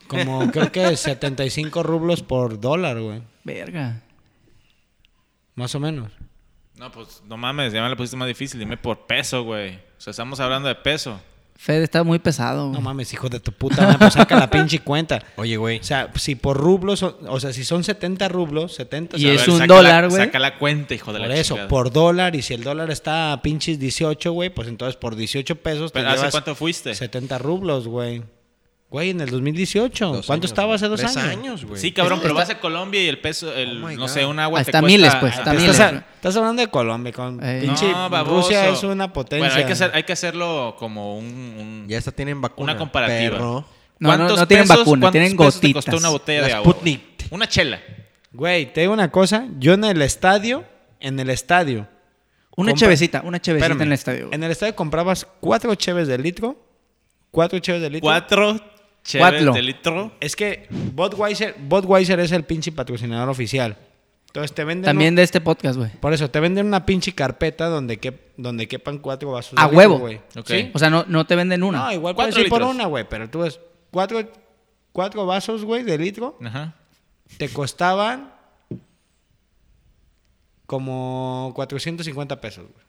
S3: como creo que 75 rublos por dólar, güey.
S2: Verga.
S3: Más o menos.
S1: No, pues no mames, ya me la pusiste más difícil. Dime por peso, güey. O sea, estamos hablando de peso.
S2: Fede está muy pesado,
S3: No
S2: güey.
S3: mames, hijo de tu puta, madre, pues saca la pinche cuenta.
S4: Oye, güey.
S3: O sea, si por rublos, son- o sea, si son 70 rublos, 70...
S2: Y
S1: A
S2: es
S1: ver,
S2: un
S1: saca la-
S2: dólar, güey.
S1: Saca la cuenta, hijo de
S3: Por
S1: la
S3: eso,
S1: chingada.
S3: por dólar, y si el dólar está a pinches 18, güey, pues entonces por 18 pesos te
S1: Pero, ¿Hace
S3: llevas
S1: cuánto fuiste?
S3: 70 rublos, güey. Güey, en el 2018.
S4: Dos
S3: ¿Cuánto
S4: años,
S3: estaba
S4: güey.
S3: hace dos
S4: Tres
S3: años?
S4: güey.
S1: Sí,
S3: Este
S1: cabrón, pero
S2: Está-
S1: vas a Colombia y el peso, el,
S4: Oh my
S1: no
S4: God.
S1: sé, un agua
S2: Hasta
S1: cuesta-
S2: miles, pues,
S1: ah,
S2: hasta
S1: te
S2: miles.
S3: Estás,
S1: cuesta-
S3: a- estás hablando de Colombia, con
S2: Eh.
S3: pinche
S1: No, baboso.
S3: Rusia es una potencia.
S1: Bueno, hay que, hacer- hay que hacerlo como un... un-
S4: Ya hasta tienen vacuna.
S1: una comparativa.
S4: perro.
S2: No, no,
S1: ¿Cuántos
S2: no tienen
S1: pesos-
S2: vacuna,
S1: cuántos
S2: tienen
S1: pesos te
S2: gotitas.
S1: costó una botella
S4: La
S1: de agua?
S4: Sputnik.
S1: güey? Una chela.
S3: Güey, te digo una cosa. Yo en el estadio, en el estadio,
S2: Una
S3: Compra-
S2: chevecita, una chevecita
S3: Espérame.
S2: en el estadio. güey.
S3: En el estadio comprabas cuatro cheves de litro. Cuatro cheves de litro.
S1: Cuatro chelas
S2: Cuatro.
S1: de litro.
S3: Es que Budweiser, Budweiser es el pinche patrocinador oficial. Entonces te venden.
S2: También
S3: un-
S2: de este podcast, güey.
S3: Por eso, te venden una pinche carpeta donde, que, donde quepan cuatro vasos.
S2: A
S3: de
S2: huevo.
S3: güey.
S1: Ok.
S3: ¿Sí?
S2: O sea, no, no te venden una.
S3: No, igual
S1: Cuatro
S3: puedes ir por
S1: litros.
S3: una, güey. Pero tú ves, cuatro, cuatro vasos, güey, de litro,
S1: Ajá.
S3: te costaban como 450 pesos, güey.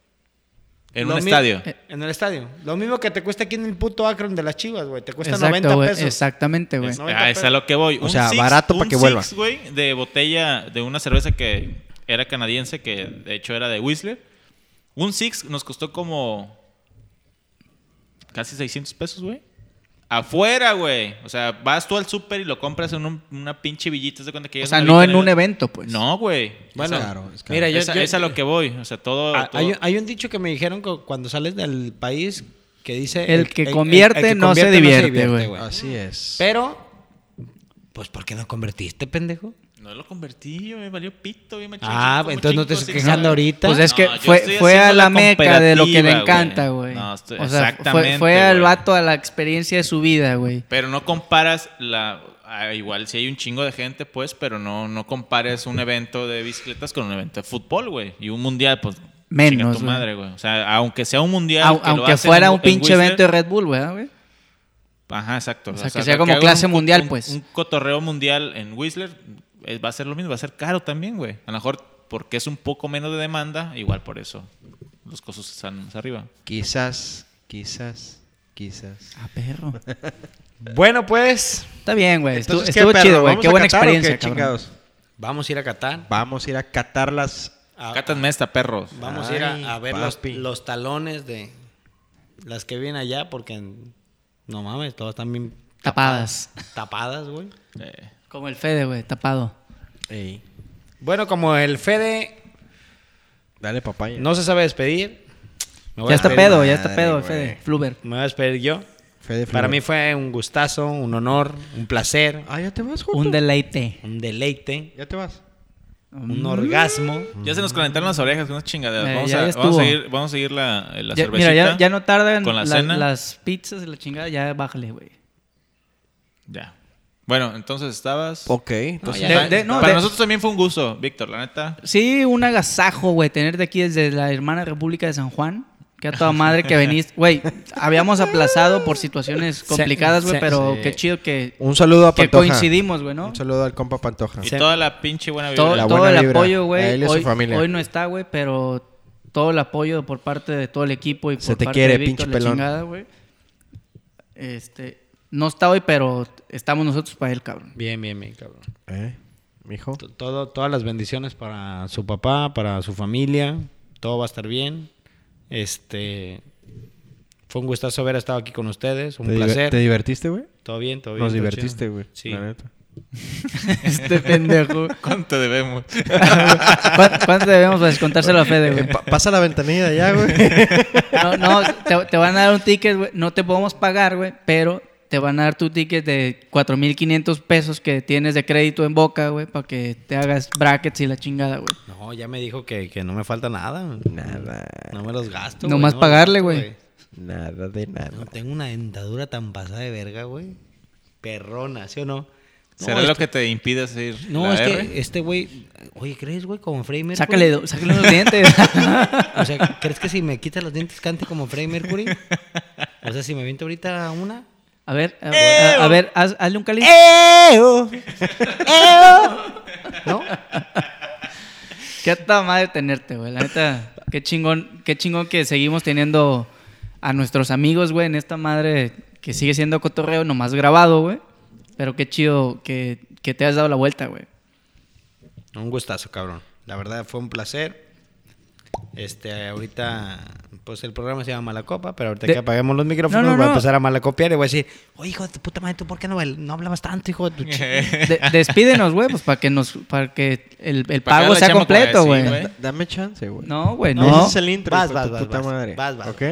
S1: En
S3: Lo
S1: un
S3: mi-
S1: estadio.
S2: Eh,
S3: En el estadio. Lo mismo que te cuesta aquí en el puto Akron de las chivas, güey. Te cuesta
S2: Exacto,
S3: 90
S2: güey,
S3: pesos.
S2: Exactamente, güey.
S3: Es- 90
S1: Ah, es a lo que voy.
S4: O sea, barato pa'
S1: un
S4: que vuelva.
S1: six, güey, de botella, de una cerveza que era canadiense, que de hecho era de Whistler. Un Six nos costó como casi 600 pesos, güey. Afuera, güey. O sea, vas tú al súper y lo compras en un- una pinche villita. haz de cuenta que
S2: O
S1: llegas
S2: sea,
S1: a una
S2: no
S1: villita
S2: en un
S1: la-
S2: evento, pues.
S1: No, güey.
S3: Bueno,
S1: O
S4: Es
S1: sea,
S4: caro, es caro.
S3: mira, yo,
S1: esa-
S3: yo-
S1: es a lo que voy. O sea, todo.
S3: Ah,
S1: todo-
S3: Hay, un- hay un dicho que me dijeron cu- cuando sales del país que dice...
S2: El que convierte no se divierte, güey.
S4: Así es.
S3: Pero, pues, ¿por qué no convertiste, pendejo?
S1: No lo convertí, me valió pito, bien machín.
S3: Ah,
S1: Fue
S3: entonces no te
S1: muchísimo,
S3: estás
S1: sí,
S3: quejando
S1: sabe.
S3: ahorita.
S2: Pues es que
S1: No, yo
S2: fue,
S1: estoy
S2: fue a
S1: haciendo
S2: la
S1: la
S2: meca de lo que
S1: comparativa,
S2: le
S1: güey.
S2: encanta, güey.
S1: No, estoy-
S2: o sea, fue,
S1: exactamente,
S2: fue al
S1: güey.
S2: vato a la experiencia de su vida, güey.
S1: Pero no comparas la. ah, igual si hay un chingo de gente, pues, pero no, no compares un evento de bicicletas con un evento de fútbol, güey. Y un mundial, pues.
S2: Menos,
S1: chinga tu
S2: güey.
S1: madre, güey. O sea, aunque sea un mundial.
S2: Au-
S1: que lo
S2: aunque
S1: hacen
S2: fuera
S1: en-
S2: un
S1: en
S2: pinche
S1: Whistler,
S2: evento de Red Bull, ¿verdad, güey.
S1: Ajá, exacto.
S2: O sea, que sea como
S1: hagan
S2: clase
S1: un-
S2: mundial,
S1: un-
S2: pues.
S1: Un cotorreo mundial en Whistler eh, va a ser lo mismo, va a ser caro también, güey. A lo mejor porque es un poco menos de demanda, igual por eso los costos están más arriba.
S4: Quizás, quizás, quizás.
S2: Ah, perro.
S3: Bueno, pues,
S2: Está bien, güey. Estuvo,
S4: Entonces, ¿qué,
S2: estuvo
S4: perro?
S2: chido, güey.
S4: ¿Vamos
S2: Qué
S4: a
S2: buena
S4: Qatar o qué,
S2: experiencia, cabrón.
S4: chingados?
S3: vamos a ir a Catán.
S4: Vamos a ir a catar las...
S3: A-
S1: Cátanme esta, perros.
S3: Vamos a ir a, a
S4: Ay,
S3: ver los,
S4: papi.
S3: los talones de las que vienen allá, porque en- no mames, todas están bien
S2: Tapadas.
S3: tapadas, güey.
S1: Eh,
S2: Como el Fede, güey, tapado.
S3: Bueno, como el Fede
S4: Dale papaya.
S3: no se sabe despedir, me voy,
S2: Ya
S3: a
S2: está
S3: despedir,
S2: pedo, ya está
S4: madre,
S2: pedo el
S4: güey.
S2: Fede. Fluber.
S3: me voy a despedir yo.
S4: Fede
S3: Para
S4: Flores.
S3: mí fue un gustazo, un honor, un placer,
S4: Ah, ya te vas, Joto.
S2: Un deleite.
S3: un deleite,
S4: Ya te vas.
S3: un orgasmo.
S1: Ya se nos calentaron las orejas, unas chingaderas.
S2: Eh,
S1: vamos,
S2: ya
S1: a,
S2: estuvo.
S1: vamos a seguir, vamos a seguir la, eh, la
S2: Ya-
S1: cervecita.
S2: mira, ya, ya no tardan
S1: con la
S2: la-
S1: cena.
S2: las pizzas y la chingada. Ya bájale, güey.
S1: Ya. Bueno, entonces estabas. Ah,
S4: Ok, entonces...
S2: ya. De- de- no,
S1: Para
S2: de-
S1: nosotros también fue un gusto, Víctor, la neta.
S2: Sí, un agasajo, güey, tenerte aquí desde la hermana República de San Juan. Que a toda madre que venís. Güey, habíamos aplazado por situaciones complicadas, güey,
S3: se-
S2: pero
S3: se-
S2: qué chido que,
S4: Un saludo a
S2: que
S4: Pantoja.
S2: coincidimos, güey, ¿no?
S4: Un saludo al compa Pantoja.
S1: Y
S2: Se-
S1: toda la pinche buena vibra.
S2: Todo,
S4: La
S2: todo
S4: buena
S2: el
S4: vibra.
S2: apoyo,
S4: A
S2: güey.
S4: él y a su
S2: Hoy,
S4: familia.
S2: hoy no está, güey, pero todo el apoyo por parte de todo el equipo y por
S4: Se te
S2: parte
S4: quiere,
S2: de Víctor,
S4: pinche
S2: la
S4: pelón.
S2: chingada, güey. Este, no está hoy, pero estamos nosotros para él, cabrón.
S3: Bien, bien, bien, cabrón.
S4: ¿Eh? Mijo.
S3: T- Todo, todas las bendiciones para su papá, para su familia. Todo va a estar bien. Este fue un gustazo haber estado aquí con ustedes. Un
S4: ¿Te diver-
S3: placer.
S4: ¿Te divertiste, güey?
S3: Todo bien, todo bien.
S4: Nos
S3: todo
S4: divertiste,
S3: chido.
S4: güey.
S3: Sí.
S4: La neta.
S2: Este pendejo.
S1: ¿Cuánto debemos?
S2: ¿Cuán- ¿Cuánto debemos para descontárselo a Fede,
S4: Eh,
S2: güey?
S4: pa- pasa la ventanilla ya, güey.
S2: No, no, te, te van a dar un ticket, güey. No te podemos pagar, güey, pero te van a dar tu ticket de 4.500 pesos que tienes de crédito en boca, güey, para que te hagas brackets y la chingada, güey.
S3: No, ya me dijo que, que no me falta nada.
S4: nada,
S3: No me los gasto.
S2: Nomás
S3: más
S2: pagarle, güey.
S4: nada de nada.
S3: No, tengo una dentadura tan pasada de verga, güey. Perrona, ¿sí o no? No,
S1: ¿Será
S3: este-
S1: lo que te impide hacer
S3: No,
S1: la
S3: es
S1: R?
S3: que este güey. Oye, ¿crees, güey? Como Frey Mercury.
S2: Sácale, do- sácale unos dientes.
S3: O sea, ¿crees que si me quita los dientes cante como Freddie Mercury? O sea, si me aviento ahorita una.
S2: A ver, a, a- a ver, haz- hazle un cáliz.
S3: ¿No?
S2: Qué toda madre tenerte, güey. La neta, qué chingón, qué chingón que seguimos teniendo a nuestros amigos, güey, en esta madre que sigue siendo cotorreo, nomás grabado, güey. Pero qué chido que, que te has dado la vuelta, güey.
S3: Un gustazo, cabrón. La verdad fue un placer. Este, ahorita, pues el programa se llama Malacopa, pero ahorita
S2: De-
S3: que apaguemos los micrófonos,
S2: No, no,
S3: voy a
S2: no.
S3: empezar a malacopiar y voy a decir, oye, hijo de tu puta madre, ¿tú por qué no, bail- no hablabas tanto, hijo de tu ch-?"
S2: De- despídenos, güey, pues para que nos, para que el, el
S1: Para que
S2: pago
S1: la
S2: sea
S1: chamba,
S2: completo,
S1: güey, sí,
S2: güey.
S1: güey.
S4: Dame chance,
S2: ¿Eh?
S4: güey.
S2: No, güey, no.
S4: Ese es el intro.
S3: Vas,
S4: hijo de
S3: vas,
S4: tu
S3: vas.
S4: puta
S3: vas,
S4: madre.
S3: vas, vas.
S4: ¿Ok?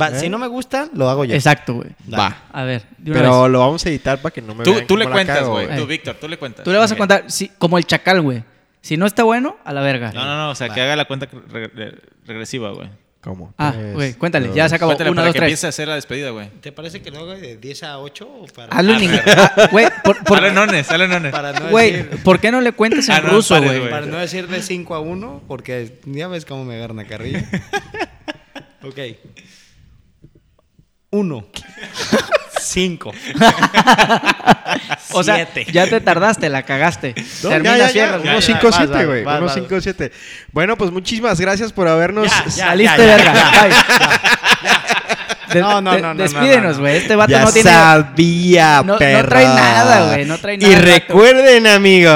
S3: Va,
S4: ¿Eh?
S3: Si no me gusta, lo hago yo.
S2: Exacto, güey.
S3: Dale.
S2: A ver, de una
S4: Pero
S2: vez.
S4: lo vamos a editar para que no me
S1: Tú,
S4: vean
S1: tú le
S4: cómo la
S1: cuentas,
S4: cago,
S1: güey.
S2: güey.
S1: Tú, Víctor, tú le cuentas.
S2: Tú le vas a
S1: Ok.
S2: contar, sí, como el chacal, güey. Si no está bueno, a la verga.
S1: No, no, no. O sea, que
S3: Va.
S1: haga la cuenta re- re- regresiva, güey.
S4: ¿Cómo? Pues,
S2: Ah,
S4: Tres,
S2: güey, cuéntale,
S4: dos.
S2: ya se acabó.
S1: Cuéntale
S2: Uno,
S1: para
S2: dos,
S1: que
S2: tres.
S1: empiece a hacer la despedida, güey.
S3: ¿Te parece que lo haga de 10 a 8 o para,
S2: Hazlo en inglés. Ah, Güey, por, por-
S1: Salen ones, salen ones.
S3: para no
S2: güey,
S3: decir...
S2: ¿por qué no le cuentes en
S1: Ah, no,
S2: ruso,
S1: pares,
S2: güey?
S1: güey.
S3: Para no decir de 5 a 1, porque ya ves cómo me agarran a carrilla. ok. 1. 5.
S2: O sea, ya te tardaste, la cagaste.
S4: No,
S2: Termina,
S4: ya, ya, ya.
S2: cierra, güey.
S4: Unos
S3: Ya, ya,
S4: 5
S3: vas,
S4: 7,
S3: vas,
S4: güey.
S3: vas,
S4: Unos
S3: vas.
S4: 5 7. Bueno, pues muchísimas gracias por habernos.
S3: Ya, ya.
S2: Saliste,
S3: ya,
S2: verga. Bye. De-
S3: No, no,
S2: de-
S3: no, no,
S2: Despídenos,
S3: no, no.
S2: güey. Este vato
S4: Ya
S2: no tiene.
S4: sabía,
S2: No- no
S4: perra.
S2: trae nada, güey, no trae
S4: Y
S2: nada, vato.
S4: recuerden, amigos.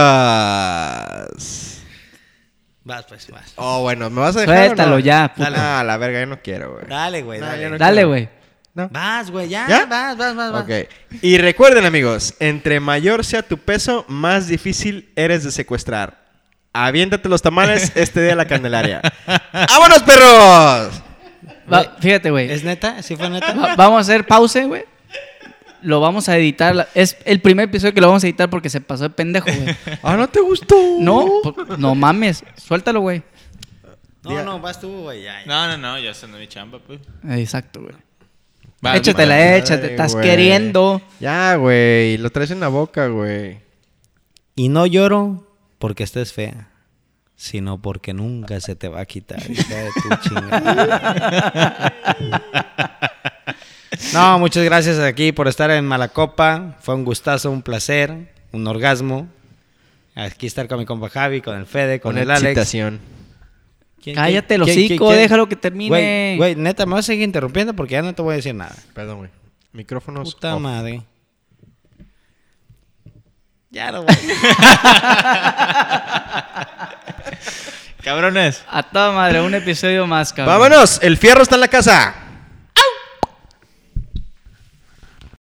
S3: Vas, pues, vas.
S4: Oh, bueno, ¿me vas a dejar? o no?
S2: Suéltalo ya, puto.
S4: Dale. Ah, la verga, yo no quiero, güey.
S3: Dale, güey,
S4: No,
S3: dale.
S4: yo no
S2: Dale,
S4: quiero.
S2: güey.
S4: No.
S3: Vas, güey, ya,
S4: ¿Ya?
S3: Vas, vas, vas, vas.
S4: Ok. Y recuerden, amigos, entre mayor sea tu peso, más difícil eres de secuestrar. Aviéntate los tamales este día de la Candelaria. ¡Vámonos, perros!
S2: Va- fíjate, güey.
S3: ¿Es neta? ¿Sí fue neta?
S2: Va- vamos a hacer pause, güey. Lo vamos a editar. la- Es el primer episodio que lo vamos a editar porque se pasó de pendejo, güey.
S4: Ah, ¿no te gustó?
S2: No, por- no mames. Suéltalo, güey.
S3: No, no, vas tú, güey, ya. ya.
S1: No, no, no, ya está en mi chamba, pues.
S2: Exacto, güey.
S1: Va,
S2: Échatela,
S1: dime.
S2: eh. échate, estás queriendo.
S4: Ya, güey. Lo traes en la boca, güey.
S3: Y no lloro porque estés fea, sino porque nunca se te va a quitar. hija de tu chingada. no, muchas gracias aquí por estar en Malacopa. Fue un gustazo, un placer, un orgasmo. Aquí estar con mi compa Javi, con el Fede, con
S4: Una
S3: el Alex.
S4: excitación.
S3: ¿Quién-
S2: Cállate el
S3: quién- quién-
S2: hocico,
S3: quién-
S2: déjalo que termine.
S3: Güey, güey, neta, me vas a seguir interrumpiendo porque ya no te voy a decir nada.
S4: Perdón, güey. Micrófonos.
S3: Puta
S4: off.
S3: madre. Ya no voy.
S1: Cabrones.
S2: eh. A toda madre, un episodio más, cabrón.
S4: ¡Vámonos! ¡El fierro está en la casa!